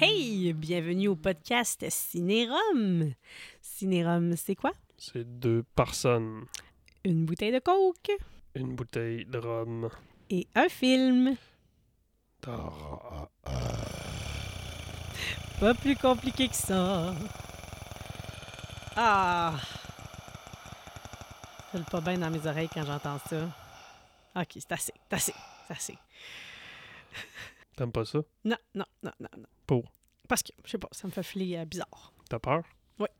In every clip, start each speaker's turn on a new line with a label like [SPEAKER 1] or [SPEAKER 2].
[SPEAKER 1] Hey, bienvenue au podcast Cinérum. Cinérum, c'est quoi?
[SPEAKER 2] C'est deux personnes,
[SPEAKER 1] Une bouteille de coke
[SPEAKER 2] une bouteille de rhum.
[SPEAKER 1] et un film. Pas plus compliqué que ça. Ah! Ça le pas bien dans mes oreilles quand j'entends ça. Ok, c'est assez, c'est assez, c'est assez.
[SPEAKER 2] T'aimes pas ça?
[SPEAKER 1] Non, non, non, non, non.
[SPEAKER 2] Pour?
[SPEAKER 1] Parce que, je sais pas, ça me fait filer euh, bizarre.
[SPEAKER 2] T'as peur?
[SPEAKER 1] Ouais.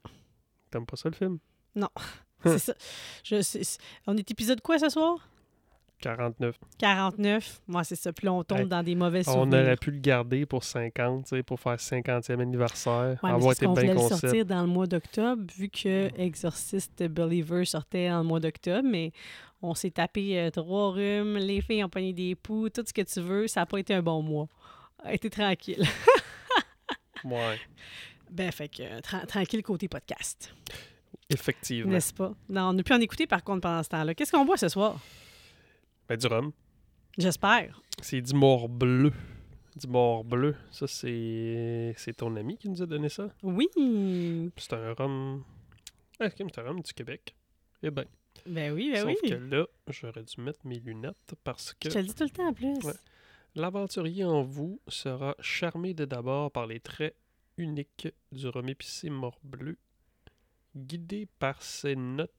[SPEAKER 2] T'aimes pas ça le film? Hum.
[SPEAKER 1] c'est ça. Je, c'est- c'est- on est épisode quoi ce soir?
[SPEAKER 2] 49.
[SPEAKER 1] 49. Moi, c'est ça. Puis là, on tombe
[SPEAKER 2] Hey,
[SPEAKER 1] dans des mauvais souvenirs.
[SPEAKER 2] On aurait pu le garder pour 50, tu sais, pour faire 50e anniversaire.
[SPEAKER 1] Ouais, mais
[SPEAKER 2] avoir
[SPEAKER 1] c'est
[SPEAKER 2] été
[SPEAKER 1] parce qu'on
[SPEAKER 2] bien
[SPEAKER 1] voulait le
[SPEAKER 2] concept. Mm.
[SPEAKER 1] sortir dans le mois d'octobre, vu que Exorcist Believer sortait en mois d'octobre, mais on s'est tapé euh, trois rhumes, les filles ont pogné des poux, tout ce que tu veux, ça n'a pas été un bon mois. Euh, T'es tranquille.
[SPEAKER 2] Ouais,
[SPEAKER 1] Ben, fait que euh, tra- tranquille côté podcast,
[SPEAKER 2] effectivement.
[SPEAKER 1] n'est-ce pas? Non, on n'a pu en écouter par contre pendant ce temps-là. Qu'est-ce qu'on boit ce soir?
[SPEAKER 2] Ben, du rhum.
[SPEAKER 1] J'espère.
[SPEAKER 2] C'est du mort bleu. Du mort bleu. Ça, c'est c'est ton ami qui nous a donné ça.
[SPEAKER 1] Oui!
[SPEAKER 2] C'est un rhum. Ah, ok, mais c'est un rhum du Québec. Eh ben,
[SPEAKER 1] Ben oui, ben
[SPEAKER 2] sauf
[SPEAKER 1] oui.
[SPEAKER 2] que là, j'aurais dû mettre mes lunettes parce que
[SPEAKER 1] Je te le dis tout le temps en plus.
[SPEAKER 2] Ouais. L'aventurier en vous sera charmé de d'abord par les traits uniques du rhum épicé mort-bleu, guidé par ses notes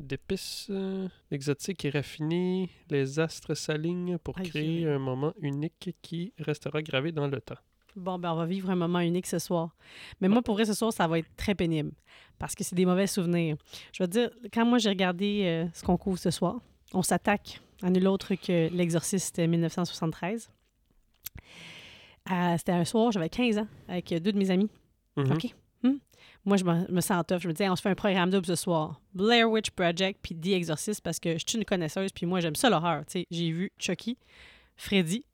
[SPEAKER 2] d'épices euh, exotiques et raffinées, les astres s'alignent pour
[SPEAKER 1] Aïe,
[SPEAKER 2] créer
[SPEAKER 1] aïe.
[SPEAKER 2] un moment unique qui restera gravé dans le temps.
[SPEAKER 1] Bon, ben on va vivre un moment unique ce soir. Mais moi, pour vrai, ce soir, ça va être très pénible parce que c'est des mauvais souvenirs. Je veux dire, quand moi, j'ai regardé euh, ce qu'on couvre ce soir, on s'attaque à nul autre que l'exorciste 1973. Euh, C'était un soir, j'avais 15 ans, avec deux de mes amis.
[SPEAKER 2] Mhm.
[SPEAKER 1] OK. Hmm. Moi, je me, je me sens tough. Je me dis, Hey, on se fait un programme double ce soir. Blair Witch Project puis The Exorcist parce que je suis une connaisseuse puis moi, j'aime ça l'horreur. Tu sais, j'ai vu Chucky, Freddy,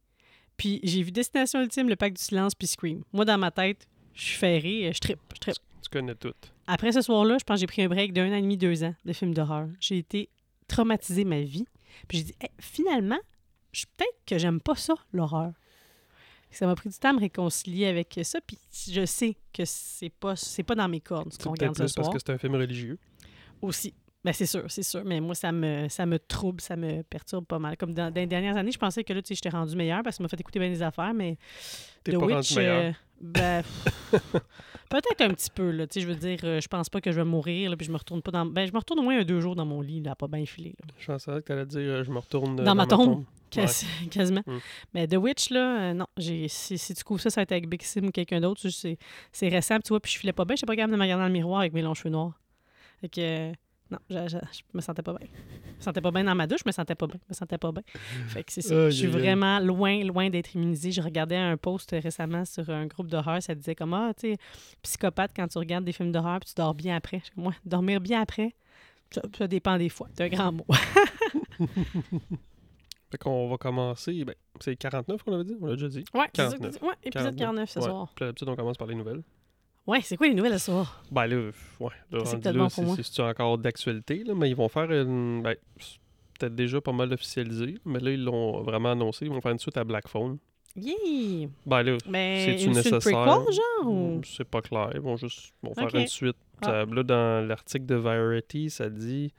[SPEAKER 1] puis j'ai vu Destination Ultime, Le Pacte du Silence puis Scream. Moi, dans ma tête, je suis ferrée, je trippe, je trippe.
[SPEAKER 2] Tu connais tout.
[SPEAKER 1] Après ce soir-là, je pense que j'ai pris un break d'un an et demi, deux ans de films d'horreur. J'ai été traumatisée ma vie. Puis j'ai dit, Hey, finalement, je- peut-être que j'aime pas ça, l'horreur. Ça m'a pris du temps à me réconcilier avec ça. Puis je sais que c'est pas, c'est pas dans mes cordes ce
[SPEAKER 2] C'est
[SPEAKER 1] qu'on
[SPEAKER 2] peut-être
[SPEAKER 1] regarde ce
[SPEAKER 2] plus parce
[SPEAKER 1] soir.
[SPEAKER 2] que c'est un film religieux.
[SPEAKER 1] Aussi. Ben c'est sûr, c'est sûr. Mais moi, ça me, ça me trouble, ça me perturbe pas mal. Comme dans, dans les dernières années, je pensais que là, tu sais, j'étais rendue meilleure parce que ça m'a fait écouter bien des affaires, mais
[SPEAKER 2] T'es
[SPEAKER 1] The
[SPEAKER 2] pas rendu
[SPEAKER 1] Witch,
[SPEAKER 2] meilleur.
[SPEAKER 1] euh, ben, peut-être un petit peu, là. Tu sais, je veux dire, euh, je pense pas que je vais mourir, là, puis je me retourne pas dans... Ben, je me retourne au moins un deux jours dans mon lit, là, pas bien filé, là.
[SPEAKER 2] Je pensais que t'allais dire euh, je me retourne euh,
[SPEAKER 1] Dans ma tombe. Quas- Quasiment.
[SPEAKER 2] Mm.
[SPEAKER 1] Mais The Witch, là, euh, non, j'ai... Si, si tu couvres ça, ça va être avec Big Sim ou quelqu'un d'autre. tu sais, C'est, c'est récent, puis tu vois, puis je filais pas bien. J'étais pas capable de me regarder dans le miroir avec mes longs cheveux noirs. Fait que... euh, Non, je, je- je me sentais pas bien. Je me sentais pas bien dans ma douche, je me sentais pas bien. Je me sentais pas bien. Fait que c'est ça.
[SPEAKER 2] Aïe,
[SPEAKER 1] je suis
[SPEAKER 2] aïe, aïe.
[SPEAKER 1] vraiment loin, loin d'être immunisée. Je regardais un post récemment sur un groupe d'horreur, ça disait comme Ah, tu sais, psychopathe quand tu regardes des films d'horreur puis tu dors bien après. Je suis comme, Ouais, dormir bien après, ça, ça dépend des fois. C'est un grand mot.
[SPEAKER 2] Fait qu'on va commencer. Ben, c'est 49 qu'on avait dit On l'a déjà dit.
[SPEAKER 1] Ouais, c'est ça que
[SPEAKER 2] 49.
[SPEAKER 1] tu dis. Ouais, épisode 49,
[SPEAKER 2] 49,
[SPEAKER 1] ce
[SPEAKER 2] ouais.
[SPEAKER 1] soir.
[SPEAKER 2] Puis d'habitude, on commence par les nouvelles.
[SPEAKER 1] Ouais, c'est quoi les nouvelles ce soir?
[SPEAKER 2] Ben là, f- ouais. là,
[SPEAKER 1] Qu'est-ce que
[SPEAKER 2] rendu
[SPEAKER 1] t'as de
[SPEAKER 2] là,
[SPEAKER 1] bon pour
[SPEAKER 2] c'est
[SPEAKER 1] moi?
[SPEAKER 2] c'est- c'est-tu encore d'actualité, là, mais ils vont faire une. Ben, c'est peut-être déjà pas mal officialisé, mais là, ils l'ont vraiment annoncé. Ils vont faire une suite à Black Phone.
[SPEAKER 1] Yeah!
[SPEAKER 2] Ben là,
[SPEAKER 1] Mais
[SPEAKER 2] c'est-tu
[SPEAKER 1] une, c'est une
[SPEAKER 2] nécessaire?
[SPEAKER 1] prequel, genre? ou-
[SPEAKER 2] Mm, C'est pas clair. Ils vont juste ils vont
[SPEAKER 1] Oh! Ok. Ah.
[SPEAKER 2] faire une suite. Ça- là, dans l'article de Variety, ça dit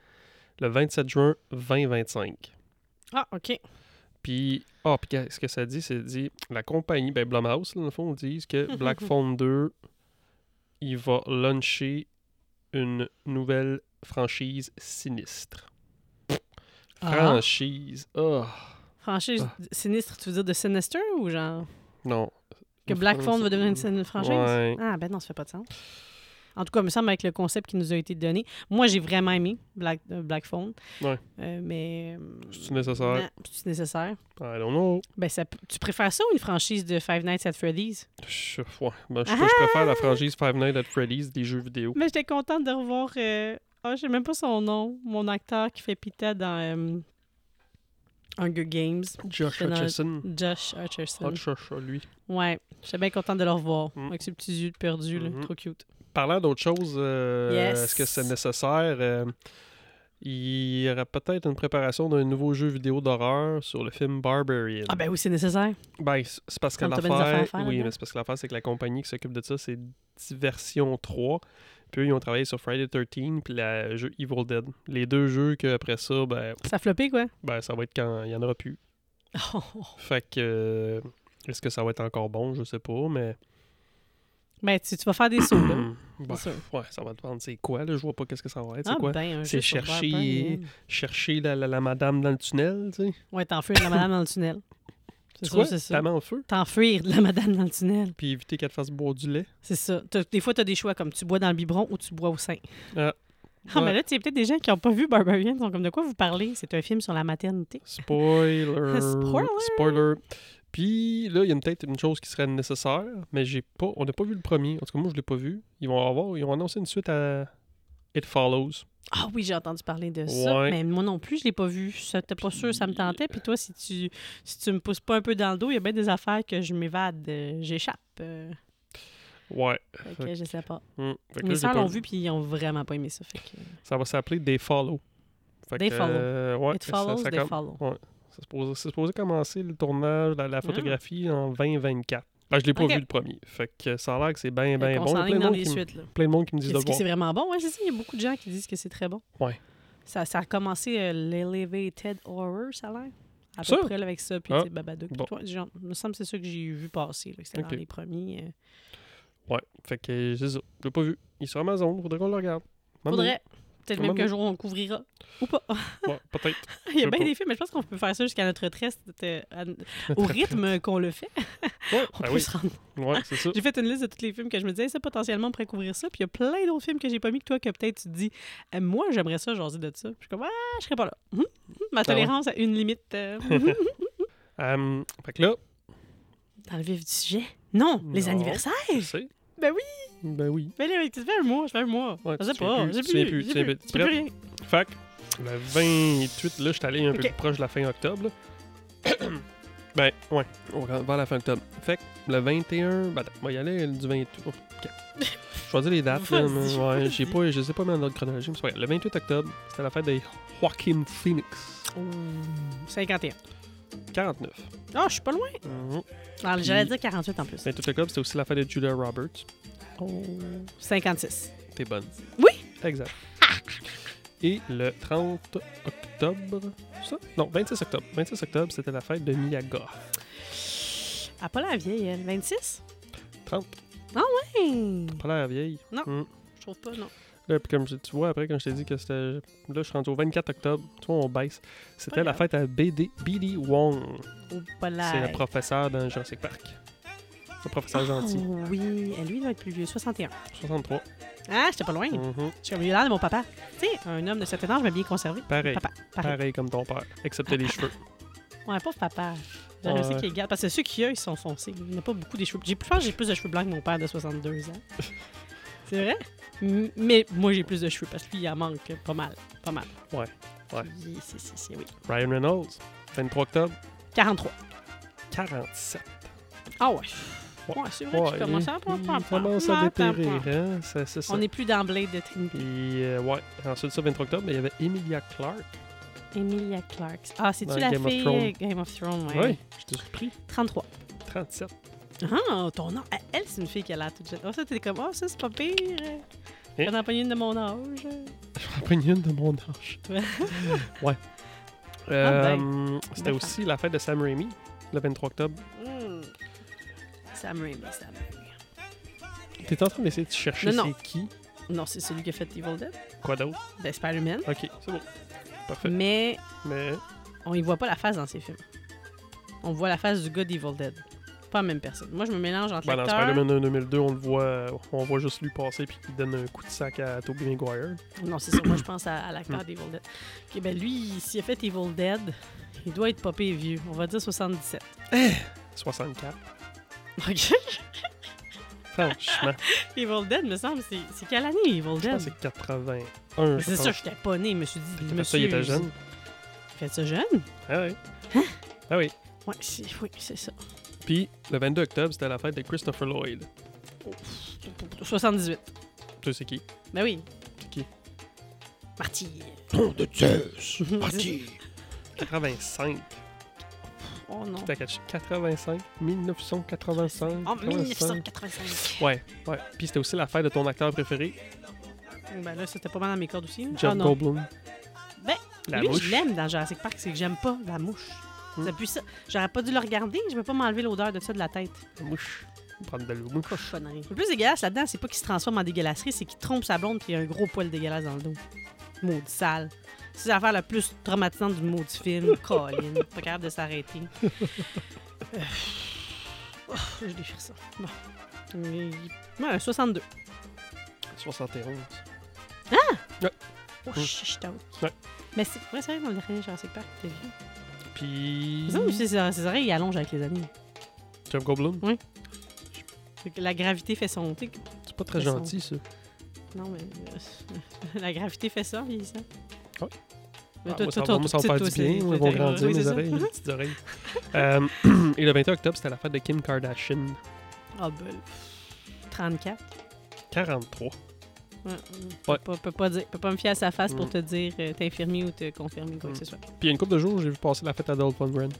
[SPEAKER 2] le 27 juin 2025.
[SPEAKER 1] Ah, OK.
[SPEAKER 2] Puis, ah, puis qu'est- ce que ça dit, c'est dit la compagnie, ben Blumhouse, là, dans le fond, disent que Black Phone 2, il va lancer une nouvelle franchise sinistre.
[SPEAKER 1] Ah.
[SPEAKER 2] Franchise, ah,
[SPEAKER 1] Franchise
[SPEAKER 2] Ah.
[SPEAKER 1] sinistre, tu veux dire de Sinister ou genre
[SPEAKER 2] non.
[SPEAKER 1] que
[SPEAKER 2] Une
[SPEAKER 1] Black
[SPEAKER 2] franchise-
[SPEAKER 1] Phone va devenir une, une franchise?
[SPEAKER 2] Ouais.
[SPEAKER 1] Ah, ben non, ça fait pas de sens. En tout cas, il me semble avec le concept qui nous a été donné. Moi, j'ai vraiment aimé Black, euh, Black Phone.
[SPEAKER 2] Ouais.
[SPEAKER 1] Euh, mais. euh,
[SPEAKER 2] C'est nécessaire.
[SPEAKER 1] non, c'est nécessaire.
[SPEAKER 2] I don't know.
[SPEAKER 1] Ben, ça, p- tu préfères ça ou une franchise de Five Nights at Freddy's?
[SPEAKER 2] Je, ouais. Ben, je,
[SPEAKER 1] Ah!
[SPEAKER 2] je préfère la franchise Five Nights at Freddy's des jeux vidéo.
[SPEAKER 1] Mais j'étais contente de revoir. Euh... Ah, je sais même pas son nom. Mon acteur qui fait Pita dans euh, Hunger Games.
[SPEAKER 2] Josh
[SPEAKER 1] Dans-
[SPEAKER 2] Hutcherson.
[SPEAKER 1] Josh Hutcherson.
[SPEAKER 2] Hutcherson, lui.
[SPEAKER 1] Ouais, j'étais bien contente de le revoir.
[SPEAKER 2] Mm.
[SPEAKER 1] Avec ses petits yeux de perdu, là.
[SPEAKER 2] Mhm.
[SPEAKER 1] Trop cute.
[SPEAKER 2] Parlant d'autre chose, euh,
[SPEAKER 1] Yes.
[SPEAKER 2] est-ce que c'est nécessaire? euh, Il y aura peut-être une préparation d'un nouveau jeu vidéo d'horreur sur le film Barbarian.
[SPEAKER 1] Ah ben oui, c'est nécessaire.
[SPEAKER 2] Ben, c- c'est parce que
[SPEAKER 1] Comme t'as bien des affaires à
[SPEAKER 2] l'affaire.
[SPEAKER 1] faire
[SPEAKER 2] Oui,
[SPEAKER 1] là-dedans.
[SPEAKER 2] mais c'est parce que l'affaire, c'est que la compagnie qui s'occupe de ça, c'est Diversion 3. Puis eux, ils ont travaillé sur Friday 13 puis le jeu Evil Dead. Les deux jeux que après ça, ben,
[SPEAKER 1] Ça a floppé, quoi.
[SPEAKER 2] ben ça va être quand il n'y en aura plus.
[SPEAKER 1] Oh,
[SPEAKER 2] Fait que. euh, Est-ce que ça va être encore bon? Je sais pas, mais.
[SPEAKER 1] Ben, tu, tu vas faire des sauts, là.
[SPEAKER 2] Hum, ben,
[SPEAKER 1] sûr.
[SPEAKER 2] ouais, ça va dépendre. C'est quoi, là? Je vois pas qu'est-ce que ça va être.
[SPEAKER 1] Ah
[SPEAKER 2] c'est quoi?
[SPEAKER 1] ben, un
[SPEAKER 2] C'est
[SPEAKER 1] jeu sur
[SPEAKER 2] chercher-
[SPEAKER 1] Barbarian.
[SPEAKER 2] Chercher la, la, la madame dans le tunnel, tu sais?
[SPEAKER 1] Ouais, t'enfuir de la madame dans le tunnel. C'est
[SPEAKER 2] Tu
[SPEAKER 1] sûr,
[SPEAKER 2] vois?
[SPEAKER 1] c'est ça.
[SPEAKER 2] Ta main en feu,
[SPEAKER 1] T'enfuir de la madame dans le tunnel.
[SPEAKER 2] puis éviter qu'elle te fasse boire du lait.
[SPEAKER 1] C'est ça. T'as- des fois, tu as des choix comme tu bois dans le biberon ou tu bois au sein.
[SPEAKER 2] Ah.
[SPEAKER 1] Ah,
[SPEAKER 2] Ouais.
[SPEAKER 1] mais là, tu sais, peut-être des gens qui n'ont pas vu Barbarian, ils sont comme de quoi vous parlez. C'est un film sur la maternité.
[SPEAKER 2] Spoiler.
[SPEAKER 1] Spoiler.
[SPEAKER 2] Spoiler. Puis là, il y a peut-être une chose qui serait nécessaire, mais j'ai pas, on n'a pas vu le premier. En tout cas, moi, je l'ai pas vu. Ils vont avoir, ils ont annoncé une suite à It Follows.
[SPEAKER 1] Ah oui, j'ai entendu parler de ça,
[SPEAKER 2] Ouais.
[SPEAKER 1] mais moi non plus, je l'ai pas vu. Ça, T'es pas sûr, ça me tentait. Puis toi, si tu si tu me pousses pas un peu dans le dos, il y a bien des affaires que je m'évade, euh, j'échappe. euh,
[SPEAKER 2] Ouais.
[SPEAKER 1] fait que je sais pas.
[SPEAKER 2] Hmm. Fait que là,
[SPEAKER 1] Mes
[SPEAKER 2] j'ai
[SPEAKER 1] soeurs
[SPEAKER 2] pas
[SPEAKER 1] l'ont
[SPEAKER 2] vu.
[SPEAKER 1] vu, puis ils ont vraiment pas aimé ça. Fait que,
[SPEAKER 2] Ça va s'appeler They Follow. Fait
[SPEAKER 1] They
[SPEAKER 2] que,
[SPEAKER 1] Follow.
[SPEAKER 2] euh, ouais,
[SPEAKER 1] It
[SPEAKER 2] ça-
[SPEAKER 1] follows,
[SPEAKER 2] ça
[SPEAKER 1] they
[SPEAKER 2] com-
[SPEAKER 1] follow.
[SPEAKER 2] c'est supposé, c'est supposé commencer le tournage, la, la photographie en 2024. Ben, je l'ai pas
[SPEAKER 1] Ah. Ok.
[SPEAKER 2] vu le premier. Fait que ça a l'air que c'est bien,
[SPEAKER 1] Fait
[SPEAKER 2] bien
[SPEAKER 1] qu'on
[SPEAKER 2] Eh ben, bon. Il y a
[SPEAKER 1] s'enligne
[SPEAKER 2] Plein de,
[SPEAKER 1] dans
[SPEAKER 2] monde
[SPEAKER 1] les
[SPEAKER 2] qui, me-
[SPEAKER 1] suites, là.
[SPEAKER 2] plein de monde qui me disent de
[SPEAKER 1] Est-ce
[SPEAKER 2] le
[SPEAKER 1] que
[SPEAKER 2] voir.
[SPEAKER 1] c'est vraiment bon? Oui, c'est ça. Il y a beaucoup de gens qui disent que c'est très bon.
[SPEAKER 2] Ouais.
[SPEAKER 1] Ça, ça a commencé euh, l'Elevated Horror, ça a l'air. À
[SPEAKER 2] Ça?
[SPEAKER 1] peu près là, avec ça, puis
[SPEAKER 2] Ah,
[SPEAKER 1] tu sais, Babadook. puis
[SPEAKER 2] bon.
[SPEAKER 1] toi, genre, il me semble que c'est ça que j'ai vu passer. là, que C'était
[SPEAKER 2] Ok.
[SPEAKER 1] dans les premiers. euh.
[SPEAKER 2] Ouais. Fait que c'est ça. Je l'ai pas vu. Il est sur Amazon. Faudrait qu'on le regarde. Maman.
[SPEAKER 1] Faudrait. Peut-être
[SPEAKER 2] Maman.
[SPEAKER 1] même qu'un jour on le couvrira. Ou pas.
[SPEAKER 2] Ouais, peut-être.
[SPEAKER 1] il y
[SPEAKER 2] Je
[SPEAKER 1] a
[SPEAKER 2] sais
[SPEAKER 1] bien
[SPEAKER 2] pas.
[SPEAKER 1] des films, mais je pense qu'on peut faire ça jusqu'à notre retraite. euh, à- Au rythme qu'on le fait,
[SPEAKER 2] Ouais,
[SPEAKER 1] on
[SPEAKER 2] ben
[SPEAKER 1] peut
[SPEAKER 2] oui.
[SPEAKER 1] se rendre.
[SPEAKER 2] Ouais, c'est ça.
[SPEAKER 1] J'ai fait une liste de tous les films que je me disais, ça potentiellement on pourrait couvrir ça. Puis il y a plein d'autres films que j'ai pas mis que toi que peut-être tu te dis, Eh, moi j'aimerais ça, j'en dis de ça. Puis je suis comme, ah, je serais pas là. Hum, hum, Ma
[SPEAKER 2] Ah ouais.
[SPEAKER 1] tolérance a une limite. euh, hum, hum.
[SPEAKER 2] Euh, fait que là,
[SPEAKER 1] Dans le vif du sujet? Non, les
[SPEAKER 2] Non.
[SPEAKER 1] anniversaires.
[SPEAKER 2] tu sais.
[SPEAKER 1] Ben oui.
[SPEAKER 2] Ben oui.
[SPEAKER 1] Mais là, tu fais un mois, je fais un mois.
[SPEAKER 2] Ouais,
[SPEAKER 1] je
[SPEAKER 2] tu
[SPEAKER 1] sais
[SPEAKER 2] te
[SPEAKER 1] pas,
[SPEAKER 2] souviens
[SPEAKER 1] j'ai
[SPEAKER 2] plus, tu te souviens plus,
[SPEAKER 1] plus,
[SPEAKER 2] tu
[SPEAKER 1] j'ai
[SPEAKER 2] te
[SPEAKER 1] plus,
[SPEAKER 2] souviens
[SPEAKER 1] j'ai
[SPEAKER 2] plus.
[SPEAKER 1] plus
[SPEAKER 2] Bref.
[SPEAKER 1] rien.
[SPEAKER 2] Fait que le 28, là, je suis allé un peu
[SPEAKER 1] Ok.
[SPEAKER 2] plus proche de la fin octobre. là. ben, ouais, on va vers la fin octobre. Fait que le 21, ben, attends, on va y aller du 28. oh, ok. Je vais dire les dates, là,
[SPEAKER 1] Vas-y,
[SPEAKER 2] mais ouais, j'ai
[SPEAKER 1] vas-y.
[SPEAKER 2] pas, je sais pas, mais en ordre chronologique, mais c'est pas grave. Le 28 octobre, c'était la fête de Joaquin Phoenix.
[SPEAKER 1] Oh. 51.
[SPEAKER 2] 49.
[SPEAKER 1] Ah, je suis pas loin.
[SPEAKER 2] Mhm.
[SPEAKER 1] Alors, Ah, J'allais dire 48 en plus.
[SPEAKER 2] 28 octobre, c'était aussi la fête de Julia Roberts.
[SPEAKER 1] Oh, 56.
[SPEAKER 2] T'es bonne.
[SPEAKER 1] Oui.
[SPEAKER 2] Exact. Et le 30 octobre, c'est ça? Non, 26 octobre. 26 octobre, c'était la fête de Miyaga.
[SPEAKER 1] Ah, pas la vieille, elle. 26?
[SPEAKER 2] 30.
[SPEAKER 1] Hey,
[SPEAKER 2] Pas l'air vieille. Mhm.
[SPEAKER 1] je trouve pas, non.
[SPEAKER 2] Là, puis comme je- tu vois, après, quand je t'ai dit que c'était. Là, je suis rendu au 24 octobre. Tu vois, on baisse. C'était
[SPEAKER 1] Pas
[SPEAKER 2] la
[SPEAKER 1] grave.
[SPEAKER 2] fête à BD, BD Wong.
[SPEAKER 1] Oh, pas la.
[SPEAKER 2] C'est le professeur dans Jurassic Park. Le professeur gentil.
[SPEAKER 1] Oh, oui, lui, il doit être plus vieux. 61.
[SPEAKER 2] 63.
[SPEAKER 1] Ah, j'étais pas loin.
[SPEAKER 2] Mhm.
[SPEAKER 1] Je suis comme, il a l'air de mon papa. Tu sais, un homme de certain âge, mais bien conservé.
[SPEAKER 2] Pareil.
[SPEAKER 1] Papa, pareil.
[SPEAKER 2] Pareil comme ton père. Excepté les cheveux.
[SPEAKER 1] Ouais, pauvre papa. Je
[SPEAKER 2] Ah, Ouais.
[SPEAKER 1] sais qu'il garde. Parce que ceux qui a, ils sont foncés. Il n'y a pas beaucoup des cheveux. J'ai- Je pense que j'ai plus de cheveux blancs que mon père de 62 ans. C'est vrai? M- Mais moi, j'ai plus de cheveux parce que lui, il en manque pas mal. Pas mal.
[SPEAKER 2] Ouais, ouais.
[SPEAKER 1] Oui, si, si, si, oui.
[SPEAKER 2] Ryan Reynolds. 23 octobre.
[SPEAKER 1] 43.
[SPEAKER 2] 47.
[SPEAKER 1] Ah ouais.
[SPEAKER 2] Ouais.
[SPEAKER 1] Ouais, c'est vrai que je commence à...
[SPEAKER 2] il- il commence à dépérir, hein? C'est c'est ça.
[SPEAKER 1] On n'est plus dans Blade de Trinity.
[SPEAKER 2] Puis, euh, ouais, ensuite ça, 23 octobre, mais il y avait Emilia Clarke.
[SPEAKER 1] Emilia Clarke. Ah, c'est-tu
[SPEAKER 2] Dans
[SPEAKER 1] la
[SPEAKER 2] Game of
[SPEAKER 1] fille
[SPEAKER 2] Thrones.
[SPEAKER 1] euh, Game of Thrones,
[SPEAKER 2] Oui,
[SPEAKER 1] ouais.
[SPEAKER 2] ouais, j'étais surpris.
[SPEAKER 1] 33.
[SPEAKER 2] 37.
[SPEAKER 1] Ah, ton nom. Elle, Elle, c'est une fille qui a l'air toute jeune. Ah, ça, t'es comme, ah, ça, c'est pas pire.
[SPEAKER 2] Eh.
[SPEAKER 1] J'en ai pas une de mon âge.
[SPEAKER 2] J'en prends une de mon âge.
[SPEAKER 1] Toi.
[SPEAKER 2] ouais.
[SPEAKER 1] Ah
[SPEAKER 2] Euh, C'était
[SPEAKER 1] Belle
[SPEAKER 2] aussi la fête de Sam Raimi, le 23 octobre.
[SPEAKER 1] Hmm. Sam Raimi, Sam Raimi.
[SPEAKER 2] T'es en train d'essayer de chercher
[SPEAKER 1] Non,
[SPEAKER 2] c'est
[SPEAKER 1] non.
[SPEAKER 2] qui,
[SPEAKER 1] Non, c'est celui qui a fait Evil Dead.
[SPEAKER 2] quoi d'autre.
[SPEAKER 1] Ben, Spider-Man.
[SPEAKER 2] Ok, c'est bon. Parfait.
[SPEAKER 1] Mais
[SPEAKER 2] Mais ben,
[SPEAKER 1] on y voit pas la face dans ses films. On voit la face du gars d'Evil Dead. Pas la même personne. Moi, je me mélange entre
[SPEAKER 2] ben, dans
[SPEAKER 1] l'acteur...
[SPEAKER 2] Spider-Man 1 2002, on le voit, euh, on voit juste lui passer puis il donne un coup de sac à Tobey Maguire.
[SPEAKER 1] Non, c'est ça. Moi, je pense à, à l'acteur
[SPEAKER 2] Hmm.
[SPEAKER 1] d'Evil Dead. OK, ben lui, s'il a fait Evil Dead, il doit être pas pire vieux. On va dire 77.
[SPEAKER 2] 64.
[SPEAKER 1] OK?
[SPEAKER 2] Franchement,
[SPEAKER 1] Evil Dead, me semble, c'est c'est quelle année, Evil
[SPEAKER 2] je
[SPEAKER 1] Dead?
[SPEAKER 2] pense que c'est 81.
[SPEAKER 1] Mais
[SPEAKER 2] je
[SPEAKER 1] C'est
[SPEAKER 2] pense.
[SPEAKER 1] ça, j'étais pas née. Je me suis dit,
[SPEAKER 2] Après ça, il était jeune.
[SPEAKER 1] Fait ça jeune?
[SPEAKER 2] Ah oui.
[SPEAKER 1] Hein?
[SPEAKER 2] Ah oui.
[SPEAKER 1] Ouais, c'est- oui, c'est ça.
[SPEAKER 2] Puis le 22 octobre, c'était la fête de Christopher Lloyd.
[SPEAKER 1] 78.
[SPEAKER 2] Tu sais qui?
[SPEAKER 1] Ben oui.
[SPEAKER 2] C'est qui?
[SPEAKER 1] Marty.
[SPEAKER 3] Nom de Zeus, parti.
[SPEAKER 2] 85.
[SPEAKER 1] Oh non.
[SPEAKER 2] T'as catché 85, 1985.
[SPEAKER 1] En
[SPEAKER 2] 1985.
[SPEAKER 1] 1985.
[SPEAKER 2] Ouais, ouais. Puis c'était aussi l'affaire de ton acteur préféré,
[SPEAKER 1] Ben là, c'était pas mal dans mes cordes aussi. là.
[SPEAKER 2] Jeff
[SPEAKER 1] Ah non.
[SPEAKER 2] Goldblum.
[SPEAKER 1] Ben,
[SPEAKER 2] la
[SPEAKER 1] Lui,
[SPEAKER 2] mouche.
[SPEAKER 1] je l'aime dans Jurassic Park, c'est que j'aime pas la mouche.
[SPEAKER 2] Hmm.
[SPEAKER 1] Ça pue ça. J'aurais pas dû le regarder, je peux pas m'enlever l'odeur de ça de la tête.
[SPEAKER 2] La mouche. Prendre de la mouche.
[SPEAKER 1] Cochonnerie. Le plus dégueulasse là-dedans, c'est pas qu'il se transforme en dégueulasserie, c'est qu'il trompe sa blonde puis il y a un gros poil dégueulasse dans le dos. Maudit sale. C'est l'affaire la plus traumatisante du maudit film. Colin. Pas capable de s'arrêter. Euh, oh, je déchire ça. Bon. Et- Ouais, un 62.
[SPEAKER 2] 71.
[SPEAKER 1] Oh,
[SPEAKER 2] Hmm.
[SPEAKER 1] je suis out.
[SPEAKER 2] Ouais.
[SPEAKER 1] Mais c'est ouais, c'est vrai qu'on le dernier Jurassic Park, t'es vieux.
[SPEAKER 2] Puis.
[SPEAKER 1] Mais c'est ses oreilles, il allonge avec les années.
[SPEAKER 2] Jeff Goldblum.
[SPEAKER 1] Fait que La gravité fait son. tu sais,
[SPEAKER 2] C'est pas très
[SPEAKER 1] Façon.
[SPEAKER 2] gentil, ça.
[SPEAKER 1] Non, mais. euh, la gravité fait ça, vieillit ça.
[SPEAKER 2] Ouais.
[SPEAKER 1] Mais
[SPEAKER 2] Ah,
[SPEAKER 1] toi,
[SPEAKER 2] moi,
[SPEAKER 1] toi,
[SPEAKER 2] ça va-
[SPEAKER 1] ton
[SPEAKER 2] moi, ça
[SPEAKER 1] tout
[SPEAKER 2] va faire
[SPEAKER 1] petit,
[SPEAKER 2] du
[SPEAKER 1] toi,
[SPEAKER 2] bien.
[SPEAKER 1] c'est-
[SPEAKER 2] Ils vont
[SPEAKER 1] c'est-
[SPEAKER 2] grandir,
[SPEAKER 1] oui, c'est
[SPEAKER 2] mes
[SPEAKER 1] ça.
[SPEAKER 2] oreilles, mes petites oreilles. Euh, et le 21 octobre, c'était la fête de Kim Kardashian.
[SPEAKER 1] Ah, ben. pff, 34.
[SPEAKER 2] 43.
[SPEAKER 1] Ouais, ouais.
[SPEAKER 2] Ouais.
[SPEAKER 1] Peux pas- peux pas dire- peux pas me fier à sa face pour
[SPEAKER 2] Mm.
[SPEAKER 1] te dire euh, t'infirmer ou te confirmer quoi que
[SPEAKER 2] Mm.
[SPEAKER 1] ce soit.
[SPEAKER 2] Puis il y a une couple de jours, j'ai vu passer la fête à Dolph Lundgren.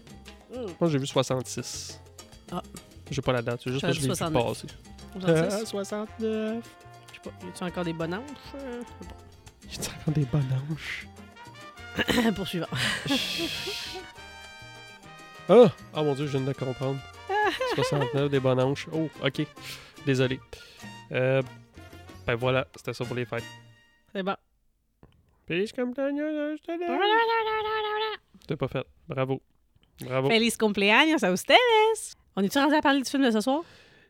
[SPEAKER 2] Moi, j'ai vu 66.
[SPEAKER 1] Ah.
[SPEAKER 2] J'ai pas la date, c'est juste
[SPEAKER 1] J'aurais
[SPEAKER 2] parce que
[SPEAKER 1] dit
[SPEAKER 2] je l'ai vu
[SPEAKER 1] 69.
[SPEAKER 2] passer.
[SPEAKER 1] J'en
[SPEAKER 2] 69.
[SPEAKER 1] Je sais pas. Y a-tu encore des bonnes hanches? Euh, bon.
[SPEAKER 2] J'ai encore des bonnes hanches.
[SPEAKER 1] Poursuivant.
[SPEAKER 2] Ah! Ah mon dieu, je viens de comprendre. 69, des bonnes hanches. Oh, ok. Désolé. Euh, ben voilà, c'était ça pour les fêtes.
[SPEAKER 1] C'est bon.
[SPEAKER 2] Feliz cumpleaños, je te l'aime. T'as pas fait. Bravo. Bravo.
[SPEAKER 1] Feliz cumpleaños a ustedes! On est-tu rendu à parler du film de ce soir?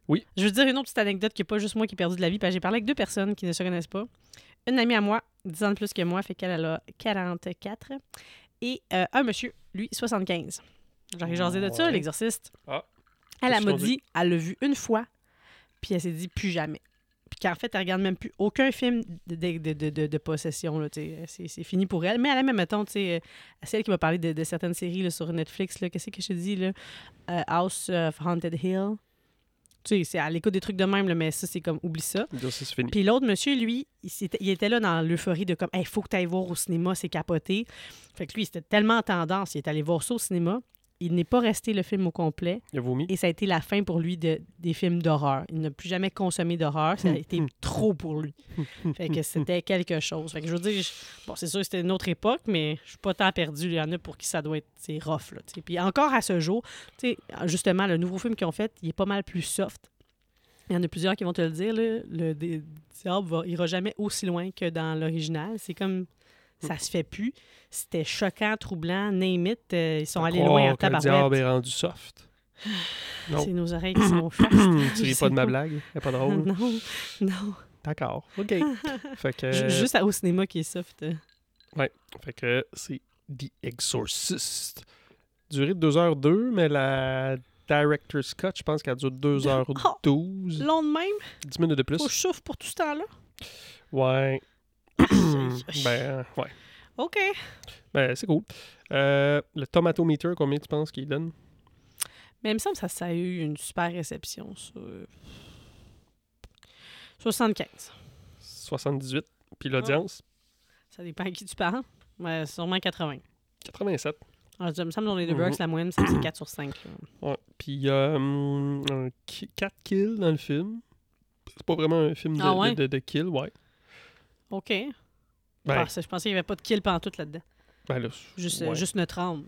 [SPEAKER 2] Oui.
[SPEAKER 1] Je veux dire une autre petite anecdote qui n'est pas juste moi qui ai perdu de la vie, parce que j'ai parlé avec deux personnes qui ne se connaissent pas. Une amie à moi, 10 ans de plus que moi, fait qu'elle elle a 44. Et euh, un monsieur, lui, 75. J'aurais jasé de ça,
[SPEAKER 2] Ouais.
[SPEAKER 1] l'exorciste.
[SPEAKER 2] Ah.
[SPEAKER 1] Elle,
[SPEAKER 2] Qu'est-ce
[SPEAKER 1] elle m'a
[SPEAKER 2] qu'ils ont dit?
[SPEAKER 1] dit, elle l'a vu une fois, puis elle s'est dit plus jamais. Puis qu'en fait, elle regarde même plus aucun film de, de, de- de- de- de possession. là, tu sais. C'est c'est fini pour elle. Mais elle a même, mettons, tu sais, euh, celle qui m'a parlé de, de certaines séries là, sur Netflix, là, qu'est-ce que je te dis, là? Euh, House of Haunted Hill. Tu sais, c'est- elle écoute des trucs de même, là, mais ça, c'est comme, oublie ça.
[SPEAKER 2] Dire ça, c'est fini.
[SPEAKER 1] Puis l'autre monsieur, lui, il, s'était- il était là dans l'euphorie de comme, il faut que tu ailles voir au cinéma, c'est capoté. Fait que lui, c'était tellement en tendance, il est allé voir ça au cinéma. Il n'est pas resté le film au complet.
[SPEAKER 2] Il a vomi.
[SPEAKER 1] Et ça a été la fin pour lui de, des films d'horreur. Il n'a plus jamais consommé d'horreur. Ça a été trop pour lui. Fait que c'était quelque chose. Fait que je veux dire, je- bon, c'est sûr que c'était une autre époque, mais je suis pas tant perdu. Il y en a pour qui ça doit être c'est rough. Là, tu sais. Puis encore à ce jour, tu sais, justement, le nouveau film qu'ils ont fait, il est pas mal plus soft. Il y en a plusieurs qui vont te le dire. là, le dé- diable va, ira jamais aussi loin que dans l'original. C'est comme ça se fait plus. C'était choquant, troublant, name it. euh, ils sont allés
[SPEAKER 2] Croire
[SPEAKER 1] loin en
[SPEAKER 2] que le diable
[SPEAKER 1] tabarouette.
[SPEAKER 2] est rendu soft. Non.
[SPEAKER 1] C'est nos oreilles qui sont
[SPEAKER 2] tu
[SPEAKER 1] fastes.
[SPEAKER 2] ris pas de ma blague? C'est pas drôle?
[SPEAKER 1] Non, non.
[SPEAKER 2] D'accord. OK. fait que...
[SPEAKER 1] Ju- Juste au cinéma qui est soft. euh.
[SPEAKER 2] Fait que c'est The Exorcist. Durée de 2h02, mais la Director's Cut, je pense qu'elle dure 2h12.
[SPEAKER 1] Long de même,
[SPEAKER 2] 10 minutes de plus.
[SPEAKER 1] Oh! faut que je souffre pour tout ce temps-là.
[SPEAKER 2] Ouais. ben, ouais.
[SPEAKER 1] OK.
[SPEAKER 2] Ben, c'est cool. Euh, le Tomatometer, combien tu penses qu'il donne?
[SPEAKER 1] Mais il me semble que ça, ça a eu une super réception. ça. 75.
[SPEAKER 2] 78. Puis l'audience,
[SPEAKER 1] Ça dépend à qui tu parles. Mais sûrement 80.
[SPEAKER 2] 87.
[SPEAKER 1] Alors, je- il me semble dans les deux
[SPEAKER 2] Mhm.
[SPEAKER 1] blocs, la moyenne, c'est c'est 4 sur 5.
[SPEAKER 2] Ouais. Puis euh, hum, il y a 4 kills dans le film. C'est pas vraiment un film de,
[SPEAKER 1] Ah ouais?
[SPEAKER 2] de, de- de kill, ouais.
[SPEAKER 1] OK.
[SPEAKER 2] Ben,
[SPEAKER 1] Ah, ça, je pensais qu'il n'y avait pas de kill pantoute là-dedans.
[SPEAKER 2] ben là,
[SPEAKER 1] Juste, euh,
[SPEAKER 2] ouais.
[SPEAKER 1] juste notre âme.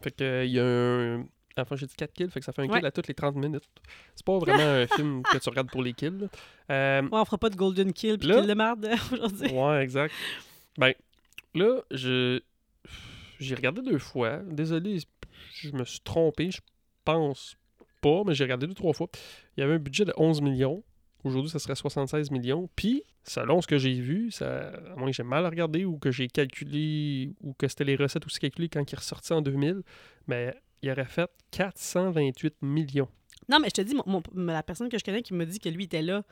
[SPEAKER 2] Fait que euh, il y a un. À la fin, j'ai dit 4 kills, fait que ça fait un kill
[SPEAKER 1] Ouais.
[SPEAKER 2] à toutes les 30 minutes. C'est pas vraiment un film que tu regardes pour les kills. là. Euh,
[SPEAKER 1] Ouais, on fera pas de golden kill puis
[SPEAKER 2] Là-
[SPEAKER 1] kill de marde aujourd'hui.
[SPEAKER 2] ouais, exact. Ben, là, je. J'ai regardé deux fois. Désolé, je me suis trompé, je pense pas, mais j'ai regardé deux, trois fois. Il y avait un budget de 11 millions. Aujourd'hui, ça serait 76 millions. Puis, selon ce que j'ai vu, ça, à moins que j'ai mal regardé ou que j'ai calculé, ou que c'était les recettes aussi calculées quand il est ressorti en 2000, mais il aurait fait 428 millions.
[SPEAKER 1] Non, mais je te dis, mon- mon- la personne que je connais qui m'a dit que lui était là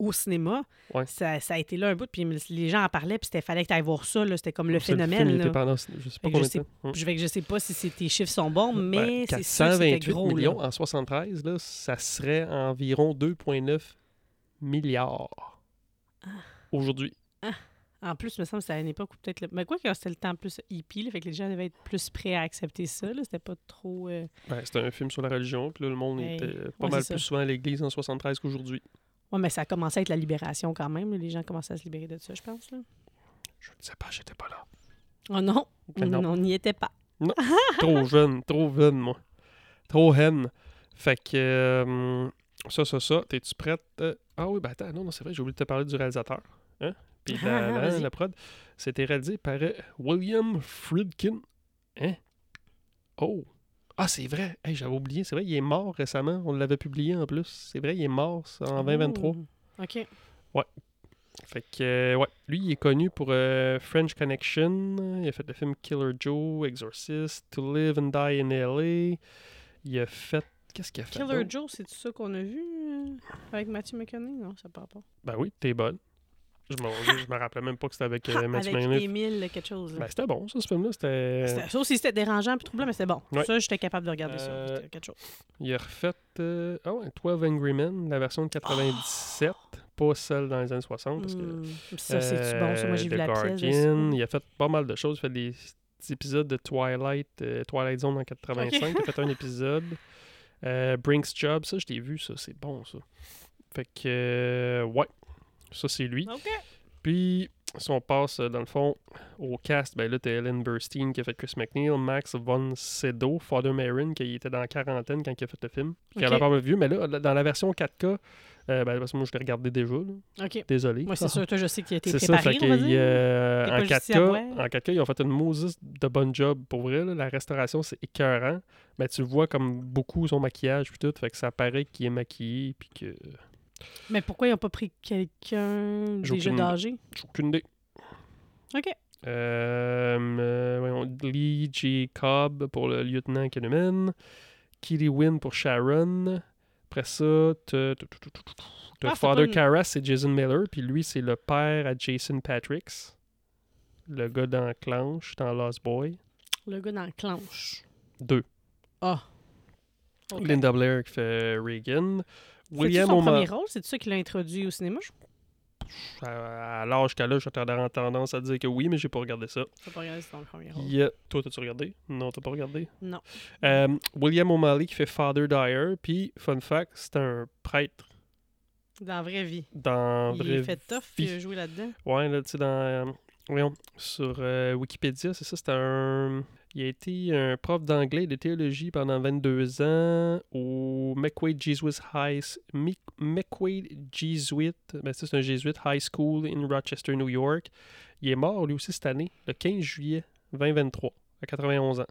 [SPEAKER 1] au cinéma,
[SPEAKER 2] Ouais.
[SPEAKER 1] ça, ça a été là un bout, puis il me- les gens en parlaient, puis c'était fallait que tu ailles voir ça, là, c'était comme le
[SPEAKER 2] C'est
[SPEAKER 1] phénomène.
[SPEAKER 2] film, il
[SPEAKER 1] là.
[SPEAKER 2] était pendant- je sais pas
[SPEAKER 1] Fait que
[SPEAKER 2] combien
[SPEAKER 1] je
[SPEAKER 2] de
[SPEAKER 1] sais
[SPEAKER 2] temps. Hum.
[SPEAKER 1] Je, vais, je sais pas si c'est- tes chiffres sont bons,
[SPEAKER 2] Ben,
[SPEAKER 1] mais c'est sûr que c'était
[SPEAKER 2] 428
[SPEAKER 1] gros. là.
[SPEAKER 2] millions en 73, là, ça serait
[SPEAKER 1] Ah.
[SPEAKER 2] environ 2,9 milliards aujourd'hui.
[SPEAKER 1] En plus, il me semble que c'était à une époque où peut-être. le- Mais quoi que c'était le temps plus hippie, là, fait que les gens devaient être plus prêts à accepter ça. là. C'était pas trop. euh,
[SPEAKER 2] Ben, c'était un film sur la religion, puis là, le monde
[SPEAKER 1] Hey.
[SPEAKER 2] était pas
[SPEAKER 1] Ouais,
[SPEAKER 2] mal
[SPEAKER 1] c'est ça.
[SPEAKER 2] plus souvent à l'église en 73 qu'aujourd'hui.
[SPEAKER 1] Ouais, mais ça commençait à être la libération quand même. là. Les gens commençaient à se libérer de ça, je pense. là.
[SPEAKER 2] Je ne sais pas, j'étais pas là.
[SPEAKER 1] Oh non,
[SPEAKER 2] Ben non.
[SPEAKER 1] on n'y était pas.
[SPEAKER 2] trop jeune, trop jeune, moi. Trop haine. Fait que. euh, ça, ça, ça. T'es-tu prête? Euh, ah oui, ben attends, non, non, c'est vrai, j'ai oublié de te parler du réalisateur. Hein? Puis
[SPEAKER 1] Ah,
[SPEAKER 2] la,
[SPEAKER 1] ah,
[SPEAKER 2] la-
[SPEAKER 1] vas-y.
[SPEAKER 2] la prod. C'était réalisé par euh, William Friedkin. Hein? Oh! Ah, c'est vrai! Hey, j'avais oublié, c'est vrai, il est mort récemment. On l'avait publié en plus. C'est vrai, il est mort ça, en 2023.
[SPEAKER 1] Oh. OK.
[SPEAKER 2] Fait que, euh, ouais, lui, il est connu pour euh, French Connection. Il a fait le film Killer Joe, Exorcist, To Live and Die in L.A. Il a fait. Qu'est-ce qu'il a fait?
[SPEAKER 1] Killer
[SPEAKER 2] d'autre?
[SPEAKER 1] Joe, c'est ça qu'on a vu euh, avec Matthew McConaughey? Non, ça part pas.
[SPEAKER 2] Ben oui, t'es bonne. Je me, je me rappelais même pas que c'était avec euh, Matthew
[SPEAKER 1] avec
[SPEAKER 2] McConaughey.
[SPEAKER 1] Émile, quelque chose. là.
[SPEAKER 2] Ben c'était bon, ça, ce film-là. C'était.
[SPEAKER 1] C'était- Ça aussi, c'était dérangeant puis troublant, mais c'était bon.
[SPEAKER 2] Ouais.
[SPEAKER 1] Ça, j'étais capable de regarder ça.
[SPEAKER 2] Euh,
[SPEAKER 1] C'était quelque chose.
[SPEAKER 2] Il a refait. euh, Ah ouais, 12 Angry Men, la version de 97. Pas celle dans les années 60, parce que.
[SPEAKER 1] Hmm. Puis Ça, c'est-tu bon? Ça, moi, j'ai vu
[SPEAKER 2] Euh, The
[SPEAKER 1] la pièce. de ça.
[SPEAKER 2] Guardian. Il a fait pas mal de choses. Il a fait des petits épisodes de Twilight, euh, Twilight Zone en 85. Il a fait un épisode. Euh, Brinks Job, ça, je l'ai vu, ça. C'est bon, ça. Fait que, euh, ouais. Ça, c'est lui.
[SPEAKER 1] OK.
[SPEAKER 2] Puis, si on passe, euh, dans le fond, au cast, ben là, t'as Ellen Burstein qui a fait Chris McNeil, Max von Sedo, Father Marin, qui était dans la quarantaine quand il a fait le film, qui
[SPEAKER 1] Ok.
[SPEAKER 2] avait pas mal vieux, mais là, dans la version 4K, euh, ben, parce que moi, je l'ai regardé déjà, là.
[SPEAKER 1] OK.
[SPEAKER 2] désolé.
[SPEAKER 1] Moi, c'est sûr, toi, je sais qu'il a été
[SPEAKER 2] Ah. C'est
[SPEAKER 1] préparé,
[SPEAKER 2] ça, fait
[SPEAKER 1] on va dire.
[SPEAKER 2] que, euh,
[SPEAKER 1] T'es
[SPEAKER 2] en,
[SPEAKER 1] pas juste ici à
[SPEAKER 2] 4K,
[SPEAKER 1] boire.
[SPEAKER 2] en 4K, ils ont fait une Moses de bon job pour vrai. là. La restauration, c'est écœurant. Mais tu vois comme beaucoup son maquillage puis tout, fait que ça paraît qu'il est maquillé puis que
[SPEAKER 1] Mais pourquoi ils n'ont pas pris quelqu'un
[SPEAKER 2] J'ai
[SPEAKER 1] déjà
[SPEAKER 2] aucune-
[SPEAKER 1] d'âgé?
[SPEAKER 2] j'ai aucune idée.
[SPEAKER 1] OK.
[SPEAKER 2] Euh, euh, voyons, Lee J. Cobb pour le lieutenant Kahneman. Kitty Wynn pour Sharon. Après ça, t'as t'as- t'as- t'as- t'as
[SPEAKER 1] Ah, c'est pas
[SPEAKER 2] Father
[SPEAKER 1] une-
[SPEAKER 2] Karras, c'est Jason Miller, puis lui, c'est le père à Jason Patricks. Le gars dans Clanche, dans Lost Boy.
[SPEAKER 1] Le gars dans le clenche.
[SPEAKER 2] Deux.
[SPEAKER 1] Ah. OK.
[SPEAKER 2] Linda Blair qui fait Reagan.
[SPEAKER 1] William
[SPEAKER 2] William
[SPEAKER 1] son
[SPEAKER 2] O'Malley.
[SPEAKER 1] premier rôle, c'est ça qui l'a introduit au cinéma? Je
[SPEAKER 2] À, à l'âge qu'elle a, j'ai tendance à dire que oui, mais j'ai pas regardé ça.
[SPEAKER 1] ne pas regarder son premier rôle.
[SPEAKER 2] Il y a- Toi, t'as-tu regardé? Non, t'as pas regardé?
[SPEAKER 1] Non.
[SPEAKER 2] Euh, William O'Malley qui fait Father Dyer, puis, fun fact, c'est un prêtre
[SPEAKER 1] Dans la vraie vie.
[SPEAKER 2] dans...
[SPEAKER 1] il
[SPEAKER 2] vraie
[SPEAKER 1] est fait tough
[SPEAKER 2] vie.
[SPEAKER 1] de jouer là-dedans.
[SPEAKER 2] Ouais, là, tu sais, dans... euh, voyons, sur euh, Wikipédia, c'est ça, c'était un... Il a été un prof d'anglais et de théologie pendant 22 ans au McQuaid Jesuit High... S- Mi- McQuaid Jesuit... Ben, ça, c'est un Jesuit High School in Rochester, New York. Il est mort, lui aussi, cette année, le 15 juillet 2023, à 91 ans.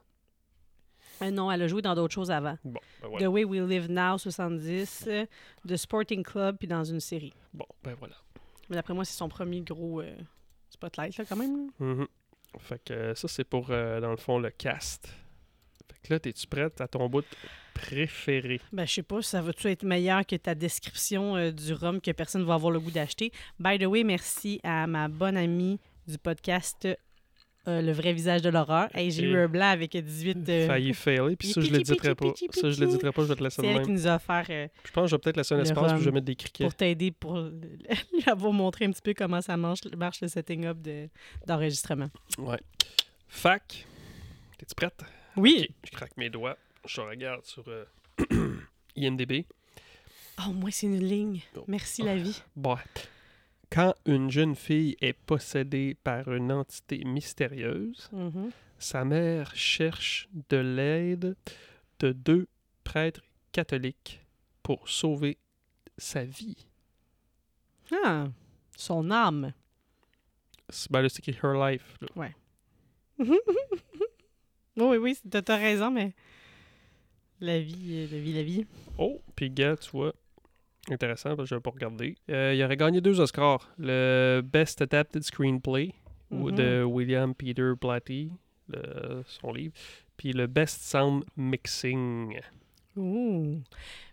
[SPEAKER 1] Ah non, elle a joué dans d'autres choses avant.
[SPEAKER 2] Bon, ben voilà.
[SPEAKER 1] The Way We Live Now, 70, euh, The Sporting Club, puis dans une série.
[SPEAKER 2] Bon, ben voilà.
[SPEAKER 1] Mais d'après moi, c'est son premier gros euh, spotlight, là, quand même. là.
[SPEAKER 2] Mhm. Fait que euh, ça, c'est pour, euh, dans le fond, le cast. Fait que là, t'es-tu prête à ton bout préféré?
[SPEAKER 1] Ben, je sais pas, ça va-tu être meilleur que ta description euh, du rhum que personne va avoir le goût d'acheter? By the way, merci à ma bonne amie du podcast euh, Le vrai visage de l'horreur. Hey, j'ai
[SPEAKER 2] Et-
[SPEAKER 1] eu un blanc avec 18... euh,
[SPEAKER 2] Failli failer, puis
[SPEAKER 1] il
[SPEAKER 2] ça, je le
[SPEAKER 1] pitchi,
[SPEAKER 2] diterai pas.
[SPEAKER 1] pitchi, pitchi,
[SPEAKER 2] Ça, je le
[SPEAKER 1] pitchi.
[SPEAKER 2] diterai pas, je vais te
[SPEAKER 1] C'est
[SPEAKER 2] laisser de
[SPEAKER 1] elle qui
[SPEAKER 2] même.
[SPEAKER 1] nous a offert... euh,
[SPEAKER 2] Je pense que je vais peut-être laisser un
[SPEAKER 1] Le
[SPEAKER 2] espace, puis je vais
[SPEAKER 1] rhum.
[SPEAKER 2] mettre des criquets.
[SPEAKER 1] pour t'aider pour le- lui avoir montré un petit peu comment ça marche, marche le setting up de- d'enregistrement.
[SPEAKER 2] Ouais. Fac, t'es-tu prête?
[SPEAKER 1] oui.
[SPEAKER 2] Ok, je craque mes doigts, je regarde sur euh, IMDB.
[SPEAKER 1] Ah, au moins, c'est une ligne.
[SPEAKER 2] Oh.
[SPEAKER 1] Merci, la vie.
[SPEAKER 2] Bon. Quand une jeune fille est possédée par une entité mystérieuse,
[SPEAKER 1] Mhm.
[SPEAKER 2] Sa mère cherche de l'aide de deux prêtres catholiques pour sauver sa vie.
[SPEAKER 1] Ah, son âme.
[SPEAKER 2] C'est- Ben là, c'est écrit Her Life. là.
[SPEAKER 1] Oui, oui, oui, t'as t'as raison, mais... La vie, euh, la vie, la vie.
[SPEAKER 2] Oh, puis gars, tu vois, intéressant, parce que je pas regardé. Euh, il aurait gagné deux Oscars. Le Best Adapted Screenplay ou-
[SPEAKER 1] Mhm.
[SPEAKER 2] de William Peter Blatty, le- son livre, puis le Best Sound Mixing.
[SPEAKER 1] Ouh.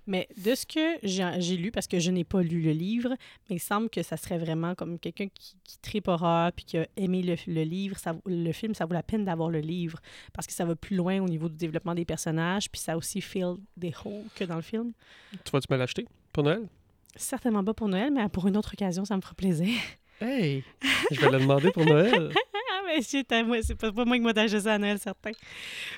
[SPEAKER 1] Mais de ce que j'ai j'ai lu, parce que je n'ai pas lu le livre, mais il semble que ça serait vraiment comme quelqu'un qui, qui tripe horreur puis qui a aimé le, le livre. Ça, vaut- le film, ça vaut la peine d'avoir le livre parce que ça va plus loin au niveau du développement des personnages puis ça aussi fill des holes que dans le film.
[SPEAKER 2] Tu vas-tu me l'acheter pour Noël?
[SPEAKER 1] Certainement pas pour Noël, mais pour une autre occasion, ça me fera plaisir.
[SPEAKER 2] Hey! Je vais le demander pour Noël.
[SPEAKER 1] Ah, mais c'est à moi, c'est pas, pas moi qui m'a acheté ça à Noël, certain.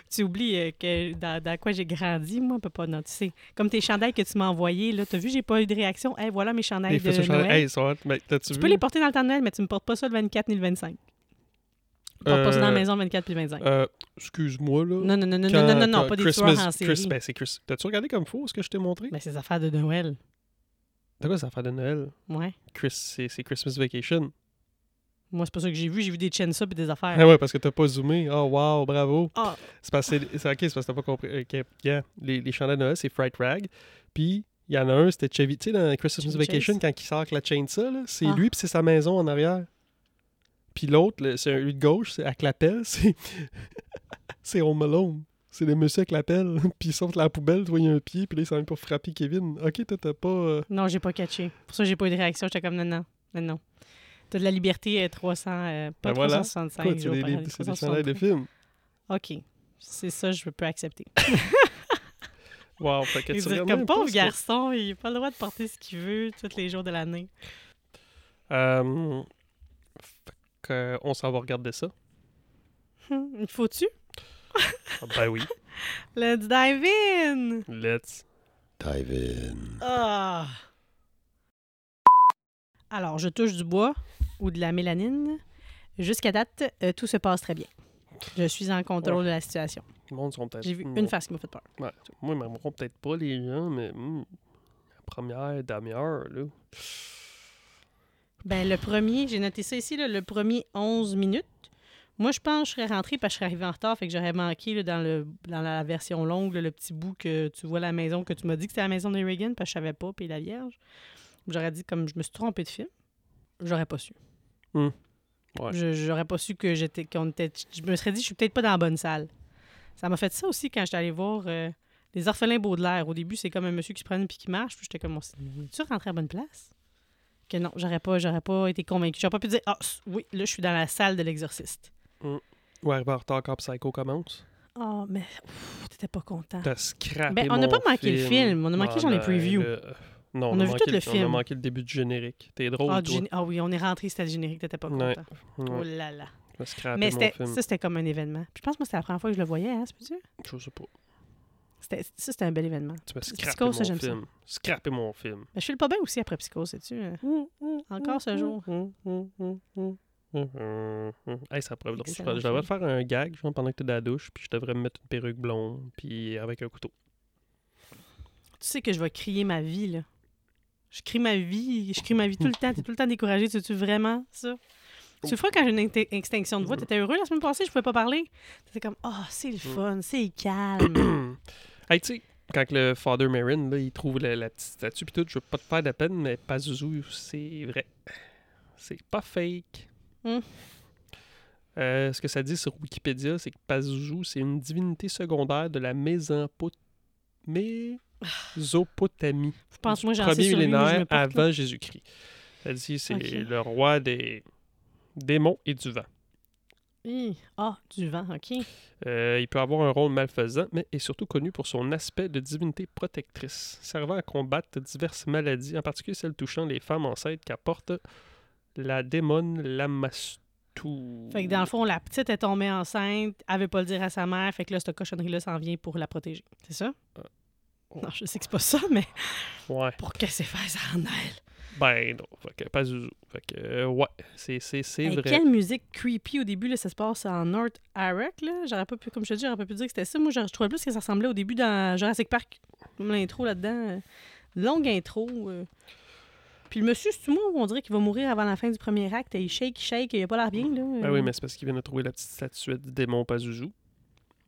[SPEAKER 1] Tu oublies euh, que dans, dans quoi j'ai grandi, moi, on peut pas, non, tu sais. Comme tes chandails que tu m'as envoyés, là, t'as vu, j'ai pas eu de réaction. Hey, voilà mes chandails
[SPEAKER 2] Les
[SPEAKER 1] de
[SPEAKER 2] fesses au
[SPEAKER 1] Noël.
[SPEAKER 2] chandail. Hey, ça va, mais t'as-tu
[SPEAKER 1] tu
[SPEAKER 2] vu?
[SPEAKER 1] peux les porter dans le temps de Noël, mais tu me portes pas ça le 24 ni le 25. Tu portes pas ça dans la
[SPEAKER 2] Euh,
[SPEAKER 1] maison le 24 puis le 25.
[SPEAKER 2] Euh, excuse-moi, là.
[SPEAKER 1] non, non, non, non,
[SPEAKER 2] Quand-
[SPEAKER 1] non, non, non,
[SPEAKER 2] quand
[SPEAKER 1] pas des
[SPEAKER 2] Christmas,
[SPEAKER 1] tueurs en série.
[SPEAKER 2] Chris- ben, c'est Chris- T'as-tu regardé comme faux ce que je t'ai montré?
[SPEAKER 1] Mais c'est des affaires de Noël.
[SPEAKER 2] De quoi ça affaire de Noël?
[SPEAKER 1] Ouais.
[SPEAKER 2] Chris, c'est c'est Christmas Vacation.
[SPEAKER 1] Moi, c'est pas ça que j'ai vu. J'ai vu des Chensa puis des affaires.
[SPEAKER 2] Ah ouais, parce que t'as pas zoomé. Oh, wow, bravo.
[SPEAKER 1] Ah.
[SPEAKER 2] C'est parce que c'est c'est- ok, c'est parce que t'as pas compris. Ok, yeah. les, les chandelles de Noël, c'est Fright Rag. Puis il y en a un, c'était Chevy. Tu sais, dans Christmas
[SPEAKER 1] Chevy
[SPEAKER 2] Vacation,
[SPEAKER 1] Chase.
[SPEAKER 2] quand il sort avec la chainsaw, là, c'est
[SPEAKER 1] Ah.
[SPEAKER 2] lui puis c'est sa maison en arrière. Puis l'autre, le- c'est un- lui de gauche, c'est avec la pelle, c'est. c'est Home Alone. C'est le monsieur avec la pelle. puis il sort de la poubelle, tu vois, il y a un pied, puis là, il s'en vient pour frapper Kevin. Ok, toi, t'as pas. euh,
[SPEAKER 1] Non, j'ai pas catché. Pour ça, j'ai pas eu de réaction. J'étais comme non, non, non, non. T'as de la liberté euh, 300, euh, pas
[SPEAKER 2] Ben voilà.
[SPEAKER 1] 365
[SPEAKER 2] Quoi, tu
[SPEAKER 1] jours
[SPEAKER 2] les,
[SPEAKER 1] par
[SPEAKER 2] les-
[SPEAKER 1] année,
[SPEAKER 2] c'est des
[SPEAKER 1] 360.
[SPEAKER 2] chandelles de film.
[SPEAKER 1] Ok. C'est ça, je peux accepter.
[SPEAKER 2] Wow, fait que tu
[SPEAKER 1] Je veux dire,
[SPEAKER 2] regardes
[SPEAKER 1] comme
[SPEAKER 2] même pas
[SPEAKER 1] pauvre
[SPEAKER 2] ce que-
[SPEAKER 1] garçon, il a pas le droit de porter ce qu'il veut tous les jours de l'année.
[SPEAKER 2] Euh, fait que, on s'en va regarder ça.
[SPEAKER 1] Hum, Il faut-tu?
[SPEAKER 2] Ah Ben oui.
[SPEAKER 1] Let's dive in!
[SPEAKER 2] Let's.
[SPEAKER 3] Dive in.
[SPEAKER 1] Ah! Alors, je touche du bois ou de la mélanine. Jusqu'à date, euh, tout se passe très bien. Je suis en contrôle de la situation.
[SPEAKER 2] Le monde sont peut-être.
[SPEAKER 1] J'ai vu
[SPEAKER 2] Mm,
[SPEAKER 1] une face qui m'a fait peur.
[SPEAKER 2] Moi, ils m'aimeront peut-être pas, les gens, mais. mm, la première demi-heure, là.
[SPEAKER 1] Ben, le premier, j'ai noté ça ici, là, le premier 11 minutes. Moi, je pense que je serais rentrée parce que je serais arrivée en retard, fait que j'aurais manqué là, dans, le, dans la version longue, là, le petit bout que tu vois la maison, que tu m'as dit que c'était la maison de Reagan, parce que je savais pas, puis la Vierge. J'aurais dit, comme je me suis trompée de film, j'aurais pas su.
[SPEAKER 2] Ouais.
[SPEAKER 1] Je- J'aurais pas su que j'étais qu'on était. Je me serais dit, je suis peut-être pas dans la bonne salle. Ça m'a fait ça aussi quand j'étais allée voir euh, les orphelins Baudelaire. Au début, c'est comme un monsieur qui se prend une puis qui marche. Puis j'étais comme, tu rentré à la bonne place? Que non, j'aurais pas, j'aurais pas été convaincue. J'aurais pas pu dire, ah s- oui, là, je suis dans la salle de l'exorciste.
[SPEAKER 2] Ouais, arrivé en retard quand Psycho commence.
[SPEAKER 1] Ah, mais ouf, t'étais pas content.
[SPEAKER 2] T'as scrappé.
[SPEAKER 1] Ben, on n'a
[SPEAKER 2] mon
[SPEAKER 1] pas manqué le film, on a manqué
[SPEAKER 2] Ah,
[SPEAKER 1] genre les
[SPEAKER 2] ben,
[SPEAKER 1] previews.
[SPEAKER 2] le- Non,
[SPEAKER 1] On a vu
[SPEAKER 2] manqué
[SPEAKER 1] tout le
[SPEAKER 2] On a
[SPEAKER 1] film.
[SPEAKER 2] manqué le début du générique. T'es drôle,
[SPEAKER 1] Ah, du
[SPEAKER 2] toi.
[SPEAKER 1] géné- ah oui, on est rentré, c'était le générique, t'étais pas
[SPEAKER 2] Ouais,
[SPEAKER 1] content. Oh
[SPEAKER 2] Ouais,
[SPEAKER 1] là là.
[SPEAKER 2] t'as scrappé
[SPEAKER 1] Mais
[SPEAKER 2] mon
[SPEAKER 1] c'était-
[SPEAKER 2] film.
[SPEAKER 1] ça, c'était comme un événement. Puis je pense que moi, c'était la première fois que je le voyais, hein, c'est sûr?
[SPEAKER 2] Je sais pas.
[SPEAKER 1] C'était- Ça, c'était un bel événement.
[SPEAKER 2] Tu m'as
[SPEAKER 1] Psycho,
[SPEAKER 2] scrappé mon
[SPEAKER 1] ça, j'aime ça.
[SPEAKER 2] film. Scrappé mon film.
[SPEAKER 1] Mais je file pas bien aussi après Psycho, sais-tu? euh? Encore ce jour.
[SPEAKER 2] Hum, hum, hum. Hey, ça pourrait être drôle. Je
[SPEAKER 1] Excellent
[SPEAKER 2] pourrais- Je devrais te
[SPEAKER 1] film.
[SPEAKER 2] faire un gag genre, pendant que t'es dans la douche, puis je devrais me mettre une perruque blonde, puis avec un couteau.
[SPEAKER 1] Tu sais que je vais crier ma vie, là. Je crie ma vie, je crie ma vie tout le temps. T'es tout le temps découragé. Tu tu vraiment ça? Tu le feras quand j'ai une inti- extinction de voix. T'étais heureux la semaine passée, je pouvais pas parler. T'étais comme, oh, c'est le fun, c'est calme.
[SPEAKER 2] hey, tu sais, quand que le Father Marin, là, il trouve la, la petite statue, puis tout, je veux pas te faire de la peine, mais Pazuzu, c'est vrai. C'est pas fake.
[SPEAKER 1] Hum.
[SPEAKER 2] Euh, ce que ça dit sur Wikipédia, c'est que Pazuzu, c'est une divinité secondaire de la Mésopot-
[SPEAKER 1] Ah.
[SPEAKER 2] Mésopotamie.
[SPEAKER 1] Je pense que moi, j'en sais
[SPEAKER 2] premier
[SPEAKER 1] sur lui, mais je me
[SPEAKER 2] millénaire
[SPEAKER 1] porte, là.
[SPEAKER 2] avant Jésus-Christ. Elle dit c'est
[SPEAKER 1] Ok.
[SPEAKER 2] le roi des démons et du vent.
[SPEAKER 1] Hi. Ah, du vent, OK.
[SPEAKER 2] Euh, il peut avoir un rôle malfaisant, mais est surtout connu pour son aspect de divinité protectrice, servant à combattre diverses maladies, en particulier celles touchant les femmes enceintes qu'apporte la démone Lamastou.
[SPEAKER 1] Fait que dans le fond, la petite est tombée enceinte, elle veut pas le dire à sa mère. Fait que là, cette cochonnerie-là s'en vient pour la protéger. C'est ça?
[SPEAKER 2] oh.
[SPEAKER 1] Non, je sais que c'est pas ça, mais
[SPEAKER 2] Ouais,
[SPEAKER 1] pour qu'elle se fasse en elle.
[SPEAKER 2] ben non, fait que pas zouzou. Fait que, euh, ouais, c'est, c'est, c'est
[SPEAKER 1] Hey,
[SPEAKER 2] vrai.
[SPEAKER 1] Quelle musique creepy au début, là, ça se passe en North Iraq, là. J'aurais pas pu, comme je te dis, j'aurais pas pu dire que c'était ça. Moi, je, je trouvais plus que ça ressemblait au début dans Jurassic Park. Comme l'intro là-dedans. euh, Longue intro. euh. Puis le monsieur, c'est moi, on dirait qu'il va mourir avant la fin du premier acte. Et il shake, il shake, il a pas l'air bien, là.
[SPEAKER 2] Ben oui, mais c'est parce qu'il vient de trouver la petite statuette du démon Pazuzu.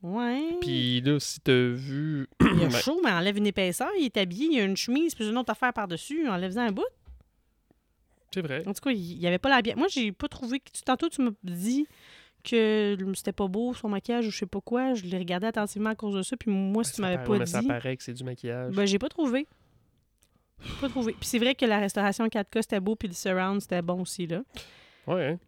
[SPEAKER 1] Ouais.
[SPEAKER 2] Puis là, si t'as vu.
[SPEAKER 1] il a
[SPEAKER 2] ben-
[SPEAKER 1] chaud, mais enlève une épaisseur, il est habillé, il a une chemise, puis une autre affaire par-dessus, enlève-en un bout.
[SPEAKER 2] C'est vrai.
[SPEAKER 1] En tout cas, il n'y avait pas la bien. Moi, j'ai pas trouvé. que- tu- Tantôt, tu m'as dit que c'était pas beau son maquillage ou je sais pas quoi. Je l'ai regardé attentivement à cause de ça. Puis moi, si tu
[SPEAKER 2] Ça
[SPEAKER 1] m'avais
[SPEAKER 2] paraît-
[SPEAKER 1] pas
[SPEAKER 2] mais Ça
[SPEAKER 1] dit,
[SPEAKER 2] paraît que c'est du maquillage.
[SPEAKER 1] ben, j'ai pas trouvé. J'ai Pas trouvé. Puis c'est vrai que la restauration 4K, c'était beau. Puis le surround, c'était bon aussi. là.
[SPEAKER 2] Ouais, hein.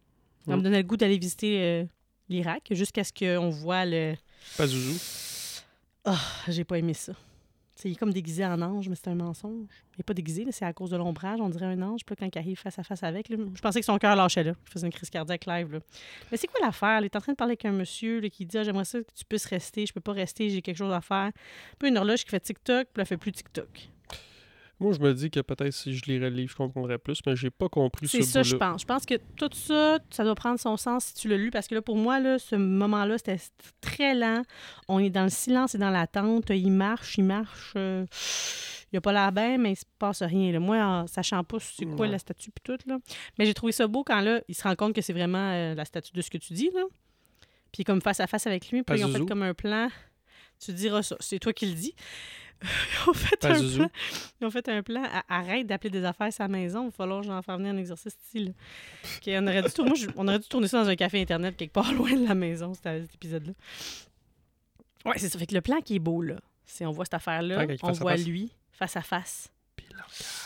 [SPEAKER 1] Ça
[SPEAKER 2] Mm.
[SPEAKER 1] me donnait le goût d'aller visiter euh, l'Irak jusqu'à ce qu'on voit le.
[SPEAKER 2] Pazuzu.
[SPEAKER 1] J'ai Ah, pas aimé ça. T'sais, il est comme déguisé en ange, mais c'est un mensonge. Il n'est pas déguisé, là, c'est à cause de l'ombrage, on dirait un ange. Puis là, quand il arrive face à face avec, là, je pensais que son cœur lâchait là, qu'il faisait une crise cardiaque live. Là. Mais c'est quoi l'affaire? là? Il est en train de parler avec un monsieur là, qui dit Ah, J'aimerais ça que tu puisses rester, je peux pas rester, j'ai quelque chose à faire. Puis une horloge qui fait tic-toc, puis elle fait plus tic-toc.
[SPEAKER 2] Moi, je me dis que peut-être si je lirais le livre, je comprendrais plus, mais j'ai pas compris ce
[SPEAKER 1] C'est ça, je
[SPEAKER 2] bout-là.
[SPEAKER 1] pense. Je pense que tout ça, ça doit prendre son sens si tu l'as lu. Parce que là, pour moi, là, ce moment-là, c'était très lent. On est dans le silence et dans l'attente. Il marche, il marche. euh, il n'y a pas l'air bien, mais il se passe rien. là. Moi, en sachant pas c'est quoi
[SPEAKER 2] Ouais.
[SPEAKER 1] la statue puis tout, là. Mais j'ai trouvé ça beau quand là, il se rend compte que c'est vraiment euh, la statue de ce que tu dis, là. Puis comme face à face avec lui, puis ils ont fait
[SPEAKER 2] Pazuzu.
[SPEAKER 1] comme un plan. Tu diras ça. C'est toi qui le dis. ils ont fait un
[SPEAKER 2] Pazuzu.
[SPEAKER 1] plan. Ils ont fait un plan. À- Arrête d'appeler des affaires à sa maison. Il va falloir que j'en fasse venir un exercice ici. là. Ok, on, aurait dû tourner, moi, je- on aurait dû tourner ça dans un café Internet quelque part loin de la maison, cet, cet épisode-là. Ouais, c'est ça. Fait que le plan qui est beau, là, c'est on voit cette affaire-là,
[SPEAKER 2] Ah, quand il
[SPEAKER 1] on
[SPEAKER 2] face à
[SPEAKER 1] voit
[SPEAKER 2] face. Ah.
[SPEAKER 1] lui face à face.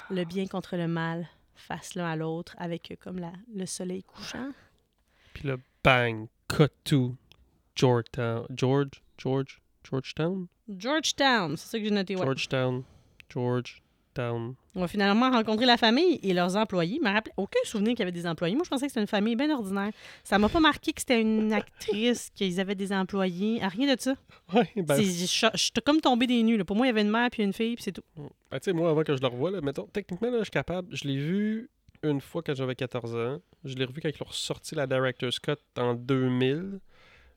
[SPEAKER 1] Le bien contre le mal, face l'un à l'autre, avec euh, comme la, le soleil couchant.
[SPEAKER 2] Puis là, bang, cut to Georgetown. George, George, Georgetown?
[SPEAKER 1] Georgetown, c'est ça que j'ai noté. Ouais.
[SPEAKER 2] Georgetown, Georgetown.
[SPEAKER 1] On va finalement rencontrer la famille et leurs employés. Je me rappelais aucun souvenir qu'il y avait des employés. Moi, je pensais que c'était une famille bien ordinaire. Ça m'a pas marqué que c'était une actrice, qu'ils avaient des employés. Ah, rien de ça.
[SPEAKER 2] Ouais, ben,
[SPEAKER 1] C'est- Je je suis comme tombée des nues. là. Pour moi, il y avait une mère puis une fille, puis c'est tout.
[SPEAKER 2] ben, tu sais, moi, avant que je le revoie, là, mettons, techniquement, là, je suis capable. Je l'ai vu une fois quand j'avais 14 ans. Je l'ai revu quand ils l'ont ressorti la Director's Cut en 2000.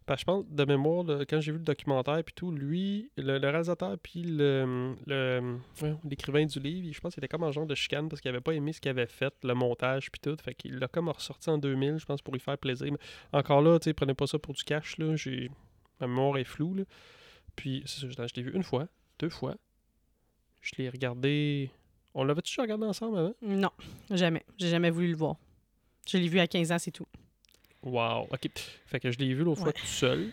[SPEAKER 2] Parce que je pense, de mémoire, là, quand j'ai vu le documentaire, puis tout, lui, le, le réalisateur, puis le, le- voyons, l'écrivain du livre, je pense qu'il était comme en genre de chicane parce qu'il avait pas aimé ce qu'il avait fait, le montage, puis tout. Fait qu'il l'a comme ressorti en 2000, je pense, pour lui faire plaisir. Mais encore là, tu sais, prenez pas ça pour du cash, là. J'ai... Ma mémoire est floue, là. Puis, c'est ça, je- je l'ai vu une fois, deux fois. Je l'ai regardé. On l'avait toujours regardé ensemble avant?
[SPEAKER 1] Non, jamais. J'ai jamais voulu le voir. Je l'ai vu à 15 ans, c'est tout.
[SPEAKER 2] Wow, ok. Fait que je l'ai vu l'autre
[SPEAKER 1] Ouais.
[SPEAKER 2] fois tout seul.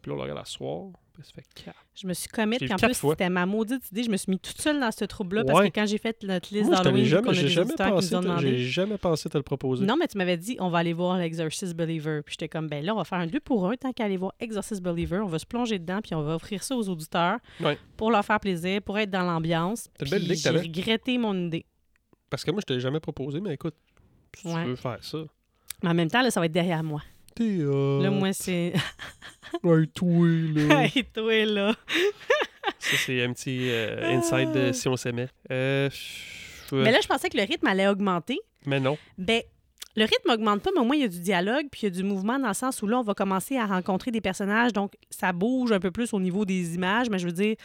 [SPEAKER 2] Puis là, on le regarde à soir. Puis ça fait quatre.
[SPEAKER 1] Je me suis commise,
[SPEAKER 2] J'ai
[SPEAKER 1] puis en
[SPEAKER 2] vu quatre
[SPEAKER 1] plus,
[SPEAKER 2] fois.
[SPEAKER 1] c'était ma maudite idée. Je me suis mis toute seule dans ce trouble-là parce
[SPEAKER 2] Ouais.
[SPEAKER 1] que quand j'ai fait notre liste
[SPEAKER 2] Moi, je t'avais
[SPEAKER 1] d'Halloween,
[SPEAKER 2] jamais,
[SPEAKER 1] qu'on a
[SPEAKER 2] j'ai
[SPEAKER 1] des
[SPEAKER 2] jamais
[SPEAKER 1] auditeurs qui
[SPEAKER 2] pensé,
[SPEAKER 1] nous ont
[SPEAKER 2] te-
[SPEAKER 1] demandé.
[SPEAKER 2] j'ai jamais pensé te le proposer.
[SPEAKER 1] Non, mais tu m'avais dit, on va aller voir l'Exorcist Believer. Puis j'étais comme, ben là, on va faire un 2 pour 1 tant qu'à aller voir Exorcist Believer. On va se plonger dedans, puis on va offrir ça aux auditeurs
[SPEAKER 2] Ouais.
[SPEAKER 1] pour leur faire plaisir, pour être dans l'ambiance.
[SPEAKER 2] C'est une belle
[SPEAKER 1] Puis
[SPEAKER 2] idée que
[SPEAKER 1] J'ai
[SPEAKER 2] t'avais.
[SPEAKER 1] regretté mon idée.
[SPEAKER 2] Parce que moi, je t'ai jamais proposé, mais écoute, si
[SPEAKER 1] Ouais.
[SPEAKER 2] tu veux faire ça.
[SPEAKER 1] Mais en même temps, là, ça va être derrière moi.
[SPEAKER 2] T'es euh...
[SPEAKER 1] Là, moi, c'est.
[SPEAKER 2] hey, toi, là.
[SPEAKER 1] hey, toi, là.
[SPEAKER 2] ça, c'est un petit euh, inside de si on s'aimait. Euh, pff, ouais.
[SPEAKER 1] Ah. Mais là, je pensais que le rythme allait augmenter.
[SPEAKER 2] mais non.
[SPEAKER 1] Ben, le rythme augmente pas, mais au moins, il y a du dialogue, puis il y a du mouvement dans le sens où là, on va commencer à rencontrer des personnages. Donc, ça bouge un peu plus au niveau des images, mais je veux dire,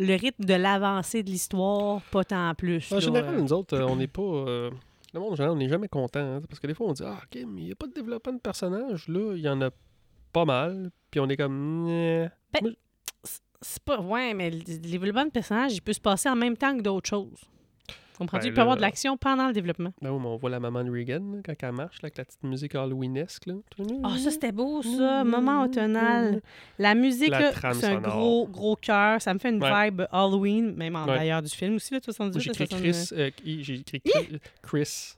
[SPEAKER 1] le rythme de l'avancée de l'histoire, pas tant plus.
[SPEAKER 2] En
[SPEAKER 1] là.
[SPEAKER 2] général, nous autres, euh, on n'est pas. euh, Le monde, en général, on n'est jamais content. hein, parce que des fois, on dit Ah, ok, mais il n'y a pas de développement de personnage. Là, il y en a pas mal. Puis on est comme. Nyeh.
[SPEAKER 1] c'est pas. Ouais, mais le le développement de personnage, il peut se passer en même temps que d'autres choses. Comprends-tu?
[SPEAKER 2] Ben
[SPEAKER 1] il peut y avoir
[SPEAKER 2] là-
[SPEAKER 1] de l'action pendant le développement.
[SPEAKER 2] Ben oui, mais on voit la maman de Reagan là, quand elle marche là, avec la petite musique halloweenesque. Là.
[SPEAKER 1] Ah, ça, c'était beau, ça. Moment automnal. La musique,
[SPEAKER 2] La
[SPEAKER 1] là,
[SPEAKER 2] trame
[SPEAKER 1] c'est un
[SPEAKER 2] sonore.
[SPEAKER 1] gros, gros cœur. Ça me fait une
[SPEAKER 2] Ouais.
[SPEAKER 1] vibe Halloween, même en
[SPEAKER 2] Ouais.
[SPEAKER 1] d'ailleurs du film aussi, là, 78
[SPEAKER 2] Moi, J'ai écrit
[SPEAKER 1] 79.
[SPEAKER 2] Chris. euh, qui- J'ai écrit Chris. Chris.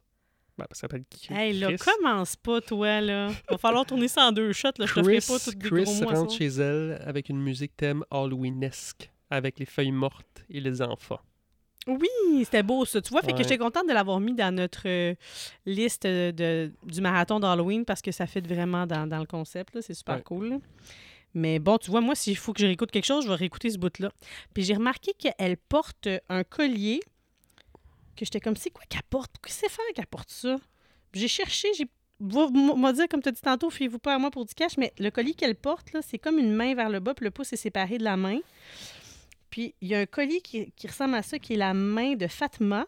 [SPEAKER 2] Ben, ça s'appelle Chris.
[SPEAKER 1] Hey, là,
[SPEAKER 2] Chris.
[SPEAKER 1] commence pas, toi, là. Va falloir tourner ça en deux shots, là. Je te ferai
[SPEAKER 2] Chris,
[SPEAKER 1] pas toutes des
[SPEAKER 2] Chris
[SPEAKER 1] gros mots à
[SPEAKER 2] rentre
[SPEAKER 1] soir.
[SPEAKER 2] chez elle avec une musique thème halloweenesque, avec les feuilles mortes et les enfants.
[SPEAKER 1] Oui, c'était beau, ça. Tu vois, fait que
[SPEAKER 2] Ouais.
[SPEAKER 1] j'étais contente de l'avoir mis dans notre euh, liste de, du marathon d'Halloween parce que ça fit vraiment dans, dans le concept, là. C'est super
[SPEAKER 2] Ouais.
[SPEAKER 1] cool, là. Mais bon, tu vois, moi, s'il faut que je réécoute quelque chose, je vais réécouter ce bout-là. Puis j'ai remarqué qu'elle porte un collier que j'étais comme, c'est quoi qu'elle porte? Pourquoi c'est faire qu'elle porte ça? Puis J'ai cherché, j'ai Va- m- m'a dire, comme tu as dit tantôt, fiez-vous pas à moi pour du cash, mais le collier qu'elle porte, là, c'est comme une main vers le bas, puis le pouce est séparé de la main. Puis il y a un collier qui, qui ressemble à ça, qui est la main de Fatma,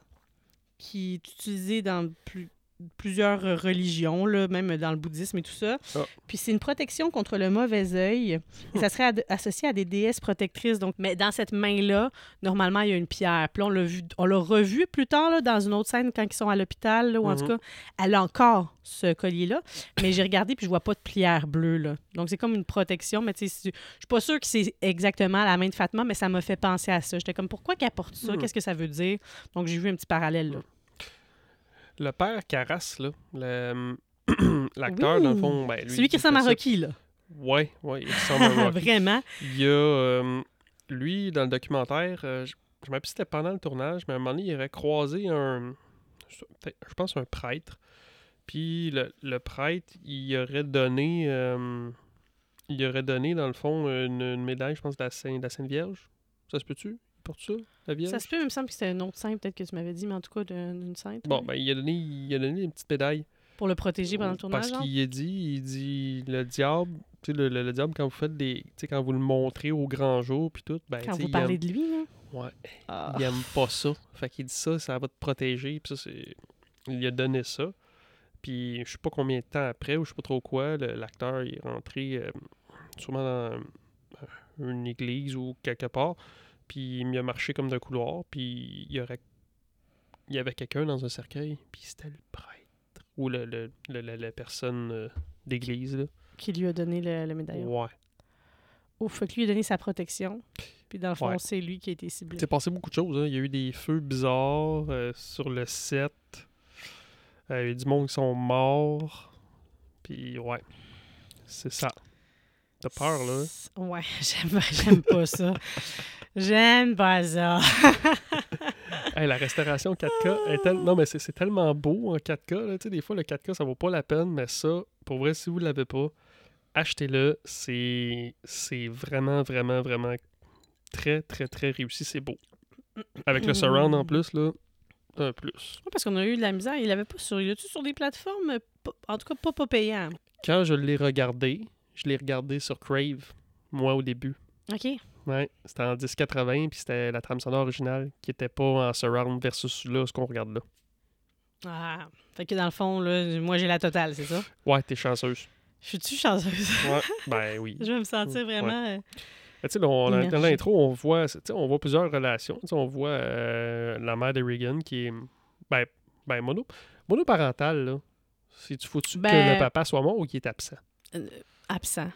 [SPEAKER 1] qui est utilisée dans plus- plusieurs euh, religions, là, même dans le bouddhisme et tout ça.
[SPEAKER 2] Ah.
[SPEAKER 1] Puis c'est une protection contre le mauvais œil. Et ça serait ad- associé à des déesses protectrices. Donc, mais dans cette main-là, normalement, il y a une pierre. Puis là, on l'a vu, on l'a revu plus tard là, dans une autre scène quand ils sont à l'hôpital, là, ou en tout
[SPEAKER 2] Mhm.
[SPEAKER 1] cas elle a encore ce collier-là, mais j'ai regardé puis je vois pas de plière bleue. Là. Donc, c'est comme une protection, mais tu sais, c'est- je suis pas sûre que c'est exactement la main de Fatma, mais ça m'a fait penser à ça. J'étais comme, pourquoi qu'elle porte ça?
[SPEAKER 2] Hmm.
[SPEAKER 1] Qu'est-ce que ça veut dire? Donc, j'ai vu un petit parallèle. Là.
[SPEAKER 2] Le père Carras, là, le- l'acteur, dans le
[SPEAKER 1] Oui.
[SPEAKER 2] fond, ben, lui.
[SPEAKER 1] Celui qui
[SPEAKER 2] il fait
[SPEAKER 1] ressemble à
[SPEAKER 2] ça.
[SPEAKER 1] Rocky, là.
[SPEAKER 2] Ouais, ouais, il ressemble à Rocky.
[SPEAKER 1] Vraiment.
[SPEAKER 2] Il y a. euh, lui, dans le documentaire, euh, je- je me rappelle si c'était pendant le tournage, mais à un moment donné, il aurait croisé un. Je pense un prêtre. Puis le, le prêtre, il aurait donné. euh, il aurait donné, dans le fond, une, une médaille, je pense, de la, Saint, de la Sainte Vierge. Ça se peut-tu Il porte ça, la Vierge
[SPEAKER 1] Ça se peut, il me semble que c'était une autre sainte, peut-être que tu m'avais dit, mais en tout cas, d'une d'une sainte.
[SPEAKER 2] Bon,
[SPEAKER 1] oui.
[SPEAKER 2] ben, il a donné, il a donné une petite médaille.
[SPEAKER 1] Pour le protéger pendant le tournage.
[SPEAKER 2] Parce
[SPEAKER 1] genre.
[SPEAKER 2] qu'il a dit, il dit le diable, tu sais, le, le- le diable, quand vous faites des. Tu sais, quand vous le montrez au grand jour, puis tout, ben, tu
[SPEAKER 1] Quand
[SPEAKER 2] sais,
[SPEAKER 1] vous
[SPEAKER 2] il
[SPEAKER 1] parlez
[SPEAKER 2] aime-
[SPEAKER 1] de lui, là.
[SPEAKER 2] Ouais.
[SPEAKER 1] Ah.
[SPEAKER 2] il aime pas ça. Fait qu'il dit ça, ça va te protéger. Puis ça, c'est. Il a donné ça. Puis je sais pas combien de temps après, ou je sais pas trop quoi, le- l'acteur il est rentré euh, sûrement dans euh, une église ou quelque part. Puis il a marché comme d'un couloir. Puis il y aurait. Il y avait quelqu'un dans un cercueil. Puis c'était le prêtre. Ou le, le- le- le- la personne euh, d'église, là.
[SPEAKER 1] Qui lui a donné le, le médaillon.
[SPEAKER 2] Ouais.
[SPEAKER 1] Ouf, fait que lui a donné sa protection. Puis dans le fond,
[SPEAKER 2] Ouais.
[SPEAKER 1] c'est lui qui a été ciblé.
[SPEAKER 2] Il s'est passé beaucoup de choses. hein. Il y a eu des feux bizarres euh, sur le set. Euh, il y a eu du monde qui sont morts. Puis, ouais. C'est ça. T'as peur, là.
[SPEAKER 1] S- Ouais, j'aime, j'aime pas ça. J'aime pas ça.
[SPEAKER 2] Hey, la restauration 4K est tel- Non, mais c'est c'est tellement beau en 4K. là. Tu sais, des fois, le 4K, ça vaut pas la peine. Mais ça, pour vrai, si vous l'avez pas, achetez-le. C'est c'est vraiment, vraiment, vraiment très, très, très réussi. C'est beau. Avec le surround en plus, là, un plus.
[SPEAKER 1] Ouais, parce qu'on a eu de la misère. Il l'avait pas sur. Il l'a-tu sur des plateformes, euh, pas- en tout cas pas, pas payantes.
[SPEAKER 2] quand je l'ai regardé, je l'ai regardé sur Crave, moi au début.
[SPEAKER 1] OK.
[SPEAKER 2] Ouais, c'était en 1080, puis c'était la trame sonore originale qui était pas en surround versus là, ce qu'on regarde là.
[SPEAKER 1] Ah. Fait que dans le fond, là, moi j'ai la totale, c'est ça?
[SPEAKER 2] Ouais, t'es chanceuse.
[SPEAKER 1] Je suis-tu chanceuse?
[SPEAKER 2] Ouais, ben oui.
[SPEAKER 1] Je vais me sentir vraiment. euh,
[SPEAKER 2] Mais tu sais, là, on-
[SPEAKER 1] Immergé.
[SPEAKER 2] dans l'intro, on voit, tu sais, on voit plusieurs relations. Tu sais, on voit euh, la mère de Regan qui est ben, ben mono, monoparentale, là. Si tu fous-tu que
[SPEAKER 1] Ben-
[SPEAKER 2] le papa soit mort ou qu'il est absent.
[SPEAKER 1] absent.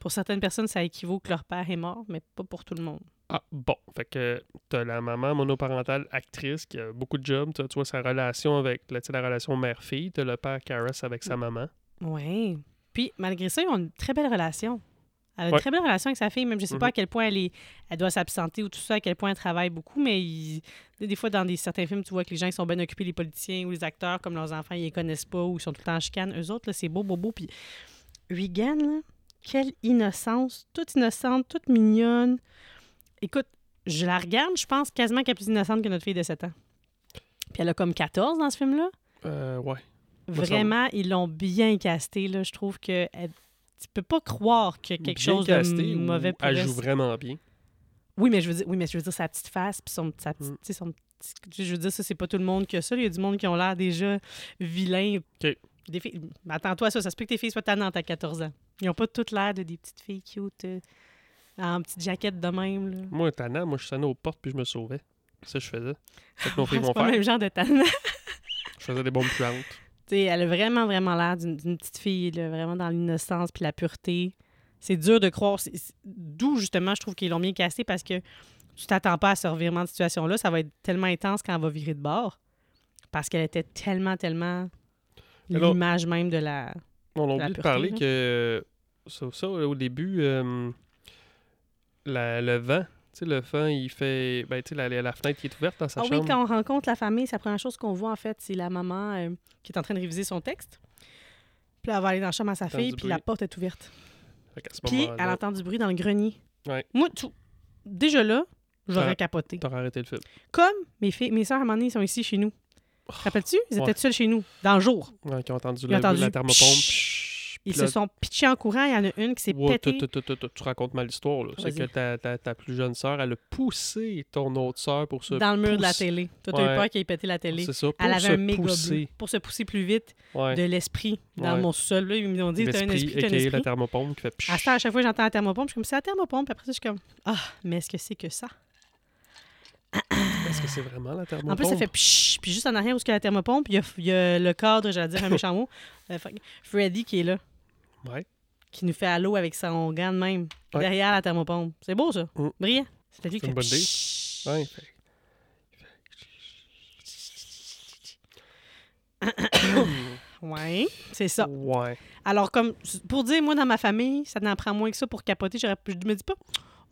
[SPEAKER 1] Pour certaines personnes, ça équivaut que leur père est mort, mais pas pour tout le monde.
[SPEAKER 2] Ah, bon. Fait que t'as la maman monoparentale actrice qui a beaucoup de jobs. T'as, tu vois, sa relation avec, là, tu sais, la relation mère-fille. T'as le père Karas avec sa maman.
[SPEAKER 1] Oui. Puis, malgré ça, ils ont une très belle relation. Elle a une
[SPEAKER 2] Ouais.
[SPEAKER 1] très belle relation avec sa fille, même je sais pas
[SPEAKER 2] Mhm.
[SPEAKER 1] à quel point elle, est, elle doit s'absenter ou tout ça, à quel point elle travaille beaucoup, mais ils- des, des fois, dans des, certains films, tu vois que les gens ils sont bien occupés, les politiciens ou les acteurs, comme leurs enfants, ils les connaissent pas ou ils sont tout le temps en chicane. Eux autres, là, c'est beau, beau, beau. Puis, Regan, là, quelle innocence, toute innocente, toute mignonne. Écoute, je la regarde, je pense quasiment qu'elle est plus innocente que notre fille de 7 ans. Puis elle a comme 14 dans ce film-là.
[SPEAKER 2] Euh, ouais. Moi, ça me-
[SPEAKER 1] Vraiment, ils l'ont bien casté. Là. Je trouve que elle- tu peux pas croire que quelque
[SPEAKER 2] Bien
[SPEAKER 1] chose
[SPEAKER 2] castée
[SPEAKER 1] de
[SPEAKER 2] ou
[SPEAKER 1] mauvais pour
[SPEAKER 2] Elle
[SPEAKER 1] elle.
[SPEAKER 2] joue vraiment bien.
[SPEAKER 1] Oui, mais je veux dire, oui, mais je veux dire sa petite face puis son, sa petite,
[SPEAKER 2] Mm.
[SPEAKER 1] tu sais, son petit- Je veux dire, ça c'est pas tout le monde que ça. Il y a du monde qui ont l'air déjà vilain.
[SPEAKER 2] OK.
[SPEAKER 1] Des filles- mais Attends-toi à ça. Ça se peut que tes filles soient tannantes à 14 ans. Ils ont pas toutes l'air de des petites filles cute euh, en petite jaquette de même. Là.
[SPEAKER 2] Moi, tannant, moi, je sonnais aux portes puis je me sauvais. Ça, je faisais. C'est que mon
[SPEAKER 1] Ah, C'est
[SPEAKER 2] frère, mon
[SPEAKER 1] pas le
[SPEAKER 2] frère,
[SPEAKER 1] même genre de tannant.
[SPEAKER 2] je faisais des bombes puantes.
[SPEAKER 1] Tu sais, elle a vraiment, vraiment l'air d'une d'une petite fille, là, vraiment dans l'innocence puis la pureté. C'est dur de croire. c'est- c'est- D'où, justement, je trouve qu'ils l'ont bien cassé parce que tu t'attends pas à ce revirement de situation-là. Ça va être tellement intense quand elle va virer de bord parce qu'elle était tellement, tellement
[SPEAKER 2] Alors-
[SPEAKER 1] l'image même de la...
[SPEAKER 2] On a oublié de
[SPEAKER 1] pureté,
[SPEAKER 2] parler
[SPEAKER 1] là.
[SPEAKER 2] que euh, ça, ça, au début, euh, la- le vent, tu sais, le vent, il fait. Ben, tu sais, la, la- la fenêtre qui est ouverte dans sa
[SPEAKER 1] Ah oui,
[SPEAKER 2] chambre.
[SPEAKER 1] quand on rencontre la famille, c'est la première chose qu'on voit, en fait, c'est la maman euh, qui est en train de réviser son texte. Puis là, elle va aller dans la chambre à sa
[SPEAKER 2] Entendre
[SPEAKER 1] fille,
[SPEAKER 2] du
[SPEAKER 1] puis la
[SPEAKER 2] bruit.
[SPEAKER 1] porte est ouverte.
[SPEAKER 2] Fait qu'à ce
[SPEAKER 1] Puis elle
[SPEAKER 2] moment-là,
[SPEAKER 1] entend du bruit dans le grenier.
[SPEAKER 2] Ouais.
[SPEAKER 1] Moi, tout... déjà là, j'aurais
[SPEAKER 2] Ah.
[SPEAKER 1] capoté.
[SPEAKER 2] t'aurais arrêté le film.
[SPEAKER 1] Comme mes, filles, mes soeurs, à un moment donné, ils sont ici chez nous. Te rappelles-tu? Ils étaient
[SPEAKER 2] Oh, Ouais.
[SPEAKER 1] seuls chez nous, dans le jour.
[SPEAKER 2] Ouais, qui ont entendu,
[SPEAKER 1] Ils
[SPEAKER 2] la,
[SPEAKER 1] ont entendu
[SPEAKER 2] la thermopompe. Pshhh,
[SPEAKER 1] Ils
[SPEAKER 2] puis là,
[SPEAKER 1] se sont pitchés en courant. Il y en a une qui s'est
[SPEAKER 2] ouais,
[SPEAKER 1] pétée.
[SPEAKER 2] tu- tu- tu- tu- tu racontes mal l'histoire. là. C'est que
[SPEAKER 1] Vas-y.
[SPEAKER 2] ta, ta- ta plus jeune sœur, elle a poussé ton autre sœur pour se
[SPEAKER 1] Dans le mur de la
[SPEAKER 2] pousse-
[SPEAKER 1] télé. Toi, t'as eu
[SPEAKER 2] Ouais.
[SPEAKER 1] peur qu'il ait pété la télé.
[SPEAKER 2] C'est ça, pour
[SPEAKER 1] Elle avait
[SPEAKER 2] se
[SPEAKER 1] un méga bleu
[SPEAKER 2] pousser.
[SPEAKER 1] pour se pousser plus vite
[SPEAKER 2] Ouais.
[SPEAKER 1] de l'esprit dans
[SPEAKER 2] Ouais.
[SPEAKER 1] mon sous-sol. Là, ils m'ont dit, t'as un
[SPEAKER 2] L'esprit,
[SPEAKER 1] esprit, t'as un
[SPEAKER 2] aka, la
[SPEAKER 1] esprit.
[SPEAKER 2] thermopompe qui fait pshhh.
[SPEAKER 1] À, ça, à chaque fois que j'entends la thermopompe, je suis comme, c'est la thermopompe. Puis après ça, je suis comme, ah, mais est-ce que c'est que ça?
[SPEAKER 2] Est-ce que c'est vraiment la thermopompe?
[SPEAKER 1] En plus, ça fait pshhh. Puis juste en arrière où est-ce qu'il y a la thermopompe, il y a, il y a le cadre, j'allais dire un méchant mot, euh, fuck, Freddy qui est là.
[SPEAKER 2] Ouais.
[SPEAKER 1] qui nous fait allô avec son gant de même
[SPEAKER 2] Ouais.
[SPEAKER 1] derrière la thermopompe. C'est beau, ça.
[SPEAKER 2] Mm.
[SPEAKER 1] Brillant. C'était lui
[SPEAKER 2] C'est
[SPEAKER 1] qui
[SPEAKER 2] une bonne idée.
[SPEAKER 1] Chut.
[SPEAKER 2] Ouais, fait-
[SPEAKER 1] Ouais, c'est ça.
[SPEAKER 2] Ouais.
[SPEAKER 1] Alors, comme pour dire, moi, dans ma famille, ça n'en prend moins que ça pour capoter. J'aurais, je me dis pas,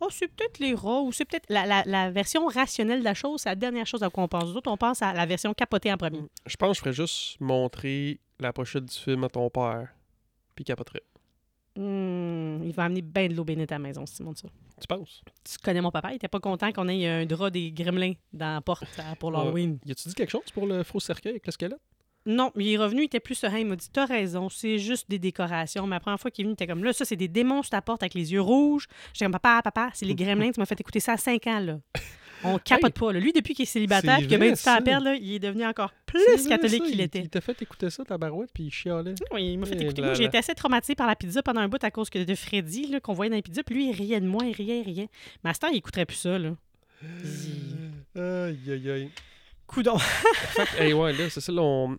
[SPEAKER 1] Oh, c'est peut-être les rats ou c'est peut-être la, la- la version rationnelle de la chose, c'est la dernière chose à quoi on pense. Nous autres, on pense à la version capotée en premier.
[SPEAKER 2] Je pense que je ferais juste montrer la pochette du film à ton père, puis il capoterait.
[SPEAKER 1] Hmm, il va amener bien de l'eau bénite à la maison, Simon, ça.
[SPEAKER 2] Tu penses?
[SPEAKER 1] Tu connais mon papa, il était pas content qu'on ait un drap des gremlins dans la porte euh, pour
[SPEAKER 2] Ouais.
[SPEAKER 1] l'Halloween.
[SPEAKER 2] Y a-tu dit quelque chose pour le faux cercueil avec le squelette?
[SPEAKER 1] Non, il est revenu, il était plus serein. Il m'a dit T'as raison, c'est juste des décorations. Mais la première fois qu'il est venu, il était comme Là, ça, c'est des démons sur ta porte avec les yeux rouges. J'étais comme Papa, papa, c'est les gremlins, tu m'as fait écouter ça à 5 ans, là. On capote pas, là. Lui, depuis qu'il est célibataire,
[SPEAKER 2] C'est
[SPEAKER 1] puis qu'il a
[SPEAKER 2] vrai,
[SPEAKER 1] bien du temps à
[SPEAKER 2] ça.
[SPEAKER 1] perdre, là, il est devenu encore
[SPEAKER 2] C'est
[SPEAKER 1] plus
[SPEAKER 2] vrai,
[SPEAKER 1] catholique
[SPEAKER 2] ça,
[SPEAKER 1] qu'il
[SPEAKER 2] il-
[SPEAKER 1] était.
[SPEAKER 2] Il t'a fait écouter ça, ta barouette, puis il chialait.
[SPEAKER 1] Oui, il m'a fait
[SPEAKER 2] Et
[SPEAKER 1] écouter.
[SPEAKER 2] là,
[SPEAKER 1] Moi, j'ai
[SPEAKER 2] là.
[SPEAKER 1] été assez traumatisée par la pizza pendant un bout à cause que de Freddy, là, qu'on voyait dans les pizzas. Puis lui, il riait de moi, il riait, il riait. Mais à ce temps, il écouterait plus ça, là.
[SPEAKER 2] Aïe, aïe, aïe.
[SPEAKER 1] Coudon.
[SPEAKER 2] Fait que, hey, ouais, là, c'est ça, là, on-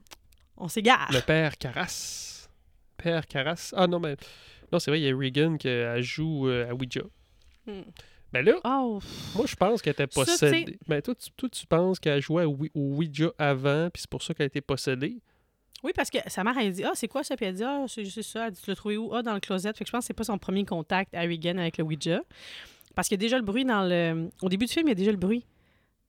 [SPEAKER 1] On s'égare.
[SPEAKER 2] le père Carras. Père Carras. Ah non, mais. Non, c'est vrai, il y a Regan qui euh, elle joue euh, à Ouija.
[SPEAKER 1] Hmm.
[SPEAKER 2] Ben là,
[SPEAKER 1] Oh,
[SPEAKER 2] moi, je pense qu'elle était
[SPEAKER 1] Ça, tu sais-
[SPEAKER 2] possédée. Mais toi, tu, toi, tu penses qu'elle jouait à Ouija- au Ouija avant, puis c'est pour ça qu'elle était possédée.
[SPEAKER 1] Oui, parce que sa mère, elle dit Ah, c'est quoi ça Puis elle dit Ah, c'est c'est ça. Elle dit Tu l'as trouvé où Ah, dans le closet. Fait que je pense que c'est pas son premier contact à Regan avec le Ouija. Parce qu'il y a déjà le bruit dans le. Au début du film, il y a déjà le bruit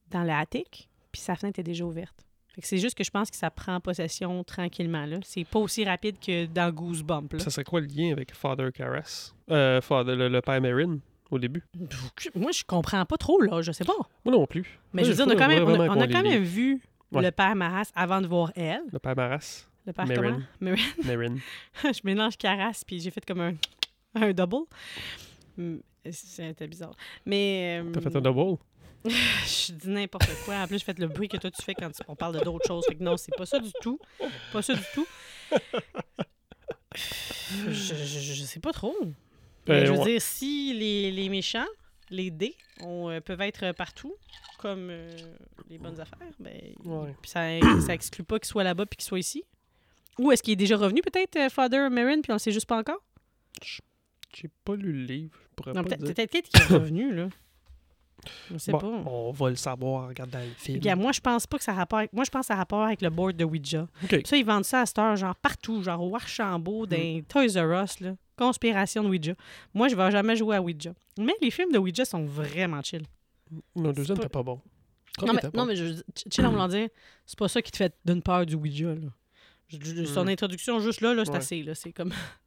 [SPEAKER 1] dans le attic, puis sa fenêtre est déjà ouverte. Fait que c'est juste que je pense que ça prend possession tranquillement. là. C'est pas aussi rapide que dans Goosebump. Là.
[SPEAKER 2] Ça serait quoi le lien avec Father Carras Euh, Father, le, le père Marin, au début
[SPEAKER 1] Pff, Moi, je comprends pas trop, là. Je sais pas.
[SPEAKER 2] Moi non plus.
[SPEAKER 1] Mais
[SPEAKER 2] Moi,
[SPEAKER 1] je veux dire, on
[SPEAKER 2] trouve
[SPEAKER 1] a quand même, on
[SPEAKER 2] vraiment
[SPEAKER 1] a, on
[SPEAKER 2] qu'on
[SPEAKER 1] a
[SPEAKER 2] les
[SPEAKER 1] quand
[SPEAKER 2] lit.
[SPEAKER 1] même vu
[SPEAKER 2] Ouais.
[SPEAKER 1] le père Maras avant de voir elle.
[SPEAKER 2] Le père Maras,
[SPEAKER 1] Le père
[SPEAKER 2] Marin.
[SPEAKER 1] comment Marin.
[SPEAKER 2] Marin.
[SPEAKER 1] je mélange Caras, puis j'ai fait comme un, un double. Hum, C'était bizarre. Mais.
[SPEAKER 2] T'as
[SPEAKER 1] euh,
[SPEAKER 2] fait un double
[SPEAKER 1] Je dis n'importe quoi. En plus, je fais le bruit que toi, tu fais quand tu- on parle de d'autres choses. Fait que non, c'est pas ça du tout. Pas ça du tout. Je, je, je sais pas trop. Mais
[SPEAKER 2] Euh,
[SPEAKER 1] je veux
[SPEAKER 2] ouais.
[SPEAKER 1] dire, si les, les méchants, les dés, on, euh, peuvent être partout, comme euh, les bonnes affaires, ben,
[SPEAKER 2] Ouais.
[SPEAKER 1] puis ça, ça exclut pas qu'il soit là-bas puis qu'il soit ici. Ou est-ce qu'il est déjà revenu, peut-être, euh, Father Marin, puis on le sait juste pas encore?
[SPEAKER 2] J'ai pas lu le livre. Je pourrais
[SPEAKER 1] Non,
[SPEAKER 2] pas
[SPEAKER 1] peut-être
[SPEAKER 2] dire.
[SPEAKER 1] peut-être qu'il est revenu, là. On sait
[SPEAKER 2] Bon,
[SPEAKER 1] pas.
[SPEAKER 2] On va le savoir, regarde dans le film.
[SPEAKER 1] Gars, moi, je pense pas que ça a rapport avec... Moi, je pense que ça a rapport avec le board de Ouija.
[SPEAKER 2] Ok.
[SPEAKER 1] Ça, ils vendent ça à cette heure, genre partout, genre au Archambault,
[SPEAKER 2] Mm.
[SPEAKER 1] dans les Toys R Us, là. Conspiration de Ouija. Moi, je vais jamais jouer à Ouija. Mais les films de Ouija sont vraiment chill.
[SPEAKER 2] Non, le deuxième,
[SPEAKER 1] pas-
[SPEAKER 2] t'es pas bon. Je crois
[SPEAKER 1] Non
[SPEAKER 2] que
[SPEAKER 1] mais,
[SPEAKER 2] t'es pas
[SPEAKER 1] non,
[SPEAKER 2] bon.
[SPEAKER 1] mais je veux dire, ch- chill, on va dire, c'est pas ça qui te fait d'une peur du Ouija, là. Je- je- Son
[SPEAKER 2] Mm.
[SPEAKER 1] introduction, juste là, là c'est
[SPEAKER 2] Ouais.
[SPEAKER 1] assez, là. C'est comme...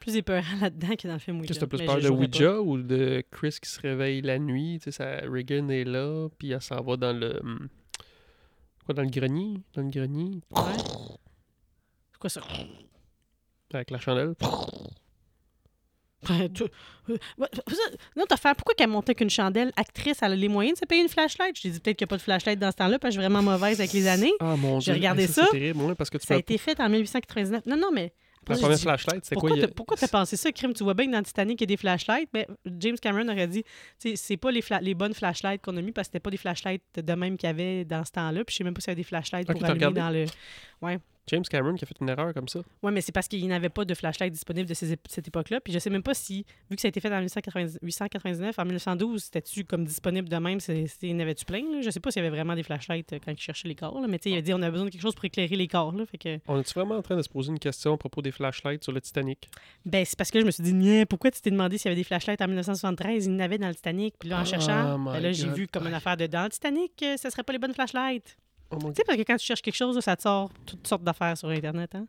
[SPEAKER 1] plus épeurant là-dedans que dans le film Ouija.
[SPEAKER 2] Qu'est-ce que t'as plus
[SPEAKER 1] Mais
[SPEAKER 2] peur
[SPEAKER 1] je
[SPEAKER 2] de
[SPEAKER 1] jouerais pas.
[SPEAKER 2] Ouija ou de Chris qui se réveille la nuit? Tu sais, ça, Regan est là, puis elle s'en va dans le. hum, Quoi, dans le grenier? Dans le grenier?
[SPEAKER 1] Ouais. C'est quoi ça?
[SPEAKER 2] Avec la chandelle?
[SPEAKER 1] Ouais, tu- euh, ouais, ça- Non, t'as fait pourquoi qu'elle montait qu'une chandelle actrice, elle a les moyens de se payer une flashlight. Je t'ai dit peut-être qu'il n'y a pas de flashlight dans ce temps-là parce que je suis vraiment mauvaise avec les années.
[SPEAKER 2] Ah mon
[SPEAKER 1] J'ai
[SPEAKER 2] dieu.
[SPEAKER 1] regardé
[SPEAKER 2] Hey,
[SPEAKER 1] ça.
[SPEAKER 2] C'est terrible, ouais, parce que tu
[SPEAKER 1] Ça a
[SPEAKER 2] peux.
[SPEAKER 1] été fait en 1899. Non, non, mais
[SPEAKER 2] La
[SPEAKER 1] Moi, j'ai
[SPEAKER 2] première
[SPEAKER 1] dit,
[SPEAKER 2] flashlight, c'est quoi?
[SPEAKER 1] pourquoi
[SPEAKER 2] il y a-
[SPEAKER 1] t'as- pourquoi t'as pensé ça, Crime? Tu vois bien que dans Titanic, il y a des flashlights. Ben, James Cameron aurait dit, tu sais, c'est pas les, fla- les bonnes flashlights qu'on a mis parce que c'était pas des flashlights de même qu'il y avait dans ce temps-là. Puis je sais même pas s'il y avait des flashlights
[SPEAKER 2] Ah,
[SPEAKER 1] pour
[SPEAKER 2] que t'as
[SPEAKER 1] allumer
[SPEAKER 2] regardé?
[SPEAKER 1] dans le.
[SPEAKER 2] James Cameron qui a fait une erreur comme ça.
[SPEAKER 1] Oui, mais c'est parce qu'il n'avait pas de flashlight disponible de ces ép- cette époque-là. Puis je sais même pas si, vu que ça a été fait en 1899, en 1912, c'était-tu comme disponible de même? C'est, c'est, en avait-tu plein? là? Je sais pas s'il y avait vraiment des flashlights euh, quand ils cherchaient les corps. là. Mais tu sais, il avait dit on a besoin de quelque chose pour éclairer les corps. Là. Fait que,
[SPEAKER 2] On est vraiment en train de se poser une question à propos des flashlights sur le Titanic?
[SPEAKER 1] ben, c'est parce que là, je me suis dit, Nien, pourquoi tu t'es demandé s'il y avait des flashlights en 1973? Il y en avait dans le Titanic. Puis là, en
[SPEAKER 2] Oh
[SPEAKER 1] cherchant, ben
[SPEAKER 2] my
[SPEAKER 1] là, j'ai
[SPEAKER 2] God.
[SPEAKER 1] vu comme une
[SPEAKER 2] Aïe.
[SPEAKER 1] affaire de dans le Titanic, euh, ce serait pas les bonnes flashlights.
[SPEAKER 2] Oh mon
[SPEAKER 1] Tu sais, parce que quand tu cherches quelque chose, là, ça te sort toutes sortes d'affaires sur Internet. Hein?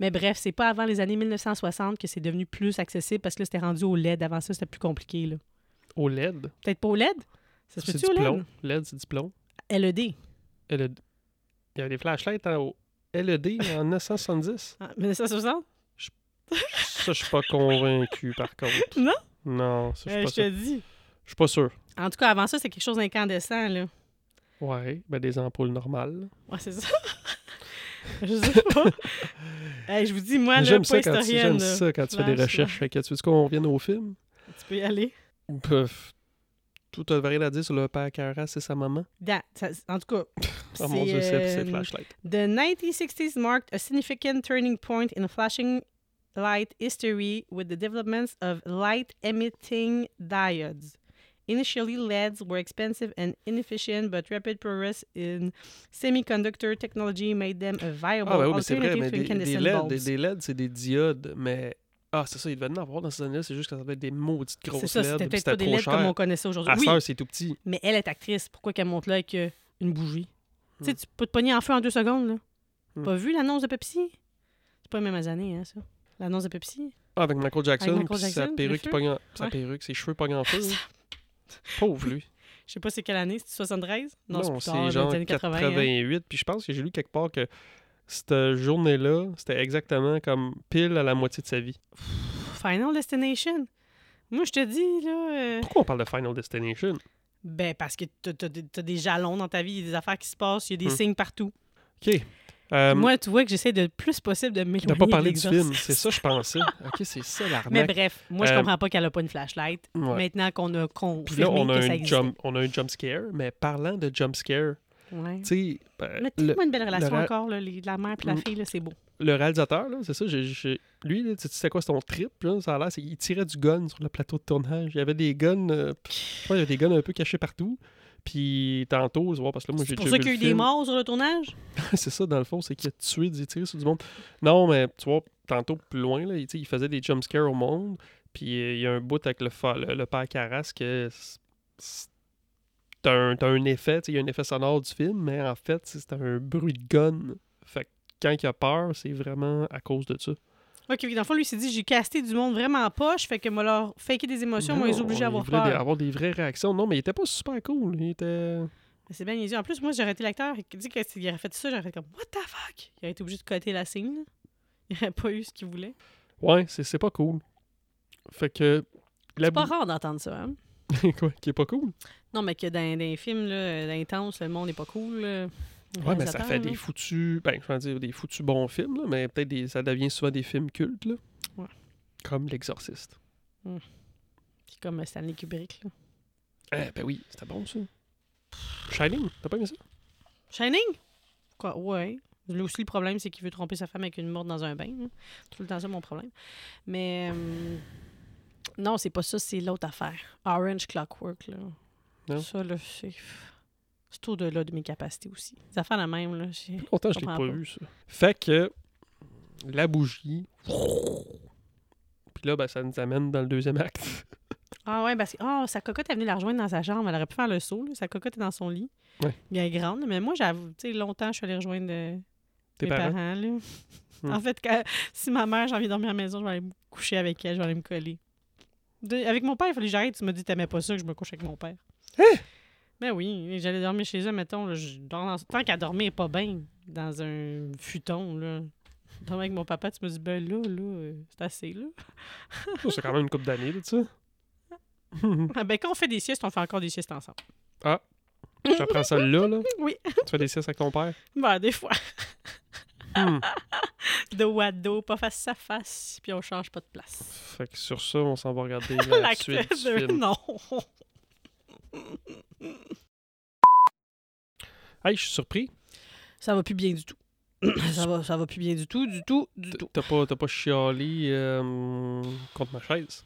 [SPEAKER 1] Mais bref, c'est pas avant les années 1960 que c'est devenu plus accessible parce que là, c'était rendu au LED. Avant ça, c'était plus compliqué. là.
[SPEAKER 2] Au LED?
[SPEAKER 1] Peut-être pas au LED? Ça se
[SPEAKER 2] C'est
[SPEAKER 1] peut-tu
[SPEAKER 2] du
[SPEAKER 1] au E
[SPEAKER 2] plomb.
[SPEAKER 1] LED?
[SPEAKER 2] LED, c'est du plomb.
[SPEAKER 1] LED.
[SPEAKER 2] LED. E Il y avait des flashlights en- au LED en 1970.
[SPEAKER 1] Ah, 1960?
[SPEAKER 2] Ça, je suis pas convaincu, par contre.
[SPEAKER 1] Non?
[SPEAKER 2] Non, ça, je
[SPEAKER 1] Euh,
[SPEAKER 2] suis
[SPEAKER 1] je
[SPEAKER 2] pas sûr.
[SPEAKER 1] te dis.
[SPEAKER 2] Je suis pas sûr.
[SPEAKER 1] En tout cas, avant ça, c'était quelque chose d'incandescent. là.
[SPEAKER 2] Ouais, ben des ampoules normales.
[SPEAKER 1] Ouais, c'est ça. je sais pas. Hey, je vous dis, moi,
[SPEAKER 2] Mais
[SPEAKER 1] là,
[SPEAKER 2] j'aime
[SPEAKER 1] pas
[SPEAKER 2] ça, quand tu,
[SPEAKER 1] historienne.
[SPEAKER 2] j'aime
[SPEAKER 1] là.
[SPEAKER 2] ça quand tu fais des
[SPEAKER 1] Flash, là.
[SPEAKER 2] recherches. Fait que tu veux qu'on revienne au film?
[SPEAKER 1] Tu peux y aller.
[SPEAKER 2] Pouf. Tout a rien à dire sur le père Carras et sa maman.
[SPEAKER 1] Dans- ça- en tout cas,
[SPEAKER 2] Oh
[SPEAKER 1] c'est,
[SPEAKER 2] mon dieu, c'est
[SPEAKER 1] euh,
[SPEAKER 2] c'est flashlight.
[SPEAKER 1] The 1960s marked a significant turning point in flashing light history with the developments of light emitting diodes. Initially, LEDs were expensive and inefficient, but rapid progress in semiconductor technology made them a viable
[SPEAKER 2] Ah ben oui, mais c'est vrai,
[SPEAKER 1] alternative
[SPEAKER 2] mais
[SPEAKER 1] to
[SPEAKER 2] des, des
[SPEAKER 1] incandescent
[SPEAKER 2] LED,
[SPEAKER 1] bulbs.
[SPEAKER 2] des, des LED, c'est des diodes, mais Ah, c'est ça, il devait en avoir dans ces années-là, c'est juste que ça devait être des maudites grosses
[SPEAKER 1] C'est ça,
[SPEAKER 2] LED,
[SPEAKER 1] c'était
[SPEAKER 2] puis
[SPEAKER 1] peut-être pas des
[SPEAKER 2] trop
[SPEAKER 1] lettres
[SPEAKER 2] cher.
[SPEAKER 1] comme on connaissait aujourd'hui.
[SPEAKER 2] À
[SPEAKER 1] Oui,
[SPEAKER 2] cette heure, c'est tout petit.
[SPEAKER 1] mais elle est actrice. Pourquoi qu'elle monte là avec euh, une bougie? Tu sais,
[SPEAKER 2] Hmm.
[SPEAKER 1] tu peux te pogner en feu en deux secondes, là.
[SPEAKER 2] Hmm.
[SPEAKER 1] Pas vu l'annonce de Pepsi? C'est pas les mêmes années, hein, ça. L'annonce de Pepsi.
[SPEAKER 2] Ah, avec Michael Jackson,
[SPEAKER 1] Michael
[SPEAKER 2] puis sa
[SPEAKER 1] Jackson, le
[SPEAKER 2] perruque qui
[SPEAKER 1] feu.
[SPEAKER 2] pogne en- Sa
[SPEAKER 1] Ouais.
[SPEAKER 2] perruque, ses cheveux pognent en feu. hein. Pauvre, lui.
[SPEAKER 1] Je sais pas c'est quelle année, c'est 73? Non, c'est
[SPEAKER 2] Non,
[SPEAKER 1] plus
[SPEAKER 2] c'est
[SPEAKER 1] tard, dans
[SPEAKER 2] genre
[SPEAKER 1] les années 80. hein.
[SPEAKER 2] 88. Puis je pense que j'ai lu quelque part que cette journée-là, c'était exactement comme pile à la moitié de sa vie.
[SPEAKER 1] Final Destination. Moi, je te dis, là... euh,
[SPEAKER 2] Pourquoi on parle de Final Destination?
[SPEAKER 1] Ben, parce que t'as t'as des t'as des jalons dans ta vie, il y a des affaires qui se passent, il y a des
[SPEAKER 2] Hmm.
[SPEAKER 1] signes partout.
[SPEAKER 2] OK. Euh,
[SPEAKER 1] Moi, tu vois que j'essaie de le plus possible de
[SPEAKER 2] on n'a
[SPEAKER 1] m'éloigner
[SPEAKER 2] pas
[SPEAKER 1] de
[SPEAKER 2] parlé du film.
[SPEAKER 1] l'exorciste.
[SPEAKER 2] C'est ça, je pensais. OK, c'est ça
[SPEAKER 1] Mais
[SPEAKER 2] l'arnaque.
[SPEAKER 1] bref, moi, je
[SPEAKER 2] Euh,
[SPEAKER 1] comprends pas qu'elle a pas une flashlight.
[SPEAKER 2] Ouais.
[SPEAKER 1] Maintenant qu'on a
[SPEAKER 2] Puis
[SPEAKER 1] confirmé
[SPEAKER 2] là, on a,
[SPEAKER 1] que ça
[SPEAKER 2] un
[SPEAKER 1] existait.
[SPEAKER 2] jump, on a un jump scare. Mais parlant de jump scare,
[SPEAKER 1] Ouais.
[SPEAKER 2] tu sais, ben,
[SPEAKER 1] On a
[SPEAKER 2] le,
[SPEAKER 1] tellement une belle relation
[SPEAKER 2] ra-
[SPEAKER 1] encore, là, les- la mère et la
[SPEAKER 2] Mm.
[SPEAKER 1] fille, là, c'est beau.
[SPEAKER 2] le réalisateur, là, c'est ça, j'ai- j'ai- lui, là, tu sais- tu sais quoi son trip, là, ça a l'air, c'est qu'il tirait du gun sur le plateau de tournage. Il y avait des guns, euh, je crois qu'il y avait des guns un peu cachés partout. Puis tantôt, je vois, parce que là, moi, j'ai
[SPEAKER 1] C'est pour
[SPEAKER 2] déjà
[SPEAKER 1] ça
[SPEAKER 2] vu
[SPEAKER 1] qu'il y a eu
[SPEAKER 2] le
[SPEAKER 1] des
[SPEAKER 2] film.
[SPEAKER 1] morts sur le tournage?
[SPEAKER 2] c'est ça, dans le fond, c'est qu'il a tué, il a tiré sur du monde. Non, mais tu vois, tantôt plus loin, là, il, tu sais, il faisait des jumpscares au monde. Puis euh, il y a un bout avec le, fa- le, le père Carras que c'est- c'est un, t'as un effet, tu sais, il y a un effet sonore du film, mais en fait, c'est un bruit de gun. Fait que quand il a peur, c'est vraiment à cause de ça.
[SPEAKER 1] Ok, fait que dans le fond, lui, il s'est dit j'ai casté du monde vraiment poche, fait que m'a leur faké des émotions, m'a les
[SPEAKER 2] Ben Non,
[SPEAKER 1] obligé
[SPEAKER 2] il
[SPEAKER 1] à avoir
[SPEAKER 2] voulait
[SPEAKER 1] peur.
[SPEAKER 2] des- avoir des vraies réactions. Non, mais il était pas super cool. Il était.
[SPEAKER 1] Mais C'est bien niaiseux. En plus, moi, j'aurais été l'acteur qui dit qu'il aurait fait ça, j'aurais fait comme What the fuck? Il aurait été obligé de coter la signe. là. Il aurait pas eu ce qu'il voulait.
[SPEAKER 2] Euh, Ouais, c'est c'est pas cool. Fait que. La
[SPEAKER 1] C'est pas rare d'entendre ça, hein?
[SPEAKER 2] bou- Quoi, qui est pas cool.
[SPEAKER 1] Non, mais que dans, dans les films, là, d'intense, le monde n'est pas cool. là. Le
[SPEAKER 2] Ouais, mais ça
[SPEAKER 1] réalisateur,
[SPEAKER 2] fait
[SPEAKER 1] là.
[SPEAKER 2] des foutus, ben, je vais dire des foutus bons films, là, mais peut-être des, ça devient souvent des films cultes, là.
[SPEAKER 1] Ouais.
[SPEAKER 2] Comme L'Exorciste.
[SPEAKER 1] C'est comme Stanley Kubrick, là.
[SPEAKER 2] Ah, ben oui, c'était bon, ça. Shining, t'as pas aimé ça?
[SPEAKER 1] Shining? Quoi? Ouais. Là aussi, le problème, c'est qu'il veut tromper sa femme avec une morte dans un bain. hein. Tout le temps, ça, mon problème. Mais. euh, non, c'est pas ça, c'est l'autre affaire. Orange Clockwork, là.
[SPEAKER 2] Non.
[SPEAKER 1] Ça, là, c'est. C'est au-delà de mes capacités aussi. Les affaires la même, là. j'ai-
[SPEAKER 2] Longtemps, je l'ai pas
[SPEAKER 1] comprends pas.
[SPEAKER 2] vu, ça. Fait que la bougie. Puis là, ben, ça nous amène dans le deuxième acte.
[SPEAKER 1] Ah ouais, parce que ah, sa cocotte est venue la rejoindre dans sa chambre. Elle aurait pu faire le saut. là. Sa cocotte est dans son lit.
[SPEAKER 2] Ouais.
[SPEAKER 1] Bien grande. Mais moi, j'avoue, tu sais, longtemps, je suis allée rejoindre euh,
[SPEAKER 2] Tes
[SPEAKER 1] mes
[SPEAKER 2] parents?
[SPEAKER 1] parents. là.
[SPEAKER 2] Hmm.
[SPEAKER 1] En fait, quand- si ma mère, j'ai envie de dormir à la maison, je vais aller me coucher avec elle, je vais aller me coller. De- avec mon père, il fallait que j'arrête. Tu m'as dit que t'aimais pas ça que je me couche avec mon père.
[SPEAKER 2] Hein?
[SPEAKER 1] Ben oui, et j'allais dormir chez eux, mettons. là, je dors dans- Tant qu'à dormir pas bien dans un futon, là. Dormir avec mon papa, tu me dis, ben là, là, euh, c'est assez, là.
[SPEAKER 2] Ça, C'est quand même une couple d'années, là, tu sais.
[SPEAKER 1] Ah, Ben quand on fait des siestes, on fait encore des siestes ensemble.
[SPEAKER 2] J'apprends ça là, là.
[SPEAKER 1] Oui.
[SPEAKER 2] Tu fais des siestes avec ton père.
[SPEAKER 1] Ben, des fois.
[SPEAKER 2] Hmm.
[SPEAKER 1] de Wado, pas face à face, puis on change pas de place.
[SPEAKER 2] Fait que sur ça, on s'en va regarder la suite du
[SPEAKER 1] de...
[SPEAKER 2] film.
[SPEAKER 1] Non.
[SPEAKER 2] Hey, je suis surpris.
[SPEAKER 1] Ça va plus bien du tout. ça, va, ça va plus bien du tout, du tout, du
[SPEAKER 2] T-
[SPEAKER 1] tout.
[SPEAKER 2] T'as pas, t'as pas chialé euh, contre ma chaise.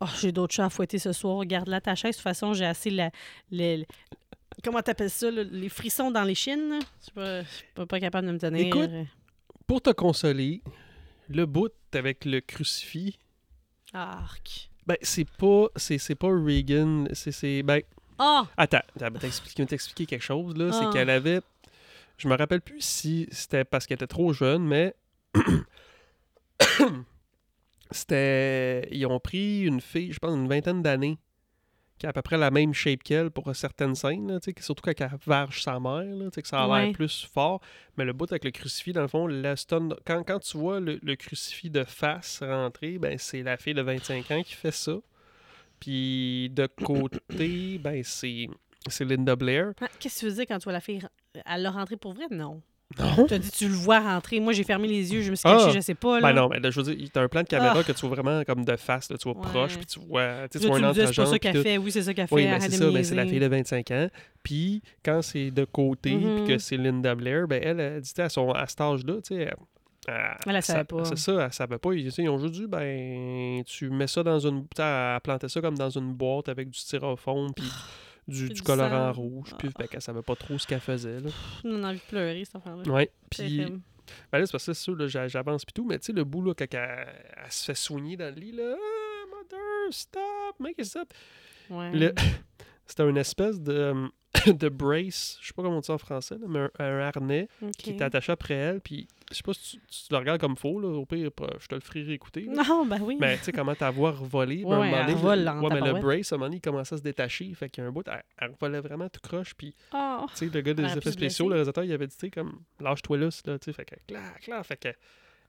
[SPEAKER 1] Oh, j'ai d'autres chats à fouetter ce soir. Garde-la ta chaise. De toute façon, j'ai assez la. le- le- Comment t'appelles ça, là, les frissons dans les chines? là? Je suis pas, je suis pas- pas capable de me tenir.
[SPEAKER 2] Écoute. Pour te consoler, le bout avec le crucifix,
[SPEAKER 1] Arc.
[SPEAKER 2] ben c'est pas, c'est, c'est pas Reagan, c'est, c'est ben
[SPEAKER 1] Ah!
[SPEAKER 2] attends, attends, ben, t'expliquer, t'expliquer quelque chose là,
[SPEAKER 1] Ah.
[SPEAKER 2] c'est qu'elle avait, je me rappelle plus si c'était parce qu'elle était trop jeune, mais c'était, ils ont pris une fille, je pense une vingtaine d'années, qui a à peu près la même shape qu'elle pour certaines scènes, là, tu sais, que- surtout quand elle varge sa mère, là, tu sais, que ça a l'air
[SPEAKER 1] Ouais.
[SPEAKER 2] plus fort. Mais le bout avec le crucifix, dans le fond, la stone- quand, quand tu vois le, le crucifix de face rentrer, ben, c'est la fille de 25 ans qui fait ça. Puis de côté, ben, c'est c'est Linda Blair.
[SPEAKER 1] Ah, Qu'est-ce que tu veux dire quand tu vois la fille. re- Elle l'a rentrée pour vrai? Non.
[SPEAKER 2] Non?
[SPEAKER 1] Tu as dit, tu le vois rentrer. Moi, j'ai fermé les yeux, je me suis
[SPEAKER 2] Ah.
[SPEAKER 1] cachée, je sais pas. Là.
[SPEAKER 2] Ben non, mais là, je veux dire, t'as un plan de caméra
[SPEAKER 1] Ah.
[SPEAKER 2] que tu vois vraiment comme de face, là, tu vois
[SPEAKER 1] Ouais.
[SPEAKER 2] proche, puis tu vois, tu
[SPEAKER 1] Là,
[SPEAKER 2] sais, tu vois
[SPEAKER 1] tu
[SPEAKER 2] un
[SPEAKER 1] me disais,
[SPEAKER 2] entre
[SPEAKER 1] c'est pas ça
[SPEAKER 2] jambe, puis
[SPEAKER 1] qu'elle
[SPEAKER 2] tout.
[SPEAKER 1] fait. Oui, c'est ça qu'elle fait.
[SPEAKER 2] Oui, mais
[SPEAKER 1] arrête
[SPEAKER 2] c'est
[SPEAKER 1] de
[SPEAKER 2] ça,
[SPEAKER 1] me
[SPEAKER 2] ben, c'est la
[SPEAKER 1] niaiser.
[SPEAKER 2] fille de 25 ans. Puis quand c'est de côté, puis que
[SPEAKER 1] Mhm.
[SPEAKER 2] c'est Linda Blair, ben elle, elle dit à, son, à cet âge-là, tu sais, elle,
[SPEAKER 1] Elle la savait
[SPEAKER 2] sa-
[SPEAKER 1] pas.
[SPEAKER 2] C'est ça, elle savait pas. Ils, tu sais, ils ont juste dit, ben, tu mets ça dans une. tu sais, Elle plantait ça comme dans une boîte avec du styrofoam, puis
[SPEAKER 1] Ah,
[SPEAKER 2] du,
[SPEAKER 1] Puis
[SPEAKER 2] du
[SPEAKER 1] du
[SPEAKER 2] colorant
[SPEAKER 1] sang.
[SPEAKER 2] rouge, puis ben, qu'elle savait pas trop ce qu'elle faisait, là.
[SPEAKER 1] Pff, On a envie de pleurer, cette affaire-là.
[SPEAKER 2] Ouais.
[SPEAKER 1] Terrible.
[SPEAKER 2] Puis Ben là, c'est parce que c'est sûr, là, j'a- j'avance pis tout, mais tu sais, le bout, là, quand elle, elle se fait soigner dans le lit, là, Ah, Mother, stop, make it stop.
[SPEAKER 1] Ouais.
[SPEAKER 2] Le- C'était une espèce de, euh, de brace, je sais pas comment on dit ça en français, là, mais un, un harnais
[SPEAKER 1] Ok.
[SPEAKER 2] qui est attaché après elle, puis je sais pas si tu, tu le regardes comme faux, là, au pire, pro- je te le ferai écouter. là.
[SPEAKER 1] Non, ben oui.
[SPEAKER 2] Mais tu sais comment ta voix revolée. ben, à un
[SPEAKER 1] Ouais,
[SPEAKER 2] moment
[SPEAKER 1] elle
[SPEAKER 2] donné,
[SPEAKER 1] revole
[SPEAKER 2] le-
[SPEAKER 1] en
[SPEAKER 2] ouais, mais le
[SPEAKER 1] tabarouette.
[SPEAKER 2] brace, à un moment donné, il commençait à se détacher. Fait qu'il y a un bout, elle, elle revolait vraiment tout croche. Puis,
[SPEAKER 1] Oh.
[SPEAKER 2] tu sais, le gars
[SPEAKER 1] Elle
[SPEAKER 2] des
[SPEAKER 1] aurait pu
[SPEAKER 2] effets
[SPEAKER 1] se
[SPEAKER 2] spéciaux,
[SPEAKER 1] blesser.
[SPEAKER 2] le réalisateur, il avait dit, tu sais, comme, lâche-toi là, c'est là, tu sais. Fait que, clac, clac, fait que,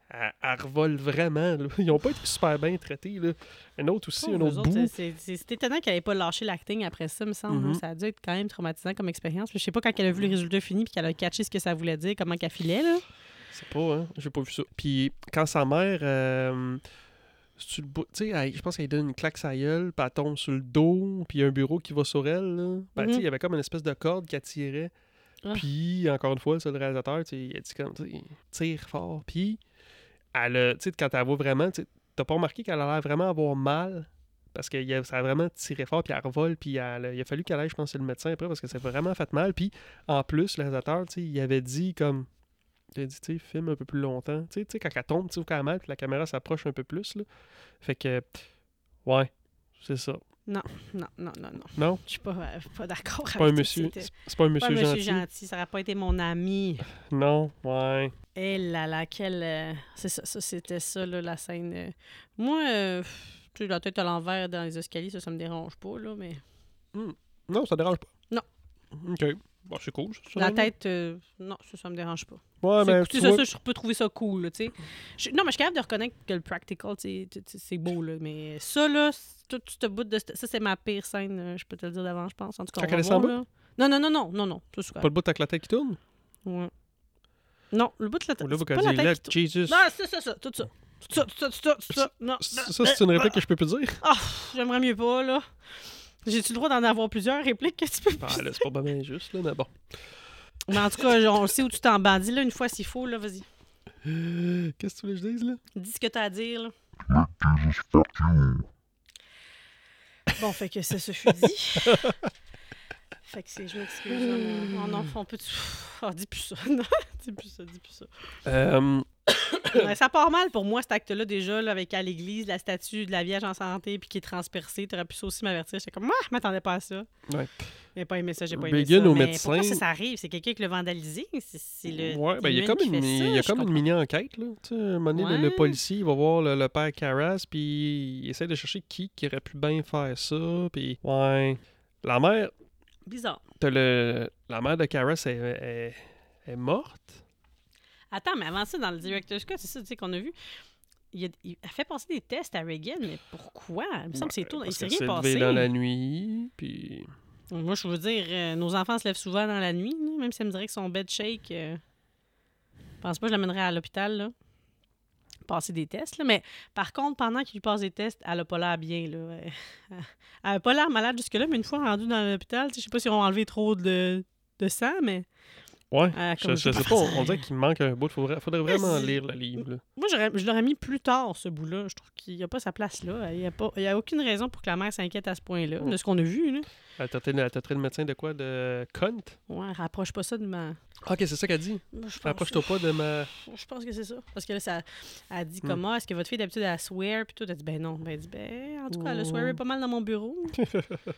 [SPEAKER 2] elle, elle revole vraiment. là. Ils ont pas été super bien traités, là. Un autre aussi, un
[SPEAKER 1] Pauvres
[SPEAKER 2] autre
[SPEAKER 1] autres,
[SPEAKER 2] bout.
[SPEAKER 1] c'est- C'est c'est étonnant qu'elle n'ait pas lâché l'acting après ça, me semble.
[SPEAKER 2] Mhm.
[SPEAKER 1] Ça a dû être quand même traumatisant comme expérience. Je sais pas quand elle a vu le résultat fini puis qu'elle a catché ce que ça voulait dire, comment qu'elle filait. Là.
[SPEAKER 2] C'est pas, hein? J'ai pas vu ça. Puis quand sa mère. euh, sur le bout- tu sais, elle- je pense qu'elle donne une claque sa gueule, puis elle tombe sur le dos, puis il y a un bureau qui va sur elle. Là. Ben, tu sais,
[SPEAKER 1] Mhm.
[SPEAKER 2] il y avait comme une espèce de corde qui attirait.
[SPEAKER 1] Ah.
[SPEAKER 2] Puis, encore une fois, ça, le réalisateur, tu sais, il a dit comme, tu sais, tire fort. Puis, elle a- tu sais, quand elle voit vraiment, tu sais, t'as pas remarqué qu'elle a l'air vraiment avoir mal, parce que il a- ça a vraiment tiré fort, puis elle revole, puis elle a- il a fallu qu'elle aille, je pense, c'est le médecin après, parce que ça a vraiment fait mal. Puis, en plus, le réalisateur, tu sais, il avait dit comme. Il a dit, tu sais, filme un peu plus longtemps. Tu sais, tu sais, quand elle tombe, tu sais, ou quand elle mal, puis la caméra s'approche un peu plus, là. Fait que, ouais, c'est ça.
[SPEAKER 1] Non, non, non, non.
[SPEAKER 2] Non,
[SPEAKER 1] Je suis pas, euh, pas d'accord avec
[SPEAKER 2] c'est pas un
[SPEAKER 1] tout,
[SPEAKER 2] monsieur.
[SPEAKER 1] c'était-
[SPEAKER 2] C'est c'est pas un
[SPEAKER 1] pas un
[SPEAKER 2] monsieur
[SPEAKER 1] monsieur
[SPEAKER 2] gentil.
[SPEAKER 1] gentil. Ça n'aurait pas été mon ami.
[SPEAKER 2] Non, ouais.
[SPEAKER 1] Et là là, quelle. euh, C'est ça, ça, c'était ça, là, la scène. euh. Moi, euh, pff, tu sais, la tête à l'envers dans les escaliers, ça, ça me dérange pas, là, mais.
[SPEAKER 2] Non, ça dérange pas.
[SPEAKER 1] Non.
[SPEAKER 2] Ok. Bon, c'est cool. ça,
[SPEAKER 1] La
[SPEAKER 2] ça,
[SPEAKER 1] tête, euh, non, ça, ça me dérange pas.
[SPEAKER 2] Ouais,
[SPEAKER 1] C'est- tu sais,
[SPEAKER 2] mais. Ah, ben, tu
[SPEAKER 1] ça,
[SPEAKER 2] vois-
[SPEAKER 1] ça, je peux trouver ça cool, là, tu sais. Je- Non, mais je suis capable de reconnaître que le practical, tu sais, tu- tu- c'est beau, là, mais ça, là, c'est- tout, tout ce bout de... cette- Ça, c'est ma pire scène, euh, je peux te le dire d'avant, je pense. En tout cas,
[SPEAKER 2] Quand
[SPEAKER 1] on va
[SPEAKER 2] elle est sans
[SPEAKER 1] voir, là. Non, non, non, non, non, non, ça, c'est
[SPEAKER 2] Pas
[SPEAKER 1] correct.
[SPEAKER 2] le bout avec la tête qui tourne
[SPEAKER 1] Ouais. Non, le bout de la tête,
[SPEAKER 2] Ou là, vous
[SPEAKER 1] c'est pas
[SPEAKER 2] qu'elle
[SPEAKER 1] la
[SPEAKER 2] dit, là,
[SPEAKER 1] tête qui
[SPEAKER 2] Jesus.
[SPEAKER 1] tourne. Non, c'est ça, ça, tout ça. Tout ça, tout ça, tout ça, tout ça. Non,
[SPEAKER 2] Ça, ça, c'est une réplique que je peux plus dire.
[SPEAKER 1] Ah, pff, j'aimerais mieux pas, là. J'ai-tu le droit d'en avoir plusieurs répliques que tu peux
[SPEAKER 2] Ah, là, c'est pas bien juste, là, mais bon.
[SPEAKER 1] Mais en tout cas, on sait où tu t'en bandis, là, une fois s'il faut, là, vas-y.
[SPEAKER 2] Euh, Qu'est-ce que tu voulais que je dise, là
[SPEAKER 1] Dis ce que t'as à dire, là. Bon, fait que ça se fut dit. fait que c'est, je m'excuse, là, mon, mon enfant, on peut... Oh, dis plus ça, non, dis plus ça, dis plus ça.
[SPEAKER 2] Euh,
[SPEAKER 1] Ouais, ça part mal pour moi, cet acte-là, déjà, là, avec à l'église, la statue de la Vierge en santé, puis qui est transpercée, t'aurais pu ça aussi m'avertir, j'étais comme, moi, je m'attendais pas à ça.
[SPEAKER 2] Ouais.
[SPEAKER 1] J'ai pas aimé ça, j'ai pas aimé
[SPEAKER 2] Reagan
[SPEAKER 1] ça.
[SPEAKER 2] au
[SPEAKER 1] mais
[SPEAKER 2] médecin-
[SPEAKER 1] pourquoi ça, ça arrive? C'est quelqu'un qui l'a vandalisé? C'est, c'est le
[SPEAKER 2] ouais, ben, il y a
[SPEAKER 1] Demon
[SPEAKER 2] comme
[SPEAKER 1] qui
[SPEAKER 2] une,
[SPEAKER 1] fait ça,
[SPEAKER 2] il y a
[SPEAKER 1] je
[SPEAKER 2] comme une
[SPEAKER 1] comprends
[SPEAKER 2] mini-enquête. Là. Tu sais, à un moment donné, le- le,
[SPEAKER 1] Ouais.
[SPEAKER 2] policier il va voir le, le père Carras, puis il essaie de chercher qui, qui aurait pu bien faire ça. Puis, ouais. La mère,
[SPEAKER 1] Bizarre.
[SPEAKER 2] t'as le, la mère de Carras est, est, est morte.
[SPEAKER 1] Attends, mais avant ça, dans le Director's Cut, c'est ça tu sais, qu'on a vu. Il a, il a fait passer des tests à Reagan, mais pourquoi? Il me semble que c'est tout. Il
[SPEAKER 2] Parce
[SPEAKER 1] s'est
[SPEAKER 2] qu'elle
[SPEAKER 1] rien
[SPEAKER 2] s'est
[SPEAKER 1] passé.
[SPEAKER 2] levée dans la nuit, puis.
[SPEAKER 1] Moi, je veux dire, euh, nos enfants se lèvent souvent dans la nuit, là, même si elle me dirait que son bed shake. euh, Je pense pas que je l'amènerais à l'hôpital, là. Passer des tests, là. Mais par contre, pendant qu'il lui passe des tests, elle a pas l'air bien, là. Euh, Elle a pas l'air malade jusque-là, mais une fois rendue dans l'hôpital, tu sais, je sais pas si on a enlevé trop de, de sang, mais.
[SPEAKER 2] Ouais.
[SPEAKER 1] euh,
[SPEAKER 2] Je,
[SPEAKER 1] comme
[SPEAKER 2] je sais pas, on, on dirait qu'il manque un bout. Faudrait, faudrait vraiment lire le livre. là.
[SPEAKER 1] Moi, j'aurais- je l'aurais mis plus tard, ce bout-là. Je trouve qu'il n'y a pas sa place là. Il n'y a, pas- il y a aucune raison pour que la mère s'inquiète à ce point-là, de ce qu'on a vu. Là.
[SPEAKER 2] Elle t'a traité le médecin de quoi De Kant
[SPEAKER 1] Ouais, rapproche pas ça de ma.
[SPEAKER 2] Ok, c'est ça qu'elle dit.
[SPEAKER 1] Moi, Je pense,
[SPEAKER 2] Rapproche-toi pas de ma.
[SPEAKER 1] je pense que c'est ça. Parce que là, ça a dit
[SPEAKER 2] Hmm.
[SPEAKER 1] comment est-ce que votre fille d'habitude elle swear puis tout. Elle dit ben non. Ben elle dit ben en tout cas, elle a swearé pas mal dans mon bureau. ouais,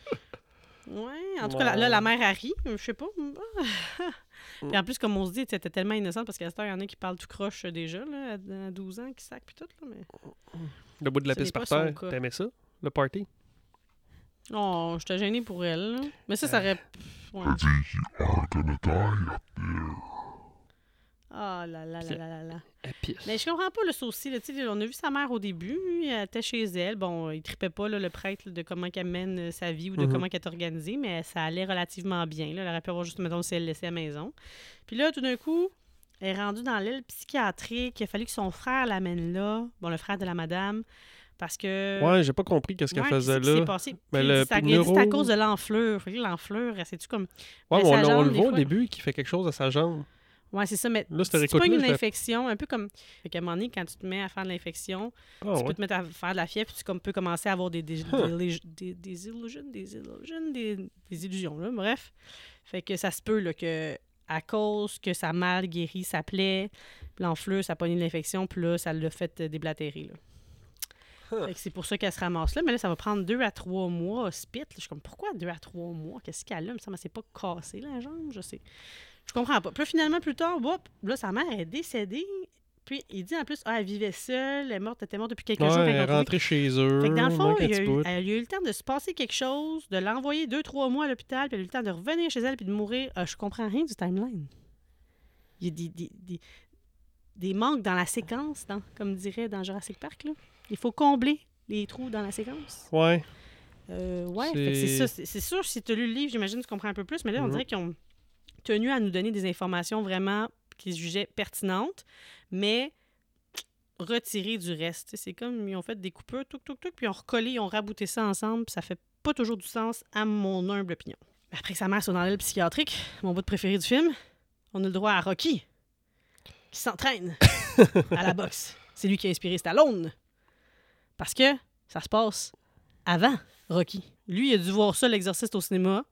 [SPEAKER 1] Hmm. en tout cas, la- là, la mère a ri. Je sais pas. puis en plus, comme on se dit, tu sais, t'es tellement innocente parce qu'à cette heure, il y en a qui parlent tout croche euh, déjà, là, à à 12 ans, qui sac puis tout. Là, mais...
[SPEAKER 2] Le bout de la
[SPEAKER 1] Ce n'est
[SPEAKER 2] piste
[SPEAKER 1] pas
[SPEAKER 2] par
[SPEAKER 1] son
[SPEAKER 2] terre.
[SPEAKER 1] cas.
[SPEAKER 2] T'aimais ça Le party
[SPEAKER 1] Oh, j'étais gênée pour elle. là. Mais ça, ça
[SPEAKER 2] Euh.
[SPEAKER 1] aurait. Ouais.
[SPEAKER 2] euh.
[SPEAKER 1] Ah là là là là là là.
[SPEAKER 2] Elle pisse.
[SPEAKER 1] Mais je comprends pas le souci. Là, Tu sais, on a vu sa mère au début, elle était chez elle. Bon, il tripait pas là, le prêtre là, de comment qu'elle mène euh, sa vie ou de
[SPEAKER 2] Mhm.
[SPEAKER 1] comment qu'elle est organisée, mais ça allait relativement bien. Là. Elle aurait pu avoir juste, mettons, si elle laissait à la maison. Puis là, tout d'un coup, elle est rendue dans l'aile psychiatrique. Il a fallu que son frère l'amène là. Bon, le frère de la madame. Parce que.
[SPEAKER 2] Ouais, j'ai pas compris qu'est-ce qu'elle
[SPEAKER 1] Ouais,
[SPEAKER 2] faisait
[SPEAKER 1] qu'est-ce qui s'est
[SPEAKER 2] là.
[SPEAKER 1] passé?
[SPEAKER 2] Mais
[SPEAKER 1] Puis il
[SPEAKER 2] le
[SPEAKER 1] dit, ça- il a dit, c'est à
[SPEAKER 2] neuro-
[SPEAKER 1] cause de l'enflure. Fait que L'enflure, c'est-tu comme.
[SPEAKER 2] Ouais, mais on,
[SPEAKER 1] Mais sa
[SPEAKER 2] on
[SPEAKER 1] jambe,
[SPEAKER 2] le
[SPEAKER 1] des
[SPEAKER 2] voit au
[SPEAKER 1] fois.
[SPEAKER 2] début qu'il fait quelque chose à sa jambe.
[SPEAKER 1] Ouais, c'est ça, mais
[SPEAKER 2] Là,
[SPEAKER 1] si
[SPEAKER 2] c'était
[SPEAKER 1] tu pognes
[SPEAKER 2] écoute-là,
[SPEAKER 1] une
[SPEAKER 2] je fais-
[SPEAKER 1] infection, un peu comme. Fait qu'à un moment donné, quand tu te mets à faire de l'infection,
[SPEAKER 2] Ah
[SPEAKER 1] tu peux
[SPEAKER 2] ouais.
[SPEAKER 1] te mettre à faire de la fièvre, puis tu comme, peux commencer à avoir des, des,
[SPEAKER 2] Huh.
[SPEAKER 1] des- des- des illusions, des illusions, des, des illusions, là, bref. Fait que ça se peut là, que à cause que ça a mal guéri sa plaie, puis l'enflure, ça a pogné l'infection, puis là, ça l'a fait euh, déblatérer. là.
[SPEAKER 2] Huh.
[SPEAKER 1] Fait que C'est pour ça qu'elle se ramasse là, mais là, ça va prendre deux à trois mois au spit. là. Je suis comme, pourquoi deux à trois mois? Qu'est-ce qu'elle a? Il me semble que c'est pas cassé la jambe, je sais. Je comprends pas. Puis là, finalement, plus tard, whoop, là, sa mère est décédée. Puis il dit en plus, ah, elle vivait seule, elle est morte, elle était morte depuis quelques jours.
[SPEAKER 2] Ouais,
[SPEAKER 1] Fait qu'on trouvait
[SPEAKER 2] rentrer chez eux.
[SPEAKER 1] fait que dans le fond,
[SPEAKER 2] manque un
[SPEAKER 1] il y a,
[SPEAKER 2] petit
[SPEAKER 1] eu,
[SPEAKER 2] bout.
[SPEAKER 1] elle a eu le temps de se passer quelque chose, de l'envoyer deux, trois mois à l'hôpital, puis elle a eu le temps de revenir chez elle puis de mourir. Euh, je comprends rien du timeline. Il y a des, des, des- des manques dans la séquence, dans- comme dirait dans Jurassic Park. là. Il faut combler les trous dans la séquence.
[SPEAKER 2] Ouais.
[SPEAKER 1] Euh, ouais, fait que c'est
[SPEAKER 2] C'est-
[SPEAKER 1] ça. C'est- C'est sûr, si tu as lu le livre, j'imagine que tu comprends un peu plus, mais là, on
[SPEAKER 2] Mhm.
[SPEAKER 1] dirait qu'ils ont tenu à nous donner des informations vraiment qu'ils jugeaient pertinentes, mais retirées du reste. Tu sais, C'est comme ils ont fait des coupeurs, tout, tout, tout, puis ils ont recollé, ils ont rabouté ça ensemble, puis ça fait pas toujours du sens, à mon humble opinion. Après que sa mère soit dans l'aile psychiatrique, mon bout de préféré du film, on a le droit à Rocky, qui s'entraîne à la boxe. C'est lui qui a inspiré Stallone. Parce que ça se passe avant Rocky. Lui, il a dû voir ça, l'exorciste, au cinéma.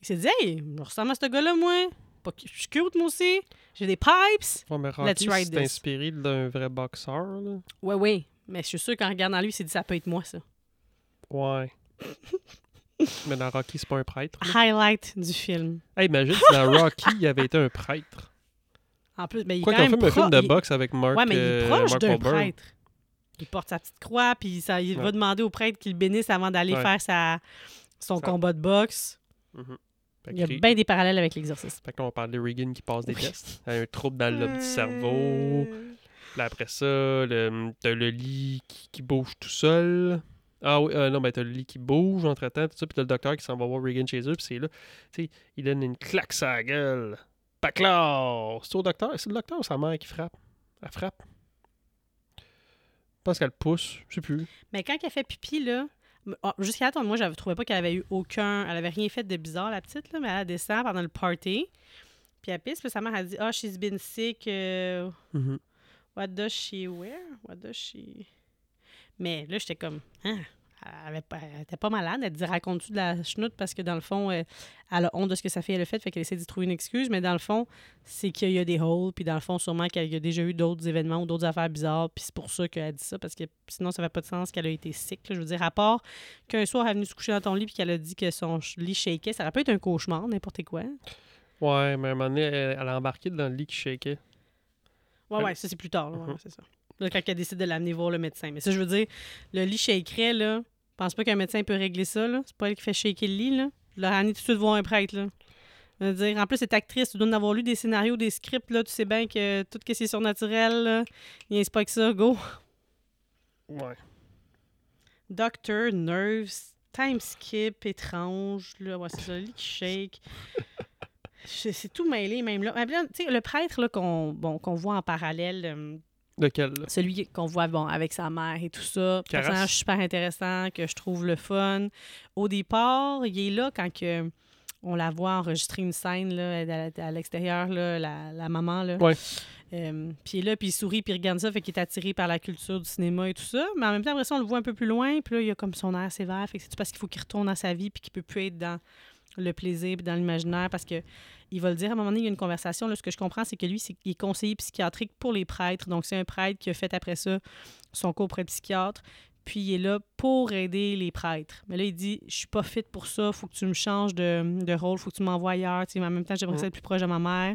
[SPEAKER 1] Il s'est dit, hey, je ressemble à ce gars-là, moi. Pas que- Je suis cute, moi aussi. J'ai des pipes.
[SPEAKER 2] Ouais, mais Rocky,
[SPEAKER 1] try
[SPEAKER 2] c'est
[SPEAKER 1] this.
[SPEAKER 2] inspiré d'un vrai boxeur. Là.
[SPEAKER 1] Ouais, ouais. Mais je suis sûre qu'en regardant lui, il s'est dit, ça peut être moi, ça.
[SPEAKER 2] Ouais. mais dans Rocky, c'est pas un prêtre. là.
[SPEAKER 1] Highlight du film.
[SPEAKER 2] Hey, imagine si dans Rocky, il avait été un prêtre.
[SPEAKER 1] En plus, mais il est
[SPEAKER 2] Quoi
[SPEAKER 1] quand
[SPEAKER 2] qu'on
[SPEAKER 1] même
[SPEAKER 2] filme un film
[SPEAKER 1] pro-
[SPEAKER 2] de
[SPEAKER 1] il-
[SPEAKER 2] boxe avec Mark,
[SPEAKER 1] Ouais, mais il est
[SPEAKER 2] euh,
[SPEAKER 1] proche
[SPEAKER 2] Mark
[SPEAKER 1] d'un
[SPEAKER 2] Wahlberg.
[SPEAKER 1] prêtre. Il porte sa petite croix, puis ça, il va
[SPEAKER 2] Ouais.
[SPEAKER 1] demander au prêtre qu'il le bénisse avant d'aller
[SPEAKER 2] Ouais.
[SPEAKER 1] faire sa, son
[SPEAKER 2] Ça-
[SPEAKER 1] combat de boxe.
[SPEAKER 2] Mhm. Fait
[SPEAKER 1] Il y a
[SPEAKER 2] que-
[SPEAKER 1] bien des parallèles avec l'exorciste.
[SPEAKER 2] Fait que là, on parle de Regan qui passe des
[SPEAKER 1] Oui. Euh,
[SPEAKER 2] tests. Un trouble dans le lobe du cerveau. Puis après ça, le- t'as le lit qui, qui bouge tout seul. Ah oui, euh, non, mais t'as le lit qui bouge entre-temps, tout ça. Puis t'as le docteur qui s'en va voir Regan chez eux. Puis c'est là, tu sais, il donne une claque sur la gueule. Paclar! C'est au docteur? C'est le docteur ou sa mère qui frappe? Elle frappe. Je pense qu'elle le pousse. Je sais plus.
[SPEAKER 1] Mais quand elle fait pipi, là, m- oh, jusqu'à attendre, moi, je trouvais pas qu'elle avait eu aucun. Elle avait rien fait de bizarre, la petite, là, mais elle descend pendant le party. Puis elle pisse, puis sa mère, elle dit Ah, she's been sick. euh,
[SPEAKER 2] Mhm.
[SPEAKER 1] what does she wear? What does she. Mais là, j'étais comme Hein? Elle, avait pas- elle était pas malade. Elle dit Raconte-tu de la chenoute parce que dans le fond, euh, elle a honte de ce que sa fille elle a fait, fait qu'elle essaie d'y trouver une excuse. Mais dans le fond, c'est qu'il y a des holes, puis dans le fond, sûrement qu'il y a déjà eu d'autres événements ou d'autres affaires bizarres, puis c'est pour ça qu'elle dit ça, parce que sinon, ça fait pas de sens qu'elle a été sick. là. Je veux dire, à part qu'un soir, elle est venue se coucher dans ton lit, puis qu'elle a dit que son ch- lit shakeait, ça aurait pu être un cauchemar, n'importe quoi.
[SPEAKER 2] Ouais, mais à un moment donné, elle, elle a embarqué dans le lit qui shakeait.
[SPEAKER 1] Ouais,
[SPEAKER 2] Ouais.
[SPEAKER 1] ouais, ça, c'est plus tard, là, ouais,
[SPEAKER 2] Mhm.
[SPEAKER 1] c'est ça. Là, quand elle décide de l'amener voir le médecin. Mais ça, je veux dire, le lit shakerait, là. Je pense pas qu'un médecin peut régler ça, là. C'est pas elle qui fait shaker le lit, là. Je l'aurais amené tout de suite voir un prêtre, là. Je veux dire, en plus, cette actrice, tu dois en avoir lu des scénarios, des scripts, là. Tu sais bien que tout ce qui est surnaturel, là, il n'y pas que ça, go.
[SPEAKER 2] Ouais.
[SPEAKER 1] Docteur, Nerves, Time Skip, Étrange, là, ouais, c'est ça, Leak Shake. Je- C'est tout mêlé, même là. Mais là, tu sais, le prêtre là, qu'on bon, qu'on voit en parallèle, euh,
[SPEAKER 2] Lequel, là?
[SPEAKER 1] celui qu'on voit bon, avec sa mère et tout ça,
[SPEAKER 2] Caras.
[SPEAKER 1] personnage super intéressant, que je trouve le fun. Au départ, il est là quand que on la voit enregistrer une scène là, à- à, à l'extérieur, là, la, la maman. Là.
[SPEAKER 2] Ouais.
[SPEAKER 1] Euh, puis il est là, puis il sourit, puis il regarde ça, fait qu'il est attiré par la culture du cinéma et tout ça. Mais en même temps, après ça, on le voit un peu plus loin, puis là, il a comme son air sévère. Fait que c'est parce qu'il faut qu'il retourne dans sa vie, puis qu'il peut plus être dans le plaisir, puis dans l'imaginaire, parce que il va le dire à un moment donné, il y a une conversation. Là, ce que je comprends, c'est que lui, c'est- il est conseiller psychiatrique pour les prêtres. Donc, c'est un prêtre qui a fait après ça son cours auprès de psychiatre. Puis il est là pour aider les prêtres. Mais là, il dit Je suis pas fit pour ça, faut que tu me changes de, de rôle, faut que tu m'envoies ailleurs. Tu sais, mais en même temps, j'aimerais ça être plus proche de ma mère.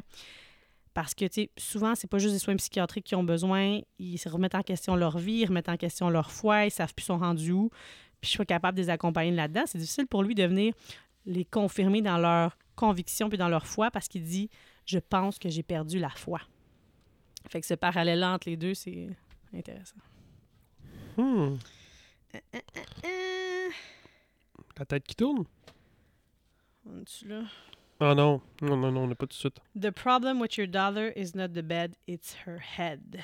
[SPEAKER 1] Parce que tu sais, souvent, c'est pas juste des soins psychiatriques qui ont besoin. Ils se remettent en question leur vie, ils remettent en question leur foi, ils savent plus son rendu où. Puis je suis pas capable de les accompagner là-dedans. C'est difficile pour lui de venir les confirmer dans leur conviction puis dans leur foi parce qu'il dit Je pense que j'ai perdu la foi. Fait que ce parallèle entre les deux, c'est intéressant.
[SPEAKER 2] Hmm. La tête qui tourne?
[SPEAKER 1] On est-tu là?
[SPEAKER 2] Ah non. Non, non, non, on n'est pas tout de suite.
[SPEAKER 1] The problem with your daughter is not the bed, it's her head.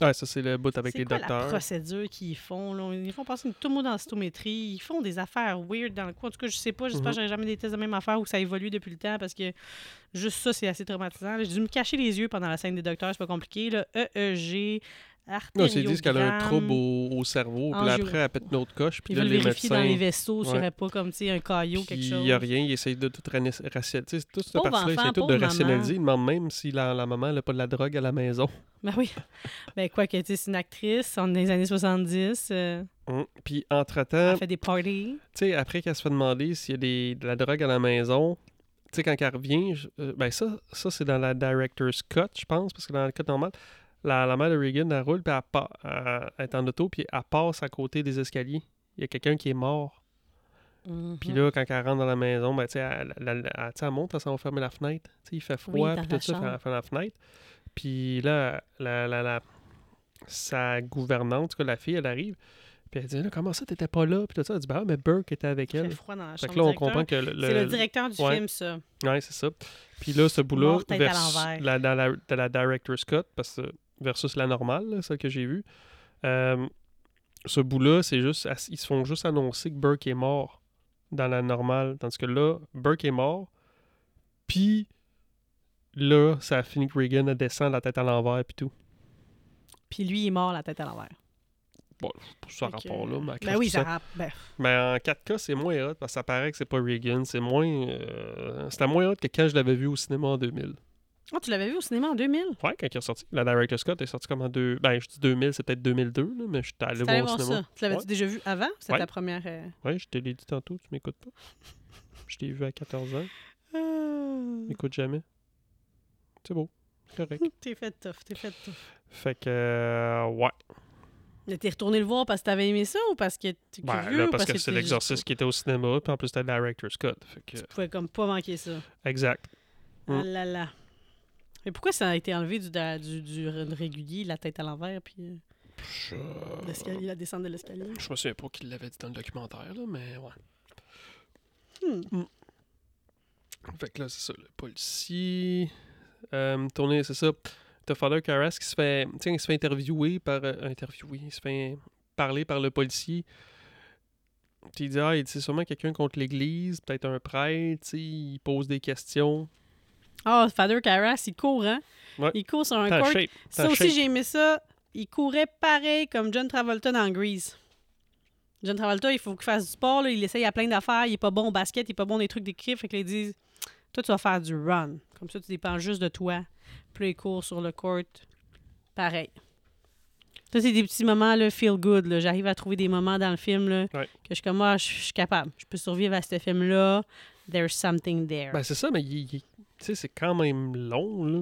[SPEAKER 2] Ouais, ça, c'est le bout avec
[SPEAKER 1] c'est
[SPEAKER 2] les
[SPEAKER 1] quoi la
[SPEAKER 2] docteurs.
[SPEAKER 1] procédure qu'ils font? là? Ils font passer une tomodenstométrie, ils font des affaires weird dans le coin. En tout cas, je sais pas, j'espère que
[SPEAKER 2] Mhm.
[SPEAKER 1] j'aurai jamais des tests de même affaire où ça évolue depuis le temps parce que E juste ça, c'est assez traumatisant. J'ai dû me cacher les yeux pendant la scène des docteurs, c'est pas compliqué. Là. EEG,
[SPEAKER 2] Non, c'est disent qu'elle a un trouble au, au cerveau, puis là,
[SPEAKER 1] Angio-
[SPEAKER 2] après, elle pète une autre coche, puis
[SPEAKER 1] Ils
[SPEAKER 2] là,
[SPEAKER 1] veulent
[SPEAKER 2] les
[SPEAKER 1] vérifier dans les
[SPEAKER 2] médecins,
[SPEAKER 1] vaisseaux s'il n'y
[SPEAKER 2] Ouais.
[SPEAKER 1] aurait pas comme tu sais, un caillot,
[SPEAKER 2] puis
[SPEAKER 1] quelque
[SPEAKER 2] il
[SPEAKER 1] chose.
[SPEAKER 2] n'y a rien, ils essayent de tout rationaliser. C'est tout ce
[SPEAKER 1] Pauvre
[SPEAKER 2] parti-là, ils
[SPEAKER 1] enfant,
[SPEAKER 2] essayent tout de
[SPEAKER 1] pauvre maman.
[SPEAKER 2] rationaliser. Ils demandent même si la, la maman n'a pas de la drogue à la maison.
[SPEAKER 1] Ben oui. Ben quoi que, tu sais, c'est une actrice, on est dans les années 70, euh,
[SPEAKER 2] Hum. Puis entre-temps,
[SPEAKER 1] elle fait des parties.
[SPEAKER 2] tu sais, après qu'elle se fait demander s'il y a des- de la drogue à la maison, tu sais, quand elle revient, je- euh, ben ça, ça c'est dans la Director's Cut, je pense, parce que dans le cut normal, la, la mère de Regan, elle roule, puis elle, pa- elle- elle est en auto, puis elle passe à côté des escaliers. Il y a quelqu'un qui est mort.
[SPEAKER 1] Mhm.
[SPEAKER 2] Puis là, quand elle rentre dans la maison, ben, tu sais, elle, elle- elle- elle- tu sais, elle monte, elle s'en va fermer la fenêtre. Tu sais, il fait froid,
[SPEAKER 1] Oui, dans
[SPEAKER 2] puis
[SPEAKER 1] la
[SPEAKER 2] tout ça,
[SPEAKER 1] chambre.
[SPEAKER 2] elle ferme la fenêtre. Puis là, la, la- la- sa gouvernante, en tout cas, la fille, elle arrive. Puis elle dit, là, comment ça, t'étais pas là? Puis tout ça, elle dit, ben, ah, mais Burke était avec
[SPEAKER 1] il fait
[SPEAKER 2] elle.
[SPEAKER 1] froid dans la
[SPEAKER 2] Fait
[SPEAKER 1] chambre.
[SPEAKER 2] que là, on
[SPEAKER 1] du directeur.
[SPEAKER 2] comprend que le.
[SPEAKER 1] C'est le directeur du
[SPEAKER 2] Ouais.
[SPEAKER 1] film, ça.
[SPEAKER 2] Ouais, c'est ça. Puis là, ce bout-là,
[SPEAKER 1] Mort tête à
[SPEAKER 2] versus
[SPEAKER 1] l'envers.
[SPEAKER 2] la, dans la, dans la Director's Cut, parce que, versus la normale, là, celle que j'ai vue, euh, ce bout-là, c'est juste. ass- Ils se font juste annoncer que Burke est mort dans la normale. Tandis que là, Burke est mort. Puis là, ça a fini que Reagan elle descend la tête à l'envers, puis tout.
[SPEAKER 1] Puis lui, il est mort la tête à l'envers.
[SPEAKER 2] Pour ce
[SPEAKER 1] Fait que-
[SPEAKER 2] rapport-là, mais
[SPEAKER 1] Ben
[SPEAKER 2] elle crève
[SPEAKER 1] oui,
[SPEAKER 2] tout ça.
[SPEAKER 1] ça rappe. Ben,
[SPEAKER 2] Mais en 4K, c'est moins hot parce que ça paraît que c'est pas Reagan. C'est moins. euh, C'était moins hot que quand je l'avais vu au cinéma en 2000.
[SPEAKER 1] oh, tu l'avais vu au cinéma en 2000?
[SPEAKER 2] Ouais, quand il est sorti. La Director's Scott est sortie comme en deux. Ben, je dis 2000, c'est peut-être 2002, là, mais je suis allé
[SPEAKER 1] T'allais
[SPEAKER 2] voir au
[SPEAKER 1] voir
[SPEAKER 2] cinéma.
[SPEAKER 1] ça. Tu l'avais-tu
[SPEAKER 2] Ouais.
[SPEAKER 1] déjà vu avant? ou C'était
[SPEAKER 2] Ouais.
[SPEAKER 1] ta première... euh,
[SPEAKER 2] Ouais, je te l'ai dit tantôt, tu m'écoutes pas. Je t'ai vu à 14 ans,
[SPEAKER 1] Mm. euh,
[SPEAKER 2] m'écoute jamais. C'est beau, c'est correct.
[SPEAKER 1] T'es fait tough, t'es fait tough.
[SPEAKER 2] fait que, euh, ouais.
[SPEAKER 1] Mais t'es retourné le voir parce que t'avais aimé ça ou parce que t'es
[SPEAKER 2] Ben,
[SPEAKER 1] curieux?
[SPEAKER 2] là,
[SPEAKER 1] ou
[SPEAKER 2] parce que, c'est
[SPEAKER 1] t'es juste-
[SPEAKER 2] l'exorciste qui était au cinéma, puis en plus, c'était la Director's Scott. Fait que,
[SPEAKER 1] Tu pouvais comme pas manquer ça.
[SPEAKER 2] exact. Mm.
[SPEAKER 1] Ah là là. Mais pourquoi ça a été enlevé du, da- du, du r- régulier, la tête à l'envers, puis euh,
[SPEAKER 2] Je...
[SPEAKER 1] l'escalier,
[SPEAKER 2] Euh.
[SPEAKER 1] la descente de l'escalier?
[SPEAKER 2] je me souviens pas qu'il l'avait dit dans le documentaire, là, mais ouais.
[SPEAKER 1] Hmm.
[SPEAKER 2] Fait que là, c'est ça, le policier. Euh, tourner, c'est ça. T'as Father Karras qui se fait. Tiens, il se fait interviewer par. euh, interviewer, il se fait parler par le policier. Puis il dit Ah, il dit, c'est sûrement quelqu'un contre l'église, peut-être un prêtre, tu sais, il pose des questions.
[SPEAKER 1] Ah, Father Carras, il court, hein?
[SPEAKER 2] Ouais.
[SPEAKER 1] Il court sur un
[SPEAKER 2] T'as
[SPEAKER 1] court.
[SPEAKER 2] shape.
[SPEAKER 1] Ça
[SPEAKER 2] t'as
[SPEAKER 1] aussi,
[SPEAKER 2] shape.
[SPEAKER 1] j'ai aimé ça. Il courait pareil comme John Travolta dans Grease. John Travolta, il faut qu'il fasse du sport, là. il essaye à plein d'affaires, il est pas bon au basket, il est pas bon des trucs d'écrire, fait qu'ils disent Toi, tu vas faire du run. Comme ça, tu dépends juste de toi. Puis là, il court sur le court. Pareil. Ça, c'est des petits moments, là, feel good. là. J'arrive à trouver des moments dans le film là,
[SPEAKER 2] Ouais.
[SPEAKER 1] que je suis comme, ah, je je suis capable. Je peux survivre à ce film-là. There's something there.
[SPEAKER 2] Ben, c'est ça, mais il- il- tu sais, c'est quand même long, là.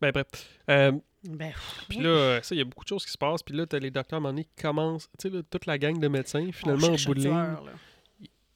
[SPEAKER 2] Ben, bref. Euh,
[SPEAKER 1] Ben,
[SPEAKER 2] Puis
[SPEAKER 1] Oui.
[SPEAKER 2] là, ça, il y a beaucoup de choses qui se passent. Puis là, t'as les docteurs, à un moment donné, qui commencent. Tu sais, là, toute la gang de médecins, finalement,
[SPEAKER 1] on
[SPEAKER 2] au
[SPEAKER 1] cherche
[SPEAKER 2] bout de
[SPEAKER 1] un
[SPEAKER 2] ligne,
[SPEAKER 1] tueur, là.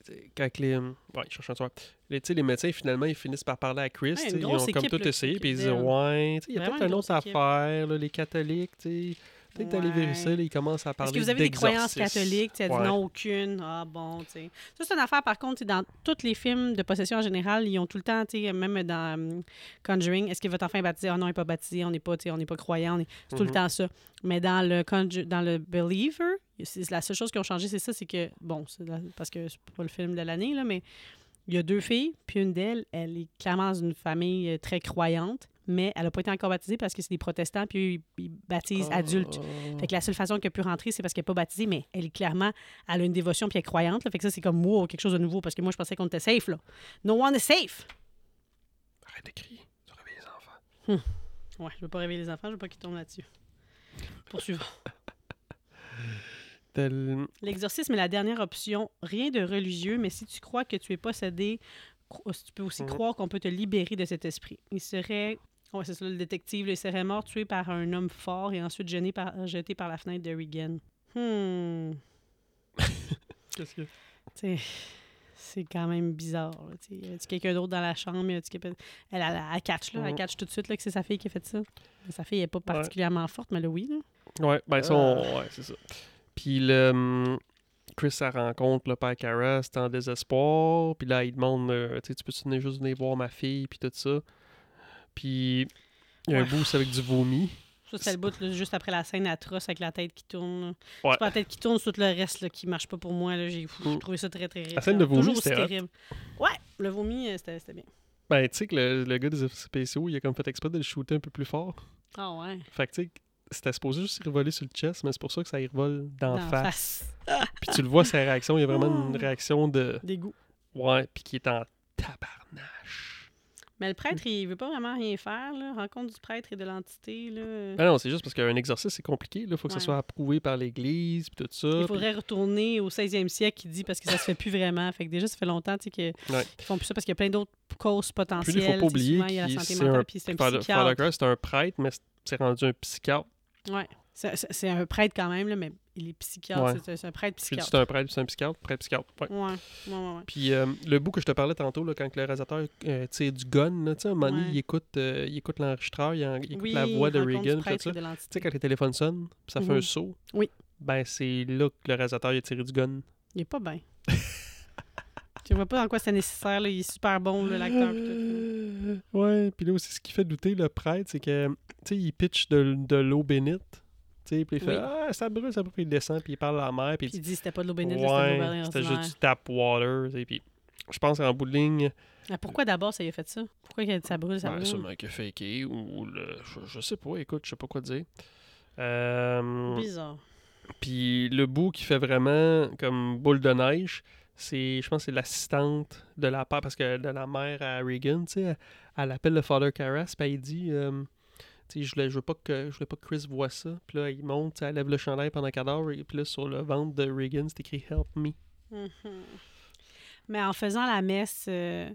[SPEAKER 2] t'sais, quand les. hum, Ouais, ils cherchent un tueur. Les, t'sais, les médecins, finalement, ils finissent par parler à Chris.
[SPEAKER 1] Ouais, une
[SPEAKER 2] t'sais, ils ont
[SPEAKER 1] grosse
[SPEAKER 2] comme
[SPEAKER 1] équipe,
[SPEAKER 2] tout
[SPEAKER 1] là,
[SPEAKER 2] essayé.
[SPEAKER 1] qui-
[SPEAKER 2] Puis ils
[SPEAKER 1] qui
[SPEAKER 2] disent
[SPEAKER 1] est belle.
[SPEAKER 2] Ouais, t'sais, il y a
[SPEAKER 1] Vraiment
[SPEAKER 2] peut-être
[SPEAKER 1] une
[SPEAKER 2] une autre
[SPEAKER 1] grosse équipe.
[SPEAKER 2] affaire. là, les catholiques, tu Peut-être d'aller
[SPEAKER 1] Ouais.
[SPEAKER 2] vérifier, là, ils commencent à
[SPEAKER 1] Est-ce
[SPEAKER 2] parler
[SPEAKER 1] que vous avez des croyances
[SPEAKER 2] d'exorcisme.
[SPEAKER 1] catholiques? Tu as dit
[SPEAKER 2] Ouais.
[SPEAKER 1] non, aucune. Ah bon, tu sais. Ça, c'est une affaire, par contre, tu sais, dans tous les films de possession en général, ils ont tout le temps, tu sais, même dans hum, Conjuring, est-ce que votre enfant est baptisé? Ah non, il n'est pas baptisé, on n'est pas, tu sais, on n'est pas croyant. on est- C'est tout le
[SPEAKER 2] Mhm.
[SPEAKER 1] temps ça. Mais dans le, Conju- dans le Believer, c'est la seule chose qui a changé, c'est ça, c'est que, bon, c'est la- parce que c'est pas le film de l'année, là, mais il y a deux filles, puis une d'elles, elle est clairement dans une famille euh, très croyante, mais elle n'a pas été encore baptisée parce que c'est des protestants, puis ils, ils
[SPEAKER 2] Oh. Ah.
[SPEAKER 1] baptisent adultes.
[SPEAKER 2] Mm.
[SPEAKER 1] Fait que la seule façon qu'elle a pu rentrer, c'est parce qu'elle n'est pas baptisée, mais elle est clairement, elle a une dévotion puis elle est croyante. là. Fait que ça, c'est comme, wow, quelque chose de nouveau, parce que moi, je pensais qu'on était safe, là. No one is safe!
[SPEAKER 2] Arrête de crier. Tu réveilles les enfants.
[SPEAKER 1] Ouais, je veux pas réveiller les enfants, je veux pas qu'ils tombent là-dessus. Poursuivons.
[SPEAKER 2] Tel-
[SPEAKER 1] L'exorcisme est la dernière option. Rien de religieux, mais si tu crois que tu es possédé, cro- tu peux aussi
[SPEAKER 2] Mhm.
[SPEAKER 1] croire qu'on peut te libérer de cet esprit. Il serait... Ouais, c'est ça, le détective, là, il serait mort tué par un homme fort et ensuite jeté par, jeté par la fenêtre de Regan. Hmm...
[SPEAKER 2] Qu'est-ce que.
[SPEAKER 1] Tu sais, c'est quand même bizarre. là, tu sais. Y a-tu quelqu'un d'autre dans la chambre? Y a-tu quelqu'un- elle, elle, elle catch, là, elle
[SPEAKER 2] Mm.
[SPEAKER 1] catch tout de suite là, que c'est sa fille qui a fait ça. Mais sa fille n'est pas particulièrement forte, mais là, oui. là.
[SPEAKER 2] Ouais, ben ça,
[SPEAKER 1] Ah.
[SPEAKER 2] on- ouais, c'est ça. Puis le, hum, Chris, elle rencontre le père Kara, c'est en désespoir. Puis là, il demande, euh, tu sais, tu peux-tu venir juste venir voir ma fille, puis tout ça. Puis il y a un
[SPEAKER 1] Ouais.
[SPEAKER 2] bout, c'est avec du vomi.
[SPEAKER 1] Ça, c'est le bout, là, juste après la scène atroce avec la tête qui tourne. là.
[SPEAKER 2] Ouais.
[SPEAKER 1] C'est pas la tête qui tourne, c'est tout le reste là, qui marche pas pour moi. là, J'ai pff, j'ai
[SPEAKER 2] Mm.
[SPEAKER 1] trouvé ça très, très
[SPEAKER 2] La scène de vomi, c'était hot.
[SPEAKER 1] terrible. Ouais, le vomi, euh, c'était c'était bien.
[SPEAKER 2] Ben, tu sais que le, le gars des effets spéciaux, il a comme fait exprès de le shooter un peu plus fort.
[SPEAKER 1] Ah ouais.
[SPEAKER 2] Fait que, tu sais, C'était supposé juste rivoler sur le chest, mais c'est pour ça que ça y revole d'en
[SPEAKER 1] D'en
[SPEAKER 2] face.
[SPEAKER 1] face.
[SPEAKER 2] Puis tu le vois, sa réaction, il y a vraiment une
[SPEAKER 1] Ah.
[SPEAKER 2] réaction de
[SPEAKER 1] Dégoût.
[SPEAKER 2] Ouais, puis qui est en tabarnache.
[SPEAKER 1] Mais le prêtre, il veut pas vraiment rien faire, là. Rencontre du prêtre et de l'entité, là.
[SPEAKER 2] Ben non, c'est juste parce qu'un exorcisme, c'est compliqué. Il faut que
[SPEAKER 1] Ouais.
[SPEAKER 2] ça soit approuvé par l'Église, puis tout ça.
[SPEAKER 1] Il
[SPEAKER 2] puis-
[SPEAKER 1] faudrait retourner au 16e siècle, il dit, parce que ça se fait plus vraiment. Fait que déjà, ça fait longtemps tu sais, que- qu'ils
[SPEAKER 2] Ouais.
[SPEAKER 1] font plus ça parce qu'il y a plein d'autres causes potentielles.
[SPEAKER 2] Puis il faut pas
[SPEAKER 1] tu sais,
[SPEAKER 2] oublier
[SPEAKER 1] souvent, il y a
[SPEAKER 2] qu'il
[SPEAKER 1] la santé
[SPEAKER 2] c'est
[SPEAKER 1] mentale,
[SPEAKER 2] un,
[SPEAKER 1] puis c'est un
[SPEAKER 2] Father-
[SPEAKER 1] psychiatre.
[SPEAKER 2] Father Christ, c'est un prêtre, mais c'est- c'est rendu un psychiatre.
[SPEAKER 1] C'est- C'est c'est un prêtre quand même, là, mais il est psychiatre.
[SPEAKER 2] Ouais.
[SPEAKER 1] C'est- C'est un prêtre
[SPEAKER 2] Puis
[SPEAKER 1] psychiatre. Mm.
[SPEAKER 2] c'est un prêtre, puis c'est un psychiatre, prêtre psychiatre. Ouais.
[SPEAKER 1] Ouais, ouais, ouais, ouais.
[SPEAKER 2] Puis euh, le bout que je te parlais tantôt, là, quand que le réalisateur euh, tire du gun, là, tu sais, à un moment donné,
[SPEAKER 1] Ouais.
[SPEAKER 2] il écoute, euh, il écoute l'enregistreur, il, en- il écoute
[SPEAKER 1] Oui,
[SPEAKER 2] la voix de
[SPEAKER 1] rencontre du
[SPEAKER 2] Reagan, puis tout
[SPEAKER 1] prêtre
[SPEAKER 2] ça.
[SPEAKER 1] et
[SPEAKER 2] Tu
[SPEAKER 1] de
[SPEAKER 2] sais,
[SPEAKER 1] l'entité.
[SPEAKER 2] quand les téléphones sonnent, puis ça fait
[SPEAKER 1] Mhm.
[SPEAKER 2] un saut.
[SPEAKER 1] Oui.
[SPEAKER 2] Ben, c'est là que le réalisateur il a tiré du gun.
[SPEAKER 1] Il est pas bien. Je vois pas en quoi c'est nécessaire. là. Il est super bon, là, l'acteur. puis tout, là.
[SPEAKER 2] Euh, Ouais, puis là aussi, ce qui fait douter le prêtre, c'est que, tu sais, il pitch de, de l'eau bénite. Tu sais, puis il fait
[SPEAKER 1] Oui.
[SPEAKER 2] Ah, ça brûle, ça brûle. Puis il descend, puis il parle à la mer, puis
[SPEAKER 1] Puis
[SPEAKER 2] il
[SPEAKER 1] il dit c'était pas de l'eau bénite, là, c'était de l'eau
[SPEAKER 2] Ouais,
[SPEAKER 1] bénite
[SPEAKER 2] c'était
[SPEAKER 1] ordinaire.
[SPEAKER 2] juste du tap water. tu sais, Puis je pense qu'en bout de ligne,
[SPEAKER 1] Mais Ah, pourquoi d'abord ça lui a fait ça? Pourquoi il a dit ça brûle, ça
[SPEAKER 2] ben,
[SPEAKER 1] brûle?
[SPEAKER 2] sûrement qu'il a faké ou le- je, je sais pas, écoute, je sais pas quoi dire. Euh,
[SPEAKER 1] Bizarre.
[SPEAKER 2] puis le bout qui fait vraiment comme boule de neige, c'est, je pense, que c'est l'assistante de la part, parce que de la mère à Regan, tu sais, elle, elle appelle le Father Carras, puis elle dit, euh, tu sais, je voulais, je veux pas que, je voulais pas que Chris voit ça. Puis là, il monte, tu sais, elle lève le chandail pendant qu'elle dort, et puis là, sur le ventre de Regan, c'est écrit Help me.
[SPEAKER 1] Mhm. Mais en faisant la messe, euh,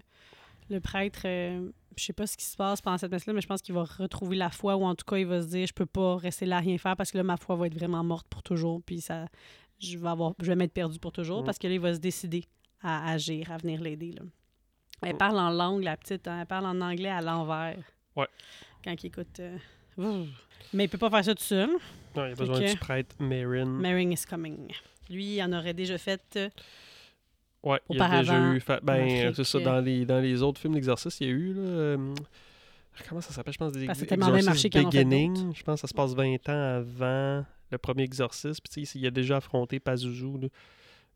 [SPEAKER 1] le prêtre, euh, je sais pas ce qui se passe pendant cette messe-là, mais je pense qu'il va retrouver la foi ou en tout cas, il va se dire je peux pas rester là à rien faire parce que là, ma foi va être vraiment morte pour toujours. Puis ça, je vais, avoir, je vais m'être perdu pour toujours
[SPEAKER 2] Mm.
[SPEAKER 1] parce que là, il va se décider à agir, à venir l'aider. là. Elle
[SPEAKER 2] Mm.
[SPEAKER 1] parle en langue, la petite, hein, elle parle en anglais à l'envers.
[SPEAKER 2] Ouais.
[SPEAKER 1] Quand il écoute. euh, Ouh. mais il peut pas faire ça tout seul.
[SPEAKER 2] Non, il a besoin
[SPEAKER 1] que-
[SPEAKER 2] du prêtre Marin.
[SPEAKER 1] Marrying is coming. Lui, il en aurait déjà fait. euh,
[SPEAKER 2] Ouais, il y a
[SPEAKER 1] Auparavant,
[SPEAKER 2] déjà eu. fa- Ben,
[SPEAKER 1] en Afrique,
[SPEAKER 2] c'est ça,
[SPEAKER 1] euh,
[SPEAKER 2] dans les, dans les autres films d'exorcisme, il y a eu. Là, euh, comment ça s'appelle Je pense des
[SPEAKER 1] Parce que c'est tellement bien
[SPEAKER 2] Exorcist
[SPEAKER 1] marché qu'ils en ont fait
[SPEAKER 2] Beginning. Je pense que ça se passe 20 ans avant le premier exorcisme. Puis, tu sais, il a déjà affronté Pazuzu. là.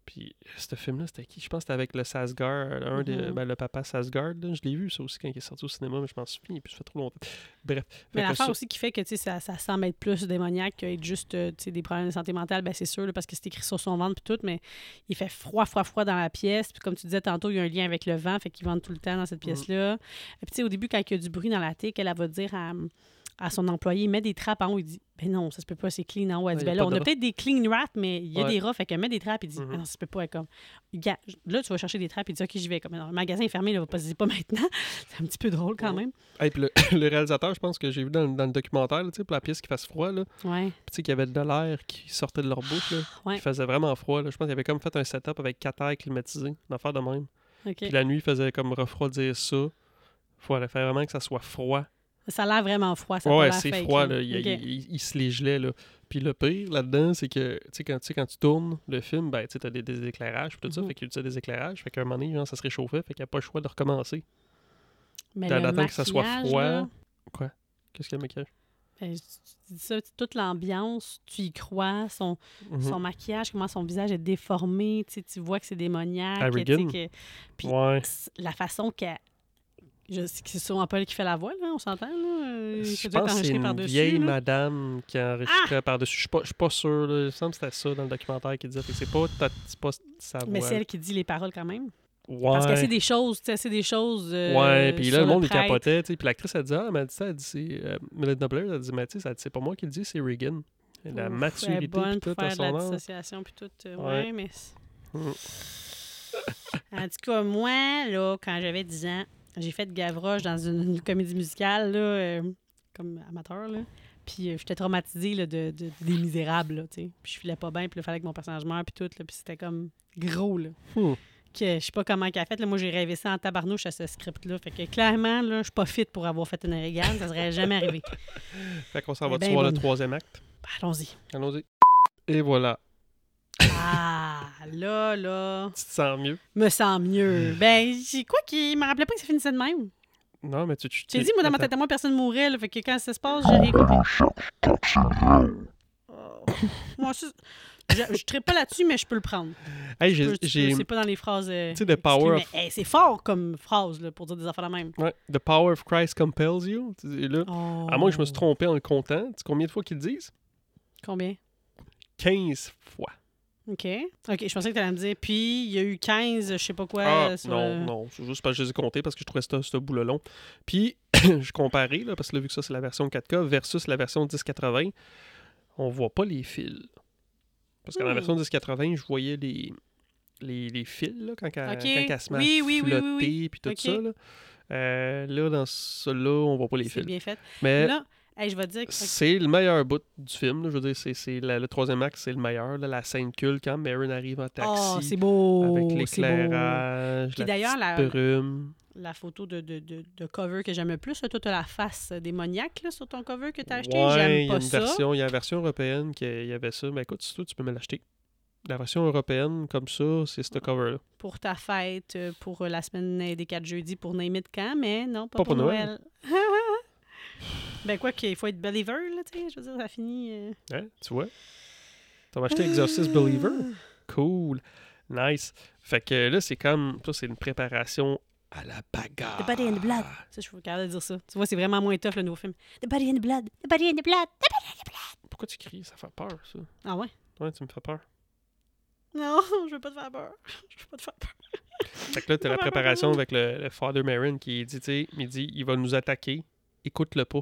[SPEAKER 2] Puis, ce film-là, c'était qui Je pense que c'était avec le Sasgar, un des-
[SPEAKER 1] Mhm.
[SPEAKER 2] ben, le papa Sasgard. là. Je l'ai vu, ça aussi, quand il est sorti au cinéma, mais je m'en souviens. Puis, ça fait trop longtemps. Bref. Fait
[SPEAKER 1] Mais
[SPEAKER 2] que
[SPEAKER 1] l'affaire
[SPEAKER 2] ça-
[SPEAKER 1] aussi qui fait que tu sais, ça, ça semble être plus démoniaque qu'être juste euh, tu sais, des problèmes de santé mentale, ben c'est sûr, là, parce que c'est écrit sur son ventre puis tout, mais il fait froid, froid, froid dans la pièce. Puis comme tu disais tantôt, il y a un lien avec le vent, fait qu'il vente tout le temps dans
[SPEAKER 2] Mm.
[SPEAKER 1] cette pièce-là. Et Puis tu sais, au début, quand il y a du bruit dans la thé, qu'elle elle va dire à, à son employé, mets des trappes en haut, il dit, ben non, ça se peut pas, c'est clean en haut. Elle
[SPEAKER 2] Ouais,
[SPEAKER 1] dit,
[SPEAKER 2] il y a
[SPEAKER 1] ben là,
[SPEAKER 2] pas
[SPEAKER 1] on
[SPEAKER 2] de
[SPEAKER 1] a
[SPEAKER 2] rats.
[SPEAKER 1] peut-être des clean rats, mais il y a
[SPEAKER 2] Ouais.
[SPEAKER 1] des rats, fait qu'elle met des trappes, il dit,
[SPEAKER 2] Mhm.
[SPEAKER 1] Ben non, ça se peut pas, Elle est comme, Gars, là, tu vas chercher des trappes, il dit, ok, j'y vais, comme, Non, le magasin est fermé, là, va pas se dire pas maintenant. c'est un petit peu drôle quand
[SPEAKER 2] Ouais.
[SPEAKER 1] même.
[SPEAKER 2] Hey, puis le, le réalisateur, je pense que j'ai vu dans, dans le documentaire, là, tu sais, pour la pièce qui fasse froid, là,
[SPEAKER 1] Ouais.
[SPEAKER 2] Puis, tu sais qu'il y avait de l'air qui sortait de leur bouche. Là.
[SPEAKER 1] Ouais.
[SPEAKER 2] Il faisait vraiment froid. Là. Je pense qu'il avait comme fait un setup avec quatre airs climatisés, une affaire de même.
[SPEAKER 1] OK.
[SPEAKER 2] Puis la nuit, il faisait comme refroidir ça. faut aller faire vraiment que ça soit froid.
[SPEAKER 1] Ça a l'air vraiment froid. Ça a pas
[SPEAKER 2] ouais,
[SPEAKER 1] l'air
[SPEAKER 2] c'est
[SPEAKER 1] fake,
[SPEAKER 2] froid.
[SPEAKER 1] là.
[SPEAKER 2] Là. Il,
[SPEAKER 1] Ok.
[SPEAKER 2] il- il- il se les gelait. Là. Puis le pire là-dedans, c'est que tu sais, quand, tu sais, quand tu tournes le film, ben, tu as des, des éclairages. Puis tout ça,
[SPEAKER 1] Mhm.
[SPEAKER 2] fait qu'il utilisait des éclairages. Fait qu'à un moment donné, genre, ça se réchauffait. Fait qu'il n'y a pas le choix de recommencer.
[SPEAKER 1] Mais
[SPEAKER 2] T'as
[SPEAKER 1] le
[SPEAKER 2] l'attente que ça soit
[SPEAKER 1] maquillage,
[SPEAKER 2] froid.
[SPEAKER 1] là,
[SPEAKER 2] Qu'est-ce qu'il y a, maquillage?
[SPEAKER 1] ben, tu- tu dis ça, tu- toute l'ambiance, tu y crois, son,
[SPEAKER 2] Mhm.
[SPEAKER 1] son maquillage, comment son visage est déformé, tu, sais, tu vois que c'est démoniaque. tu sais,
[SPEAKER 2] Harrigan.
[SPEAKER 1] que- puis-
[SPEAKER 2] Ouais.
[SPEAKER 1] c'est- La façon qu'elle. Je sais que c'est sûrement pas elle qui fait la voix, là, on s'entend. là, euh,
[SPEAKER 2] Je
[SPEAKER 1] ça doit être
[SPEAKER 2] pense que c'est
[SPEAKER 1] enregistré
[SPEAKER 2] une
[SPEAKER 1] par-dessus,
[SPEAKER 2] vieille
[SPEAKER 1] là. Ah!
[SPEAKER 2] madame qui enregistrait par-dessus. Je suis pas, je suis pas sûr. là. Il me semble que c'était ça dans le documentaire qui disait. Fait que c'est pas, ta- c'est pas sa voix.
[SPEAKER 1] Mais c'est elle qui dit les paroles quand même.
[SPEAKER 2] Ouais.
[SPEAKER 1] Parce qu'elle sait des choses, tu sais, elle sait des choses. euh,
[SPEAKER 2] ouais, puis là,
[SPEAKER 1] sur
[SPEAKER 2] le monde, il
[SPEAKER 1] prêtre.
[SPEAKER 2] capotait. tu sais. Puis l'actrice, elle dit Ah, elle m'a dit ça. Elle dit C'est. euh, Melinda Blair, elle dit Mais tu sais, ça- c'est pas moi qui le dis, c'est Reagan. La
[SPEAKER 1] Ouf, elle est
[SPEAKER 2] maturité,
[SPEAKER 1] bonne
[SPEAKER 2] puis
[SPEAKER 1] pour
[SPEAKER 2] tout, à
[SPEAKER 1] faire de la
[SPEAKER 2] son âge.
[SPEAKER 1] dissociation, puis tout. euh,
[SPEAKER 2] Ouais.
[SPEAKER 1] ouais, mais.
[SPEAKER 2] Mm.
[SPEAKER 1] En tout cas, moi, là, quand j'avais 10 ans, j'ai fait Gavroche dans une, une comédie musicale, là, euh, comme amateur, là. Puis euh, j'étais traumatisée là, de, de- des Misérables, là, tu sais. Puis je filais pas bien, puis il fallait que mon personnage meure, puis tout, là, puis c'était comme gros, là.
[SPEAKER 2] Hmm.
[SPEAKER 1] Que je sais pas comment qu'elle a fait, là, moi, j'ai rêvé ça en tabarnouche à ce script-là. Fait que clairement, là, je suis pas fit pour avoir fait une régale, ça serait jamais arrivé.
[SPEAKER 2] Fait qu'on s'en
[SPEAKER 1] Elle est
[SPEAKER 2] va
[SPEAKER 1] bien
[SPEAKER 2] voir le
[SPEAKER 1] bonne.
[SPEAKER 2] troisième acte.
[SPEAKER 1] Allons-y.
[SPEAKER 2] Allons-y. Et voilà.
[SPEAKER 1] Ah, là, là,
[SPEAKER 2] Tu te sens mieux.
[SPEAKER 1] me sens mieux. Ben, j'ai quoi qui me rappelait pas que ça finissait de même.
[SPEAKER 2] Non, mais tu. tu
[SPEAKER 1] J'ai dit, moi, dans ma tête à moi, personne mourait. Là, fait que quand ça se passe, j'ai rien compris. Oh. Moi, c'est- Je ne tripe pas là-dessus, mais je peux le prendre.
[SPEAKER 2] Hey,
[SPEAKER 1] Je
[SPEAKER 2] j'ai.
[SPEAKER 1] peux- tu peux-
[SPEAKER 2] j'ai-
[SPEAKER 1] C'est pas dans les phrases. euh,
[SPEAKER 2] Tu sais, le power
[SPEAKER 1] expliquées, mais, hey, c'est fort comme phrase là, pour dire des affaires de même.
[SPEAKER 2] Ouais, The power of Christ compels you. Tu sais, là, À moins que je me suis
[SPEAKER 1] Oh.
[SPEAKER 2] trompé en le comptant. Tu sais combien de fois qu'ils le disent
[SPEAKER 1] Combien?
[SPEAKER 2] 15 fois.
[SPEAKER 1] OK. OK, je pensais que tu allais me dire. Puis, il y a eu 15, je sais pas quoi.
[SPEAKER 2] ah,
[SPEAKER 1] sur euh,
[SPEAKER 2] non,
[SPEAKER 1] le-
[SPEAKER 2] non. C'est juste parce que je les ai comptés parce que je trouvais ce, ce bout-là long. Puis, je comparais, là, parce que là, vu que ça, c'est la version 4K versus la version 1080, on voit pas les fils. Parce que dans la
[SPEAKER 1] Hmm.
[SPEAKER 2] version 1080, je voyais les, les, les fils, là, quand, qu'elle-
[SPEAKER 1] Ok.
[SPEAKER 2] quand qu'elle se met
[SPEAKER 1] Oui,
[SPEAKER 2] à
[SPEAKER 1] oui, oui, oui,
[SPEAKER 2] flotter,
[SPEAKER 1] oui.
[SPEAKER 2] puis tout
[SPEAKER 1] Ok.
[SPEAKER 2] ça. Là. Euh, là, dans celui-là, on voit pas les
[SPEAKER 1] C'est
[SPEAKER 2] fils. Euh,
[SPEAKER 1] bien fait.
[SPEAKER 2] Mais
[SPEAKER 1] Là, hey, je vais te dire. que-
[SPEAKER 2] C'est le meilleur bout du film. là. Je veux dire, c'est, c'est la- le troisième acte, c'est le meilleur. là. la scène culte quand Marin arrive en
[SPEAKER 1] Oh,
[SPEAKER 2] taxi
[SPEAKER 1] c'est beau.
[SPEAKER 2] avec
[SPEAKER 1] c'est beau.
[SPEAKER 2] l'éclairage,
[SPEAKER 1] Puis
[SPEAKER 2] la
[SPEAKER 1] d'ailleurs,
[SPEAKER 2] petite
[SPEAKER 1] la-
[SPEAKER 2] brume.
[SPEAKER 1] La photo de, de, de, de cover que j'aime le plus, là, toi, t'as la face démoniaque là, sur ton cover que t'as acheté.
[SPEAKER 2] Ouais, il
[SPEAKER 1] j'aime
[SPEAKER 2] y a
[SPEAKER 1] pas
[SPEAKER 2] une
[SPEAKER 1] ça.
[SPEAKER 2] version- il y a la version européenne qui il y avait ça. Mais écoute, si tu veux, tu peux me l'acheter. La version européenne, comme ça, c'est ce cover-là.
[SPEAKER 1] Pour ta fête, euh, pour euh, la semaine des 4 jeudis, pour name it quand, mais non, pas,
[SPEAKER 2] Pas
[SPEAKER 1] pour
[SPEAKER 2] pour
[SPEAKER 1] Noël. ben, quoi qu'il faut être believer, là, tu sais. Je veux dire, ça finit. euh.
[SPEAKER 2] Hein, Tu vois? T'as acheté Exorcist Believer? Cool. Nice. Fait que là, c'est comme... Ça, c'est une préparation à la bagarre.
[SPEAKER 1] The Body and the Blood. Ça, je suis capable de dire ça. Tu vois, c'est vraiment moins tough, le nouveau film. The Body and the Blood. The Body and the Blood.
[SPEAKER 2] Pourquoi tu cries? Ça fait peur, ça.
[SPEAKER 1] Ah ouais?
[SPEAKER 2] Ouais, tu me fais peur.
[SPEAKER 1] Non, je veux pas te faire peur. Je veux pas te faire peur.
[SPEAKER 2] Fait que là, t'as la préparation avec le, le Father Marin qui dit, tu sais, il dit, il va nous attaquer, écoute-le pas.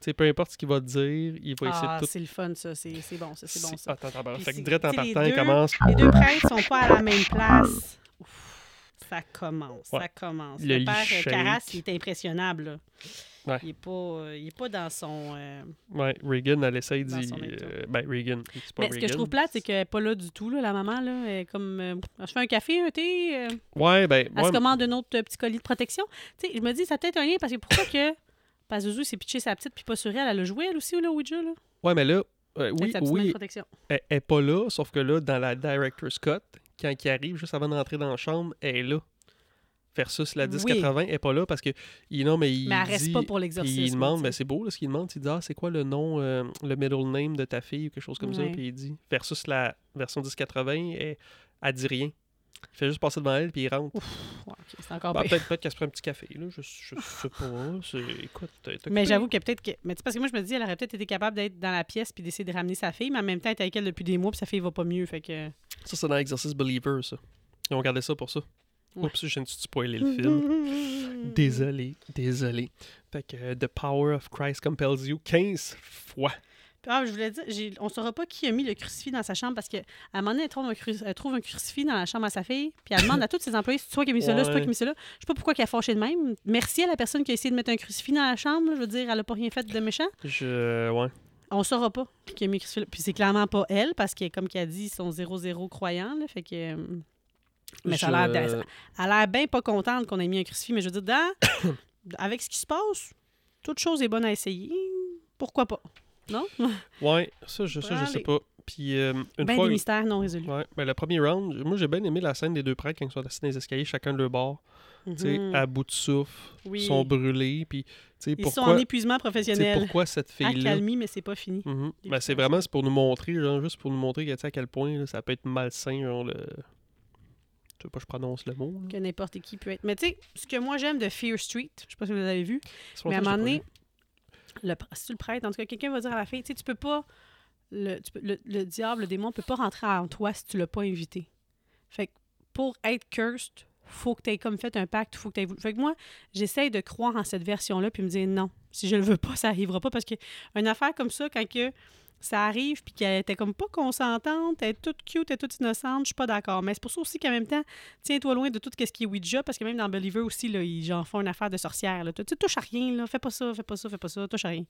[SPEAKER 2] Tu sais, peu importe ce qu'il va te dire, il va essayer
[SPEAKER 1] Ah,
[SPEAKER 2] de tout...
[SPEAKER 1] c'est le fun, ça. C'est c'est bon, ça. C'est bon, ça.
[SPEAKER 2] Attends, attends,
[SPEAKER 1] Puis
[SPEAKER 2] fait que
[SPEAKER 1] c'est-
[SPEAKER 2] direct en
[SPEAKER 1] tu sais, les
[SPEAKER 2] partant, il
[SPEAKER 1] deux-
[SPEAKER 2] commence
[SPEAKER 1] Les deux prêtres sont pas à la même place. Ouf, ça commence,
[SPEAKER 2] Ouais.
[SPEAKER 1] ça commence.
[SPEAKER 2] Le
[SPEAKER 1] Le, père euh,
[SPEAKER 2] shake.
[SPEAKER 1] Carras, il est impressionnable. là.
[SPEAKER 2] Ouais.
[SPEAKER 1] Il, est pas, euh, il est pas dans son... euh,
[SPEAKER 2] Ouais, Regan, elle essaye
[SPEAKER 1] Dans
[SPEAKER 2] d'y...
[SPEAKER 1] son état.
[SPEAKER 2] euh, ben, Regan, c'est pas
[SPEAKER 1] Mais ce que je
[SPEAKER 2] Regan.
[SPEAKER 1] trouve plate, c'est qu'elle n'est pas là du tout, là, la maman. Là, Elle est comme, euh, je fais un café, un thé... euh,
[SPEAKER 2] Ouais, ben...
[SPEAKER 1] Elle
[SPEAKER 2] ouais,
[SPEAKER 1] se commande un autre euh, petit colis de protection. Tu sais, je me dis, ça a peut-être un lien parce que pourquoi que. Parce que Zouzou s'est pitché sa petite, puis pas sur elle. Elle a joué, elle aussi, là, au Ouija, là.
[SPEAKER 2] ouais, mais là, euh, oui,
[SPEAKER 1] Avec sa petite main de
[SPEAKER 2] oui,
[SPEAKER 1] protection.
[SPEAKER 2] elle elle est pas là, sauf que là, dans la Director's Cut, quand il arrive, juste avant d'entrer dans la chambre, elle est là. Versus la
[SPEAKER 1] Oui.
[SPEAKER 2] 1080, elle est pas là parce que... il- Non, mais il
[SPEAKER 1] Mais elle reste
[SPEAKER 2] dit-
[SPEAKER 1] pas pour
[SPEAKER 2] Puis
[SPEAKER 1] l'exorcisme.
[SPEAKER 2] il demande,
[SPEAKER 1] tu
[SPEAKER 2] ben
[SPEAKER 1] sais.
[SPEAKER 2] c'est beau là, ce qu'il demande. Il dit, ah, c'est quoi le nom, euh, le middle name de ta fille ou quelque chose comme ça.
[SPEAKER 1] Ouais.
[SPEAKER 2] Puis il dit, versus la version 1080, elle, elle dit rien. Il fait juste passer devant elle, puis il rentre.
[SPEAKER 1] Ouais, ok, c'est encore
[SPEAKER 2] Ben,
[SPEAKER 1] pire.
[SPEAKER 2] peut-être peut-être qu'elle se prend un petit café, là. Je, je sais pas. hein, c'est- Écoute, t'es occupé.
[SPEAKER 1] Mais j'avoue que peut-être que. Mais tu sais, parce que moi, je me dis, elle aurait peut-être été capable d'être dans la pièce puis d'essayer de ramener sa fille, mais en même temps, elle est avec elle depuis des mois puis sa fille va pas mieux. Fait que.
[SPEAKER 2] Ça, c'est dans l'exercice Believer, ça. Ils ont gardé ça pour ça.
[SPEAKER 1] Ouais.
[SPEAKER 2] Oups, je viens de spoiler le film. Désolé, désolé. Fait que euh, The Power of Christ Compels You 15 fois.
[SPEAKER 1] Ah, je voulais dire, j'ai- on saura pas qui a mis le crucifix dans sa chambre parce que à un moment donné, elle trouve un, cru- elle trouve un crucifix dans la chambre à sa fille, puis elle demande à tous ses employés c'est toi qui as mis ça là, c'est toi
[SPEAKER 2] Ouais.
[SPEAKER 1] qui as mis ça là. Je sais pas pourquoi qu'elle a fâché de même. Merci à la personne qui a essayé de mettre un crucifix dans la chambre, là. je veux dire, elle a pas rien fait de méchant.
[SPEAKER 2] Je. Ouais.
[SPEAKER 1] On saura pas qui a mis le crucifix là. Puis c'est clairement pas elle parce que, comme qu'elle dit, ils sont 0-0 croyants, là, fait que. euh, Mais ça a l'air
[SPEAKER 2] Je-
[SPEAKER 1] d'a- elle a l'air bien pas contente qu'on ait mis un crucifix, mais je veux dire, dans- avec ce qui se passe, toute chose est bonne à essayer. Pourquoi pas? Non?
[SPEAKER 2] Ouais, ça, je, ça, je sais
[SPEAKER 1] Allez.
[SPEAKER 2] pas. Puis, euh, une
[SPEAKER 1] Ben
[SPEAKER 2] fois.
[SPEAKER 1] des mystères non résolus.
[SPEAKER 2] Ouais, ben, le premier round, moi, j'ai bien aimé la scène des deux prêtres quand ils sont assis dans les escaliers, chacun de leur bord. Tu sais,
[SPEAKER 1] Mhm.
[SPEAKER 2] à bout de souffle, ils
[SPEAKER 1] Oui.
[SPEAKER 2] sont brûlés. Puis, tu sais,
[SPEAKER 1] Ils
[SPEAKER 2] pourquoi,
[SPEAKER 1] sont en épuisement
[SPEAKER 2] tu sais,
[SPEAKER 1] professionnel.
[SPEAKER 2] pourquoi cette fille-là.
[SPEAKER 1] Accalmie, mais c'est pas fini.
[SPEAKER 2] Mhm.
[SPEAKER 1] Des
[SPEAKER 2] Ben, c'est
[SPEAKER 1] personnes.
[SPEAKER 2] vraiment c'est pour nous montrer, genre, juste pour nous montrer que, tu sais, à quel point là, ça peut être malsain, genre le. Je sais pas, je prononce le mot.
[SPEAKER 1] Que n'importe qui peut être. Mais tu sais, ce que moi j'aime de Fear Street, je sais pas si vous l'avez vu, mais à un moment donné, le, pr- c'est-tu le prêtre, en tout cas, quelqu'un va dire à la fin, tu sais, tu peux pas. Le, tu peux- le, le diable, le démon, peut pas rentrer en toi si tu l'as pas invité. Fait que pour être cursed, faut que tu aies comme fait un pacte, faut que tu voulu. Fait que moi, j'essaye de croire en cette version-là puis me dire non, si je le veux pas, ça arrivera pas. Parce que une affaire comme ça, quand que ça arrive puis qu'elle était comme pas consentante, elle est toute cute, elle est toute innocente, je suis pas d'accord. Mais c'est pour ça aussi qu'en même temps, tiens-toi loin de tout ce qui est Ouija, parce que même dans Believer aussi, là, ils en font une affaire de sorcière. Là. Tu tu touches à rien, là. fais pas ça, fais pas ça, fais pas ça, touche à rien.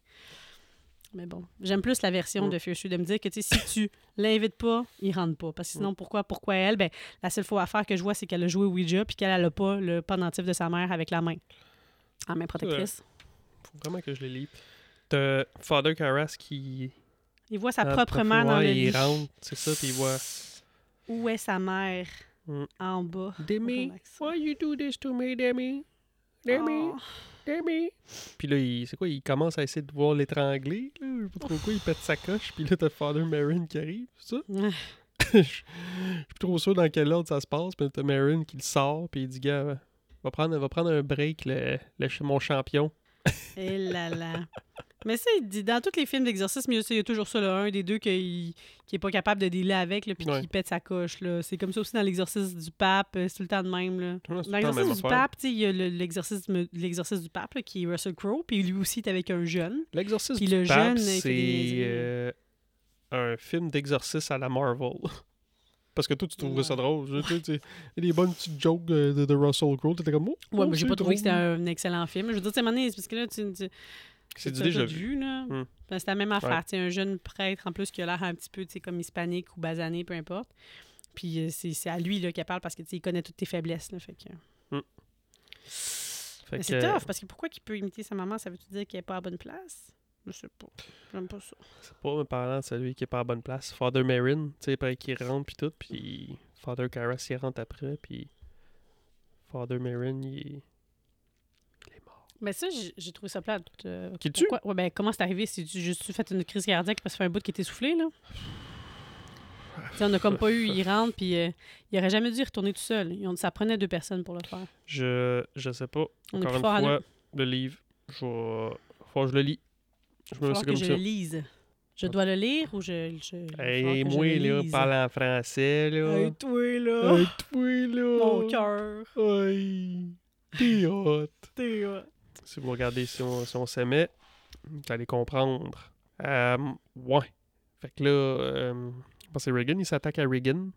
[SPEAKER 1] Mais bon, j'aime plus la version
[SPEAKER 2] Mm.
[SPEAKER 1] de Fear Street de me dire que tu sais, si tu l'invites pas, il rentre pas. Parce que sinon, pourquoi, pourquoi elle? Ben, la seule fois affaire que je vois, c'est qu'elle a joué au Ouija puis qu'elle n'a pas le pendentif de sa mère avec la main. En main protectrice.
[SPEAKER 2] Faut vraiment que je le lis. T'as Father Carras qui.
[SPEAKER 1] Il voit sa
[SPEAKER 2] Ah,
[SPEAKER 1] propre mère dans
[SPEAKER 2] ouais,
[SPEAKER 1] le
[SPEAKER 2] il
[SPEAKER 1] lit.
[SPEAKER 2] rentre, c'est ça, puis il voit.
[SPEAKER 1] Où est sa mère?
[SPEAKER 2] Mm.
[SPEAKER 1] En bas.
[SPEAKER 2] Demi,
[SPEAKER 1] Relax.
[SPEAKER 2] why you do this to me, Demi? Demi?
[SPEAKER 1] Oh.
[SPEAKER 2] Demi. Puis là, il- c'est quoi? Il commence à essayer de voir l'étrangler. là, je sais pas trop quoi, il pète sa coche, puis là, t'as Father Marin qui arrive, c'est ça?
[SPEAKER 1] Ouais.
[SPEAKER 2] je je suis plus trop sûr dans quel ordre ça se passe, mais t'as Marin qui le sort, puis il dit, gars, va prendre, va prendre un break, le, le ch- mon champion.
[SPEAKER 1] Et Eh là là. Mais ça, il dit, dans tous les films d'exorcisme, il y a- il y a toujours ça, là, un des deux qui, qui est pas capable de dealer avec, là, puis
[SPEAKER 2] Ouais.
[SPEAKER 1] qui pète sa coche. là. C'est comme ça aussi dans l'exorcisme du pape, euh, c'est tout le temps de même. Là.
[SPEAKER 2] Tout le temps, c'est
[SPEAKER 1] Dans
[SPEAKER 2] tout le temps la même
[SPEAKER 1] l'exorcisme du
[SPEAKER 2] affaire.
[SPEAKER 1] pape, tu sais, il y a le- l'exorcisme l'exorcisme du pape, là, qui est Russell Crowe, puis lui aussi est avec un jeune.
[SPEAKER 2] L'exorciste
[SPEAKER 1] Puis
[SPEAKER 2] du
[SPEAKER 1] le
[SPEAKER 2] pape,
[SPEAKER 1] jeune, il fait
[SPEAKER 2] c'est
[SPEAKER 1] des-
[SPEAKER 2] euh, un film d'exorcisme à la Marvel. Parce que toi, tu trouverais ça drôle. je- Tu sais, tu sais, les bonnes petites jokes euh, de, de Russell Crowe, t'étais comme, oh,
[SPEAKER 1] Ouais,
[SPEAKER 2] oh,
[SPEAKER 1] mais j'ai
[SPEAKER 2] c'est
[SPEAKER 1] pas trouvé que c'était
[SPEAKER 2] drôle.
[SPEAKER 1] un excellent film. Je veux dire, tu sais, à un moment donné, c'est parce que là, tu, tu-
[SPEAKER 2] C'est
[SPEAKER 1] tu
[SPEAKER 2] du
[SPEAKER 1] l'as
[SPEAKER 2] déjà
[SPEAKER 1] tout
[SPEAKER 2] vu.
[SPEAKER 1] là.
[SPEAKER 2] Hmm.
[SPEAKER 1] Ben, c'est la même affaire.
[SPEAKER 2] Ouais.
[SPEAKER 1] tu sais, un jeune prêtre, en plus, qui a l'air un petit peu tu sais, comme hispanique ou basané, peu importe. Puis euh, c'est c'est à lui là, qu'elle parle parce que tu sais, il connaît toutes tes faiblesses. Là, fait que...
[SPEAKER 2] Fait
[SPEAKER 1] Mais
[SPEAKER 2] que,
[SPEAKER 1] c'est
[SPEAKER 2] euh,
[SPEAKER 1] tough, parce que pourquoi qu'il peut imiter sa maman, ça veut-tu dire qu'il est pas à la bonne place? Je sais pas. J'aime pas ça.
[SPEAKER 2] C'est pas euh, me parlant de celui qui est pas à bonne place. Father Marin, tu sais, après qu'il rentre puis tout, puis Father Karras il rentre après, puis Father Marin il est... il est mort.
[SPEAKER 1] Mais ça, j'ai- j'ai trouvé ça plate. euh,
[SPEAKER 2] Qui tue?
[SPEAKER 1] pourquoi- Ouais, ben, comment c'est arrivé? C'est juste tu fait une crise cardiaque parce que fait un bout qui était soufflé, là? Tu sais, on a comme pas eu, il rentre, puis euh, il aurait jamais dû y retourner tout seul. Ils ont- ça prenait deux personnes pour le faire.
[SPEAKER 2] Je je sais pas.
[SPEAKER 1] On est
[SPEAKER 2] Encore
[SPEAKER 1] plus
[SPEAKER 2] une
[SPEAKER 1] fort à
[SPEAKER 2] fois,
[SPEAKER 1] deux.
[SPEAKER 2] le livre, je vais- faut que je le lis. Je me
[SPEAKER 1] Faut
[SPEAKER 2] mets ça
[SPEAKER 1] que
[SPEAKER 2] comme
[SPEAKER 1] je
[SPEAKER 2] ça. Ah.
[SPEAKER 1] le lise. Je dois le lire ou je. je
[SPEAKER 2] Hey,
[SPEAKER 1] faut que
[SPEAKER 2] moi,
[SPEAKER 1] je le
[SPEAKER 2] là,
[SPEAKER 1] lise.
[SPEAKER 2] parle en français, là. Euh,
[SPEAKER 1] Hey, toi, là.
[SPEAKER 2] Hey, toi, là.
[SPEAKER 1] Mon cœur.
[SPEAKER 2] Hey, t'es hot.
[SPEAKER 1] T'es, ouais.
[SPEAKER 2] Si vous regardez, si on, si on s'aimait, vous allez comprendre. Euh, ouais. Fait que là, euh, bon, c'est Reagan, il s'attaque à Reagan.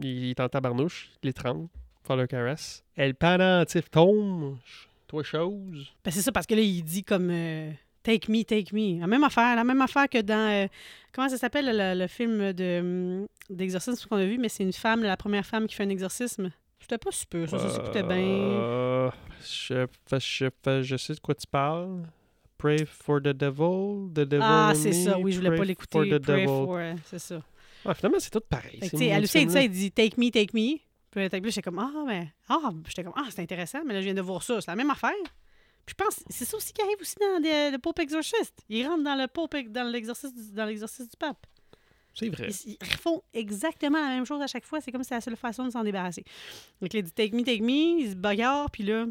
[SPEAKER 2] Il est en tabarnouche, il l'étrangle, faire le caresse. Et le pendentif tombe. Ch- Toi, chose.
[SPEAKER 1] Ben, c'est ça, parce que là, il dit comme euh, Take me, take me. La même affaire, la même affaire que dans. euh, comment ça s'appelle le, le film de, hum, d'exorcisme qu'on a vu, mais c'est une femme, la première femme qui fait un exorcisme. J'étais pas super, ça, ça s'écoutait bien.
[SPEAKER 2] Euh, je, fais- je, fais- je sais de quoi tu parles. Pray for the devil, the devil.
[SPEAKER 1] Ah,
[SPEAKER 2] in
[SPEAKER 1] c'est ça,
[SPEAKER 2] me,
[SPEAKER 1] oui, je voulais
[SPEAKER 2] pray
[SPEAKER 1] pas
[SPEAKER 2] for
[SPEAKER 1] l'écouter.
[SPEAKER 2] the
[SPEAKER 1] Pray
[SPEAKER 2] devil.
[SPEAKER 1] for, euh, c'est ça.
[SPEAKER 2] Ah, finalement, c'est tout
[SPEAKER 1] Fait
[SPEAKER 2] pareil.
[SPEAKER 1] que,
[SPEAKER 2] ces
[SPEAKER 1] tu sais, elle
[SPEAKER 2] maudits
[SPEAKER 1] aussi, elle dit ça,
[SPEAKER 2] films-là.
[SPEAKER 1] elle dit Take me, take me. Puis là, take me, j'étais comme Ah, ben, ah, j'étais comme Ah, c'est intéressant, mais là, je viens de voir ça, c'est la même affaire. Puis je pense, c'est ça aussi qui arrive aussi dans le, le Pope Exorciste. Il rentre dans le Pope, dans l'exorcisme du- dans l'exorcisme du Pape.
[SPEAKER 2] C'est vrai.
[SPEAKER 1] Ils, ils refont exactement la même chose à chaque fois. C'est comme si c'est la seule façon de s'en débarrasser. Donc, là, il dit Take me, take me. Il se bagarre, puis là,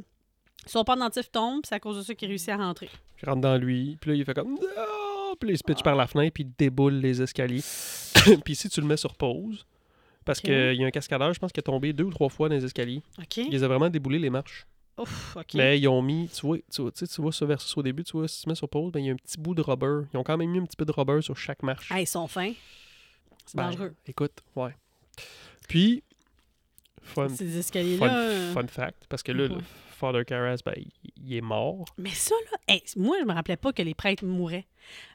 [SPEAKER 1] son pendentif tombe, puis c'est à cause de ça qu'il réussit à rentrer.
[SPEAKER 2] Je rentre dans lui, puis là, il fait comme non! Puis là, il se pitche
[SPEAKER 1] Ah.
[SPEAKER 2] par la fenêtre, puis il déboule les escaliers. puis si tu le mets sur pause, parce
[SPEAKER 1] Ok.
[SPEAKER 2] qu'il y a un cascadeur, je pense, qui est tombé deux ou trois fois dans les escaliers.
[SPEAKER 1] OK.
[SPEAKER 2] Il les a vraiment déboulé les marches.
[SPEAKER 1] Ouf, OK.
[SPEAKER 2] Mais ils ont mis, tu vois, tu vois, tu sais, tu vois ça versus au début, tu vois, si tu mets sur pause, ben, il y a un petit bout de rubber. Ils ont quand même mis un petit peu de rubber sur chaque marche.
[SPEAKER 1] Ah, ils sont fins. C'est
[SPEAKER 2] Ben,
[SPEAKER 1] dangereux.
[SPEAKER 2] Écoute, ouais. Puis, fun,
[SPEAKER 1] Ces
[SPEAKER 2] fun,
[SPEAKER 1] escaliers-là. euh,
[SPEAKER 2] fun fact, parce que là, le
[SPEAKER 1] Ouais.
[SPEAKER 2] Father Karras, ben, il- il est mort.
[SPEAKER 1] Mais ça, là, hey, moi, je me rappelais pas que les prêtres mouraient.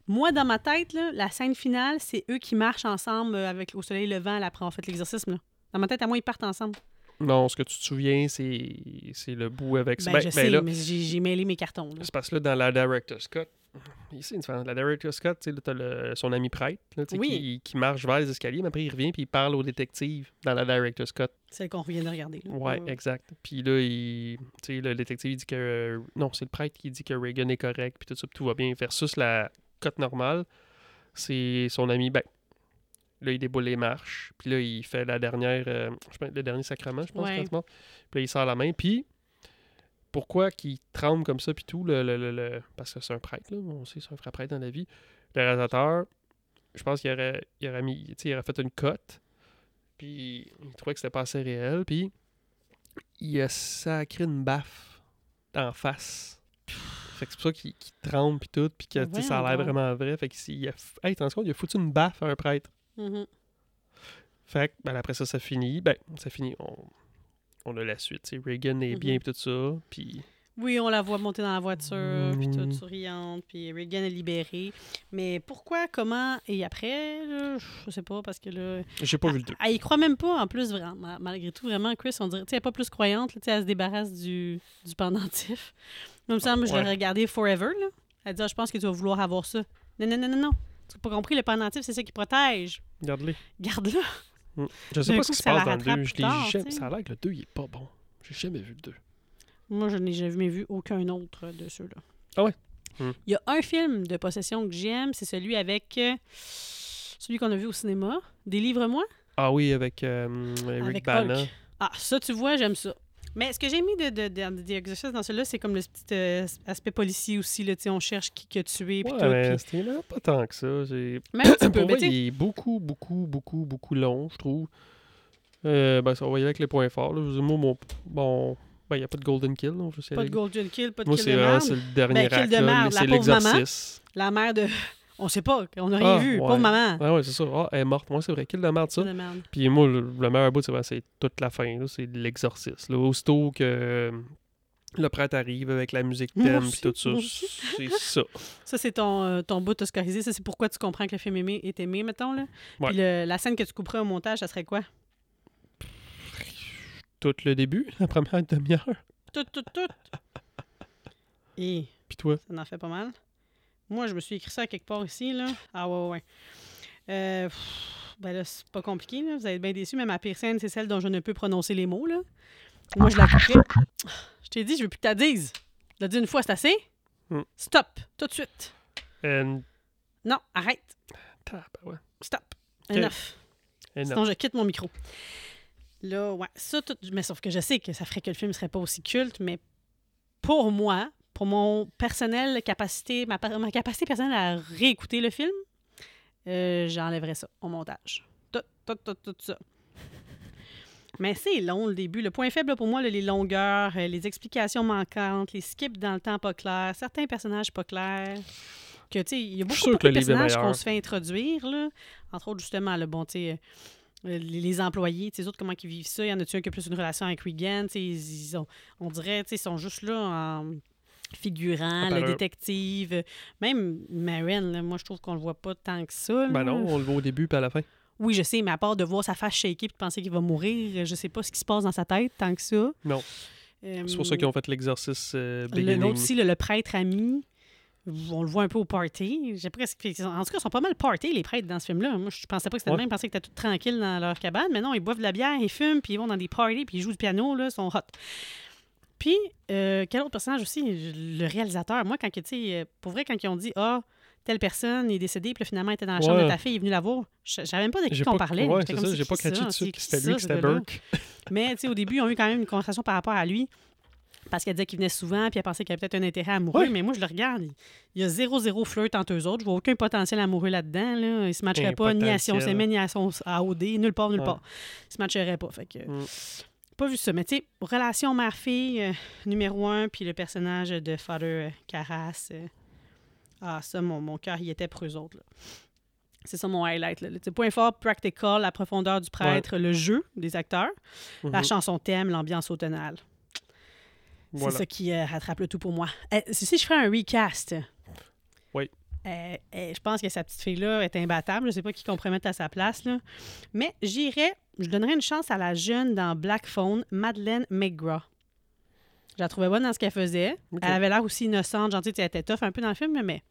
[SPEAKER 1] Moi, dans ma tête, là, la scène finale, c'est eux qui marchent ensemble euh, avec au soleil levant là, après on fait l'exorcisme. là. Dans ma tête, à moi, ils partent ensemble.
[SPEAKER 2] Non, ce que tu te souviens, c'est c'est le bout avec...
[SPEAKER 1] Ben,
[SPEAKER 2] ben-
[SPEAKER 1] je
[SPEAKER 2] ben
[SPEAKER 1] sais,
[SPEAKER 2] là,
[SPEAKER 1] mais j'ai j'ai mêlé mes cartons. là.
[SPEAKER 2] C'est parce que là, dans la Director Scott, ici, une différence. La Director Scott, tu sais, là, t'as le- son ami prêtre, là, tu sais,
[SPEAKER 1] Oui.
[SPEAKER 2] qui, qui marche vers les escaliers, mais après, il revient puis il parle au détective dans la Director Scott.
[SPEAKER 1] Celle qu'on vient de regarder. là.
[SPEAKER 2] Ouais, exact. Puis là, il, tu sais, le détective, il dit que. euh, non, c'est le prêtre qui dit que Reagan est correct, puis tout ça, puis tout va bien. Versus la cote normale, c'est son ami, ben. Là, il déboule les marches, puis là, il fait la dernière. euh, je pense- le dernier sacrement, je pense,
[SPEAKER 1] Ouais.
[SPEAKER 2] quand il meurt. Puis là, il sort la main, puis. Pourquoi qu'il tremble comme ça, puis tout, le, le- le- le- parce que c'est un prêtre, là, on sait, c'est un vrai prêtre dans la vie. Le réalisateur, je pense qu'il aurait, il aurait, mis, tu sais, il aurait fait une cote, puis il trouvait que c'était pas assez réel, puis il a sacré une baffe d'en face. Fait que c'est pour ça qu'il qu'il tremble puis tout, puis que
[SPEAKER 1] Mais
[SPEAKER 2] tu sais, ça a l'air
[SPEAKER 1] voyons donc.
[SPEAKER 2] vraiment vrai. Fait que s'il a, f- hey, tu te rends compte, il a foutu une baffe à un prêtre.
[SPEAKER 1] Mhm.
[SPEAKER 2] Fait que ben, après ça, ça finit. Ben, ça finit. On, on a la suite. tu sais, Reagan est bien
[SPEAKER 1] Mhm.
[SPEAKER 2] puis tout ça. Puis
[SPEAKER 1] Oui, on la voit monter dans la voiture, puis
[SPEAKER 2] Mm.
[SPEAKER 1] toute souriante, puis Reagan est libérée. Mais pourquoi, comment et après, là, je sais pas, parce que là,
[SPEAKER 2] j'ai pas vu le deux.
[SPEAKER 1] elle y Ah, croit même pas, en plus, vraiment. Ma- Malgré tout, vraiment, Chris, on dirait, tu sais, elle est pas plus croyante, là, tu sais, elle se débarrasse du, du pendentif. Même ça, moi, je l'ai
[SPEAKER 2] Ouais.
[SPEAKER 1] regardé forever, là. Elle dit, Ah, je pense que tu vas vouloir avoir ça. Non, non, non, non, non. Tu n'as pas compris, le pendentif, c'est ça qui protège.
[SPEAKER 2] Regarde-les.
[SPEAKER 1] Garde-le.
[SPEAKER 2] Je sais
[SPEAKER 1] D'un
[SPEAKER 2] pas
[SPEAKER 1] coup,
[SPEAKER 2] ce qui se
[SPEAKER 1] ça la
[SPEAKER 2] passe dans le
[SPEAKER 1] rattrape
[SPEAKER 2] 2.
[SPEAKER 1] plus tard, tu sais.
[SPEAKER 2] Ça a l'air que le 2, il est pas bon. J'ai jamais vu le 2.
[SPEAKER 1] Moi, je n'ai jamais vu aucun autre de ceux-là.
[SPEAKER 2] Ah ouais? Hmm.
[SPEAKER 1] Il y a un film de possession que j'aime, c'est celui avec euh, celui qu'on a vu au cinéma, Délivre-moi,
[SPEAKER 2] Ah oui, avec euh, Eric
[SPEAKER 1] avec
[SPEAKER 2] Bana.
[SPEAKER 1] Hulk. Ah, ça, tu vois, j'aime ça. Mais ce que j'ai mis de, de, de, de The Exorcist dans celui-là, c'est comme le petit euh, aspect policier aussi. Là, tu sais, on cherche qui que tu es. puis
[SPEAKER 2] Ouais,
[SPEAKER 1] tout,
[SPEAKER 2] mais
[SPEAKER 1] puis-
[SPEAKER 2] c'était vraiment pas tant que ça. J'ai-
[SPEAKER 1] Même un petit peu.
[SPEAKER 2] Pour
[SPEAKER 1] mais
[SPEAKER 2] moi,
[SPEAKER 1] tu sais,
[SPEAKER 2] il est beaucoup, beaucoup, beaucoup, beaucoup long, je trouve. Euh, ben, ça, on va y aller avec les points forts. Là. Je veux dire, moi, mon... Bon, ben, il n'y a pas de golden kill. là, on peut y
[SPEAKER 1] Pas
[SPEAKER 2] aller.
[SPEAKER 1] de Golden Kill, pas de
[SPEAKER 2] Moi,
[SPEAKER 1] Kill
[SPEAKER 2] c'est
[SPEAKER 1] de
[SPEAKER 2] vraiment
[SPEAKER 1] merde.
[SPEAKER 2] c'est le dernier
[SPEAKER 1] Ben, kill
[SPEAKER 2] acte,
[SPEAKER 1] de
[SPEAKER 2] là,
[SPEAKER 1] merde,
[SPEAKER 2] mais
[SPEAKER 1] la
[SPEAKER 2] c'est
[SPEAKER 1] pauvre maman.
[SPEAKER 2] l'exorciste.
[SPEAKER 1] La mère de. On sait pas, on n'a rien
[SPEAKER 2] Ah,
[SPEAKER 1] vu.
[SPEAKER 2] ouais.
[SPEAKER 1] Pauvre maman.
[SPEAKER 2] Ah ouais, c'est ça. Ah, elle est morte. Moi, c'est vrai. Kill de la merde, ça.
[SPEAKER 1] Kill de merde.
[SPEAKER 2] Puis moi, le, le meilleur bout, c'est vraiment- c'est toute la fin. là, C'est l'exorciste. là. Aussitôt que euh, le prêtre arrive avec la musique
[SPEAKER 1] Moi
[SPEAKER 2] thème puis
[SPEAKER 1] aussi,
[SPEAKER 2] tout ça,
[SPEAKER 1] moi aussi.
[SPEAKER 2] c'est ça.
[SPEAKER 1] Ça, c'est ton, euh, ton bout oscarisé. Ça, c'est pourquoi tu comprends que le film aimé est aimé, mettons. Là.
[SPEAKER 2] Ouais.
[SPEAKER 1] Puis le- la scène que tu couperais au montage, ça serait quoi?
[SPEAKER 2] Tout le début, la première demi-heure.
[SPEAKER 1] Tout, tout, tout. Et
[SPEAKER 2] Puis toi,
[SPEAKER 1] ça en fait pas mal. Moi, je me suis écrit ça quelque part ici, là. Ah ouais, ouais, ouais. Euh, pff, ben là, c'est pas compliqué, là. Vous allez être bien déçus, mais ma pire scène, c'est celle dont je ne peux prononcer les mots, là. Moi, je la couperais. Je t'ai dit, je veux plus que t'as dises. Je l'ai dit une fois, c'est assez.
[SPEAKER 2] Hmm.
[SPEAKER 1] Stop, tout de suite.
[SPEAKER 2] and...
[SPEAKER 1] Non, arrête.
[SPEAKER 2] Ah, ben ouais.
[SPEAKER 1] Stop.
[SPEAKER 2] Ok.
[SPEAKER 1] Enough.
[SPEAKER 2] And
[SPEAKER 1] Sinon, je quitte mon micro. Là, ouais, ça, tout- mais sauf que je sais que ça ferait que le film serait pas aussi culte, mais pour moi, pour mon personnel capacité, ma, par- ma capacité personnelle à réécouter le film, euh, j'enlèverais ça au montage. Tout, tout, tout, tout ça. Mais c'est long le début. Le point faible pour moi, là, les longueurs, euh, les explications manquantes, les skips dans le temps pas clairs, certains personnages pas clairs. Que, tu sais, il y a beaucoup,
[SPEAKER 2] suis sûr
[SPEAKER 1] beaucoup
[SPEAKER 2] que
[SPEAKER 1] de
[SPEAKER 2] le livre est
[SPEAKER 1] personnages qu'on
[SPEAKER 2] meilleur.
[SPEAKER 1] se fait introduire, là. entre autres, justement, le bon, tu sais, euh, les, les employés, tu sais, les autres, comment ils vivent ça. Il y en a-tu un qui a plus une relation avec Regan? tu sais, Ils, ils ont, on dirait, tu sais, ils sont juste là en figurant,
[SPEAKER 2] En
[SPEAKER 1] le
[SPEAKER 2] parole.
[SPEAKER 1] détective. Même Maren, là, moi, je trouve qu'on le voit pas tant que ça. là.
[SPEAKER 2] Ben non, on le voit au début puis à la fin.
[SPEAKER 1] Oui, je sais, mais à part de voir sa face shaker et de penser qu'il va mourir, je sais pas ce qui se passe dans sa tête tant que ça.
[SPEAKER 2] Non.
[SPEAKER 1] Euh,
[SPEAKER 2] C'est pour ça qu'ils ont fait l'exercice euh,
[SPEAKER 1] le-
[SPEAKER 2] beginning.
[SPEAKER 1] L'autre aussi, le, le prêtre ami, on le voit un peu au party. J'ai presque... En tout cas, ils sont pas mal party, les prêtres, dans ce film-là. Moi, je pensais pas que c'était
[SPEAKER 2] Ouais.
[SPEAKER 1] le même. Je pensais que c'était tout tranquille dans leur cabane. Mais non, ils boivent de la bière, ils fument, puis ils vont dans des parties, puis ils jouent du piano, là, ils sont hot. Puis, euh, quel autre personnage aussi? Le réalisateur. Moi, quand, que, tu sais, euh, pour vrai, quand ils ont dit « Ah, telle personne est décédée, puis là, finalement, elle était dans la chambre
[SPEAKER 2] Ouais.
[SPEAKER 1] de ta fille, il est venu la voir », je je savais même pas de qui
[SPEAKER 2] J'ai
[SPEAKER 1] qu'on
[SPEAKER 2] pas-
[SPEAKER 1] parlait.
[SPEAKER 2] Ouais,
[SPEAKER 1] J'étais
[SPEAKER 2] c'est
[SPEAKER 1] comme,
[SPEAKER 2] ça. J'ai
[SPEAKER 1] qui
[SPEAKER 2] pas catché
[SPEAKER 1] ça?
[SPEAKER 2] dessus
[SPEAKER 1] C'est
[SPEAKER 2] que c'était
[SPEAKER 1] qui
[SPEAKER 2] lui,
[SPEAKER 1] ça,
[SPEAKER 2] que
[SPEAKER 1] ce
[SPEAKER 2] c'était
[SPEAKER 1] gars-là?
[SPEAKER 2] Burke.
[SPEAKER 1] Mais tu sais, au début, ils ont eu quand même une conversation par rapport à lui. Parce qu'elle disait qu'il venait souvent, puis elle pensait qu'il avait peut-être un intérêt amoureux.
[SPEAKER 2] Ouais.
[SPEAKER 1] Mais moi, je le regarde. Il, il y a zéro, zéro flirt entre eux autres. Je vois aucun potentiel amoureux là-dedans. Là. Ils se matcheraient
[SPEAKER 2] Un
[SPEAKER 1] pas, ni à si on
[SPEAKER 2] potentiel.
[SPEAKER 1] s'aimait, ni à son AOD, nulle part, nulle
[SPEAKER 2] Ouais.
[SPEAKER 1] part. Ils se matcheraient pas. Fait que.
[SPEAKER 2] Mm.
[SPEAKER 1] Pas vu ça. Mais tu sais, relation mère-fille, euh, numéro un, puis le personnage de Father euh, Carras. euh, ah, ça, mon, mon cœur y était pour eux autres. là. C'est ça mon highlight. Là. Le petit point fort, practical, la profondeur du prêtre, le jeu des acteurs, la
[SPEAKER 2] Mhm.
[SPEAKER 1] chanson thème, l'ambiance automnale.
[SPEAKER 2] Voilà.
[SPEAKER 1] C'est ça qui euh, rattrape le tout pour moi. Euh, si je fais un recast.
[SPEAKER 2] Oui.
[SPEAKER 1] euh, euh, je pense que sa petite fille-là est imbattable. Je sais pas qui qu'on pourrait mettre à sa place. Là. Mais j'irais, je donnerais une chance à la jeune dans Black Phone, Madeleine McGraw. Je la trouvais bonne dans ce qu'elle faisait.
[SPEAKER 2] Ok.
[SPEAKER 1] Elle avait l'air aussi innocente, gentille. Elle était tough un peu dans le film, mais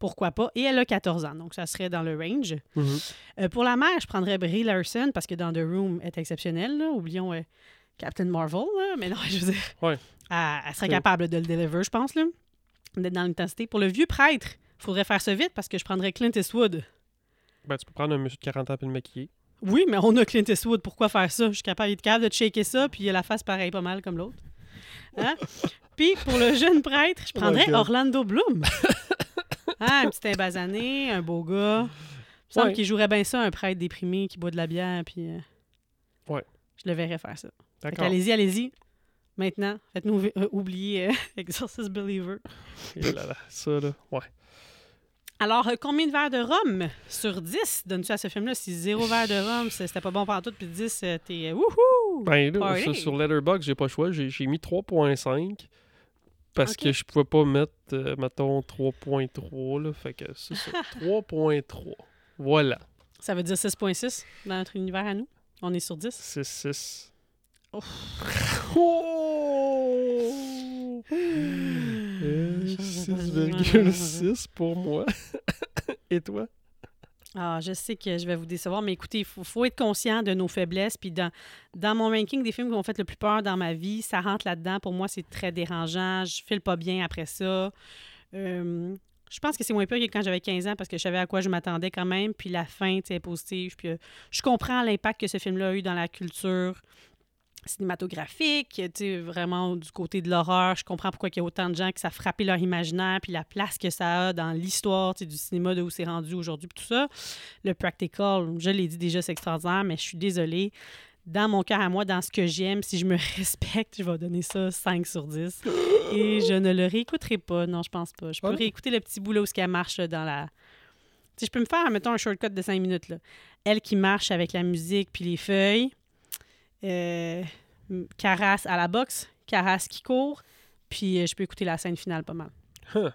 [SPEAKER 1] pourquoi pas. Et elle a 14 ans, donc ça serait dans le range.
[SPEAKER 2] Mhm.
[SPEAKER 1] Euh, pour la mère, je prendrais Brie Larson parce que dans The Room, elle est exceptionnelle. là. Oublions euh, Captain Marvel, là. mais non, je veux dire.
[SPEAKER 2] Ouais.
[SPEAKER 1] Elle, elle serait
[SPEAKER 2] C'est-
[SPEAKER 1] capable de le deliver, je pense, là, d'être dans l'intensité. Pour le vieux prêtre, il faudrait faire ça vite parce que je prendrais Clint Eastwood.
[SPEAKER 2] Ben, tu peux prendre un monsieur de 40 ans et le maquiller.
[SPEAKER 1] Oui, mais on a Clint Eastwood, pourquoi faire ça? Je suis capable, il est capable de checker ça, puis il a la face pareille pas mal comme l'autre. Hein? puis pour le jeune prêtre, je
[SPEAKER 2] Oh my
[SPEAKER 1] prendrais
[SPEAKER 2] God.
[SPEAKER 1] Orlando Bloom. Hein, un petit imbasané, un beau gars. Il me semble
[SPEAKER 2] Ouais.
[SPEAKER 1] qu'il jouerait bien ça, un prêtre déprimé qui boit de la bière, puis... euh,
[SPEAKER 2] Ouais.
[SPEAKER 1] Je le verrais faire ça. Fait
[SPEAKER 2] D'accord.
[SPEAKER 1] Allez-y, allez-y. Maintenant, faites-nous ouvi- euh, oublier euh, Exorcist Believer.
[SPEAKER 2] Et là, là, ça, là. Ouais.
[SPEAKER 1] Alors, euh, combien de verres de rhum sur 10 donnes-tu à ce film-là? Si zéro verre de rhum, c'est- c'était pas bon pantoute, puis 10, euh, t'es... euh, wouhou!
[SPEAKER 2] Ben là,
[SPEAKER 1] Party.
[SPEAKER 2] ça, sur Letterboxd, j'ai pas le choix. J'ai j'ai mis 3.5 parce
[SPEAKER 1] Ok.
[SPEAKER 2] que je pouvais pas mettre, euh, mettons, 3.3. là. Fait que c'est ça. 3.3. Voilà.
[SPEAKER 1] Ça veut dire 6.6 dans notre univers à nous. On est sur 10.
[SPEAKER 2] 6-6. Oh!
[SPEAKER 1] Oh. Ah,
[SPEAKER 2] Euh, 6,6 pour moi. Et toi?
[SPEAKER 1] Ah, je sais que je vais vous décevoir, mais écoutez, il faut, faut être conscient de nos faiblesses. Puis dans, dans mon ranking des films qui m'ont fait le plus peur dans ma vie, ça rentre là-dedans. Pour moi, c'est très dérangeant. Je file pas bien après ça. Euh, je pense que c'est moins pire que quand j'avais 15 ans parce que je savais à quoi je m'attendais quand même. Puis la fin, tu sais, est positive. Puis euh, je comprends l'impact que ce film-là a eu dans la culture cinématographique, tu sais, vraiment du côté de l'horreur. Je comprends pourquoi il y a autant de gens que ça a frappé leur imaginaire, puis la place que ça a dans l'histoire tu sais, du cinéma, de où c'est rendu aujourd'hui, puis tout ça. Le practical, je l'ai dit déjà, c'est extraordinaire, mais je suis désolée. Dans mon cœur à moi, dans ce que j'aime, si je me respecte, je vais donner ça 5 sur 10. Et je ne le réécouterai pas. Non, je pense pas. Je peux
[SPEAKER 2] Ah non?
[SPEAKER 1] réécouter le petit bout là où ce qu'elle marche là, dans la... Tu sais, je peux me faire, mettons, un shortcut de 5 minutes. Là. Elle qui marche avec la musique puis les feuilles. Euh, M- Caras à la boxe, Caras qui court, puis euh, je peux écouter la scène finale pas mal.
[SPEAKER 2] Huh.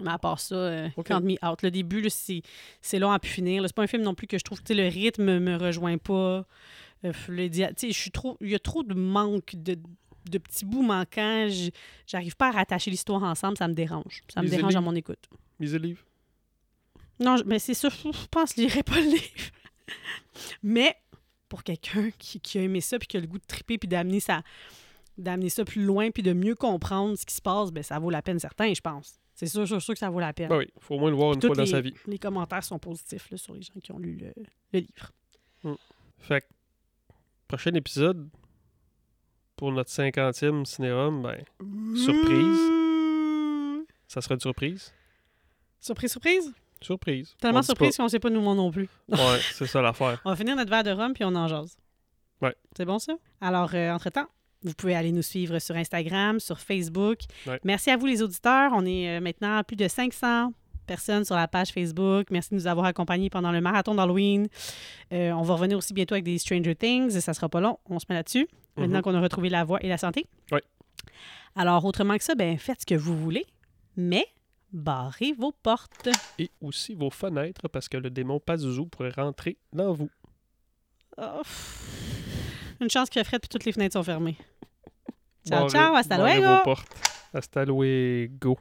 [SPEAKER 1] Mais à part ça, euh,
[SPEAKER 2] Ok.
[SPEAKER 1] Count Me Out. Le début, là, c'est c'est long à pu finir. là. C'est pas un film non plus que je trouve, tu sais, le rythme me rejoint pas. Euh, pff, le dia- tu sais, je suis trop, il y a trop de manque de, de petits bouts manquants. J- J'arrive pas à rattacher l'histoire ensemble, ça me dérange. Ça me
[SPEAKER 2] Les
[SPEAKER 1] dérange à
[SPEAKER 2] énigmes.
[SPEAKER 1] mon écoute.
[SPEAKER 2] Mise à livre.
[SPEAKER 1] Non, je- mais c'est ça, je je pense que je lirai pas le livre. mais pour quelqu'un qui, qui a aimé ça, puis qui a le goût de triper, puis d'amener ça, d'amener ça plus loin, puis de mieux comprendre ce qui se passe, ben ça vaut la peine, certain, je pense. C'est sûr, sûr, sûr que ça vaut la peine.
[SPEAKER 2] Ben oui, faut au moins le voir une
[SPEAKER 1] Toutes
[SPEAKER 2] fois dans
[SPEAKER 1] les-
[SPEAKER 2] sa vie.
[SPEAKER 1] Les commentaires sont positifs là, sur les gens qui ont lu le, le livre.
[SPEAKER 2] Fait que, prochain épisode, pour notre cinquantième cinérum, ben,
[SPEAKER 1] Surprise!
[SPEAKER 2] ça sera une surprise.
[SPEAKER 1] Mmh. Surprise, surprise?
[SPEAKER 2] Surprise. On
[SPEAKER 1] Tellement
[SPEAKER 2] dit pas.
[SPEAKER 1] surprise qu'on sait pas nous moi non plus.
[SPEAKER 2] Ouais, c'est ça l'affaire.
[SPEAKER 1] On va finir notre verre de rhum puis on en jase.
[SPEAKER 2] Ouais.
[SPEAKER 1] C'est bon ça? Alors, euh, entre-temps, vous pouvez aller nous suivre sur Instagram, sur Facebook.
[SPEAKER 2] Ouais.
[SPEAKER 1] Merci à vous les auditeurs. On est euh, maintenant à plus de 500 personnes sur la page Facebook. Merci de nous avoir accompagnés pendant le marathon d'Halloween. Euh, on va revenir aussi bientôt avec des Stranger Things. Ça sera pas long. On se met là-dessus. Maintenant
[SPEAKER 2] Mhm.
[SPEAKER 1] qu'on a retrouvé la voix et la santé.
[SPEAKER 2] Ouais.
[SPEAKER 1] Alors, autrement que ça, ben, faites ce que vous voulez, mais barrez vos portes.
[SPEAKER 2] Et aussi vos fenêtres, parce que le démon Pazuzu pourrait rentrer dans vous.
[SPEAKER 1] Oh, pff. Une chance qu'il y a Fred, puis toutes les fenêtres sont fermées. Ciao,
[SPEAKER 2] Barrez-
[SPEAKER 1] ciao, hasta
[SPEAKER 2] barrez
[SPEAKER 1] luego.
[SPEAKER 2] vos portes. Hasta luego.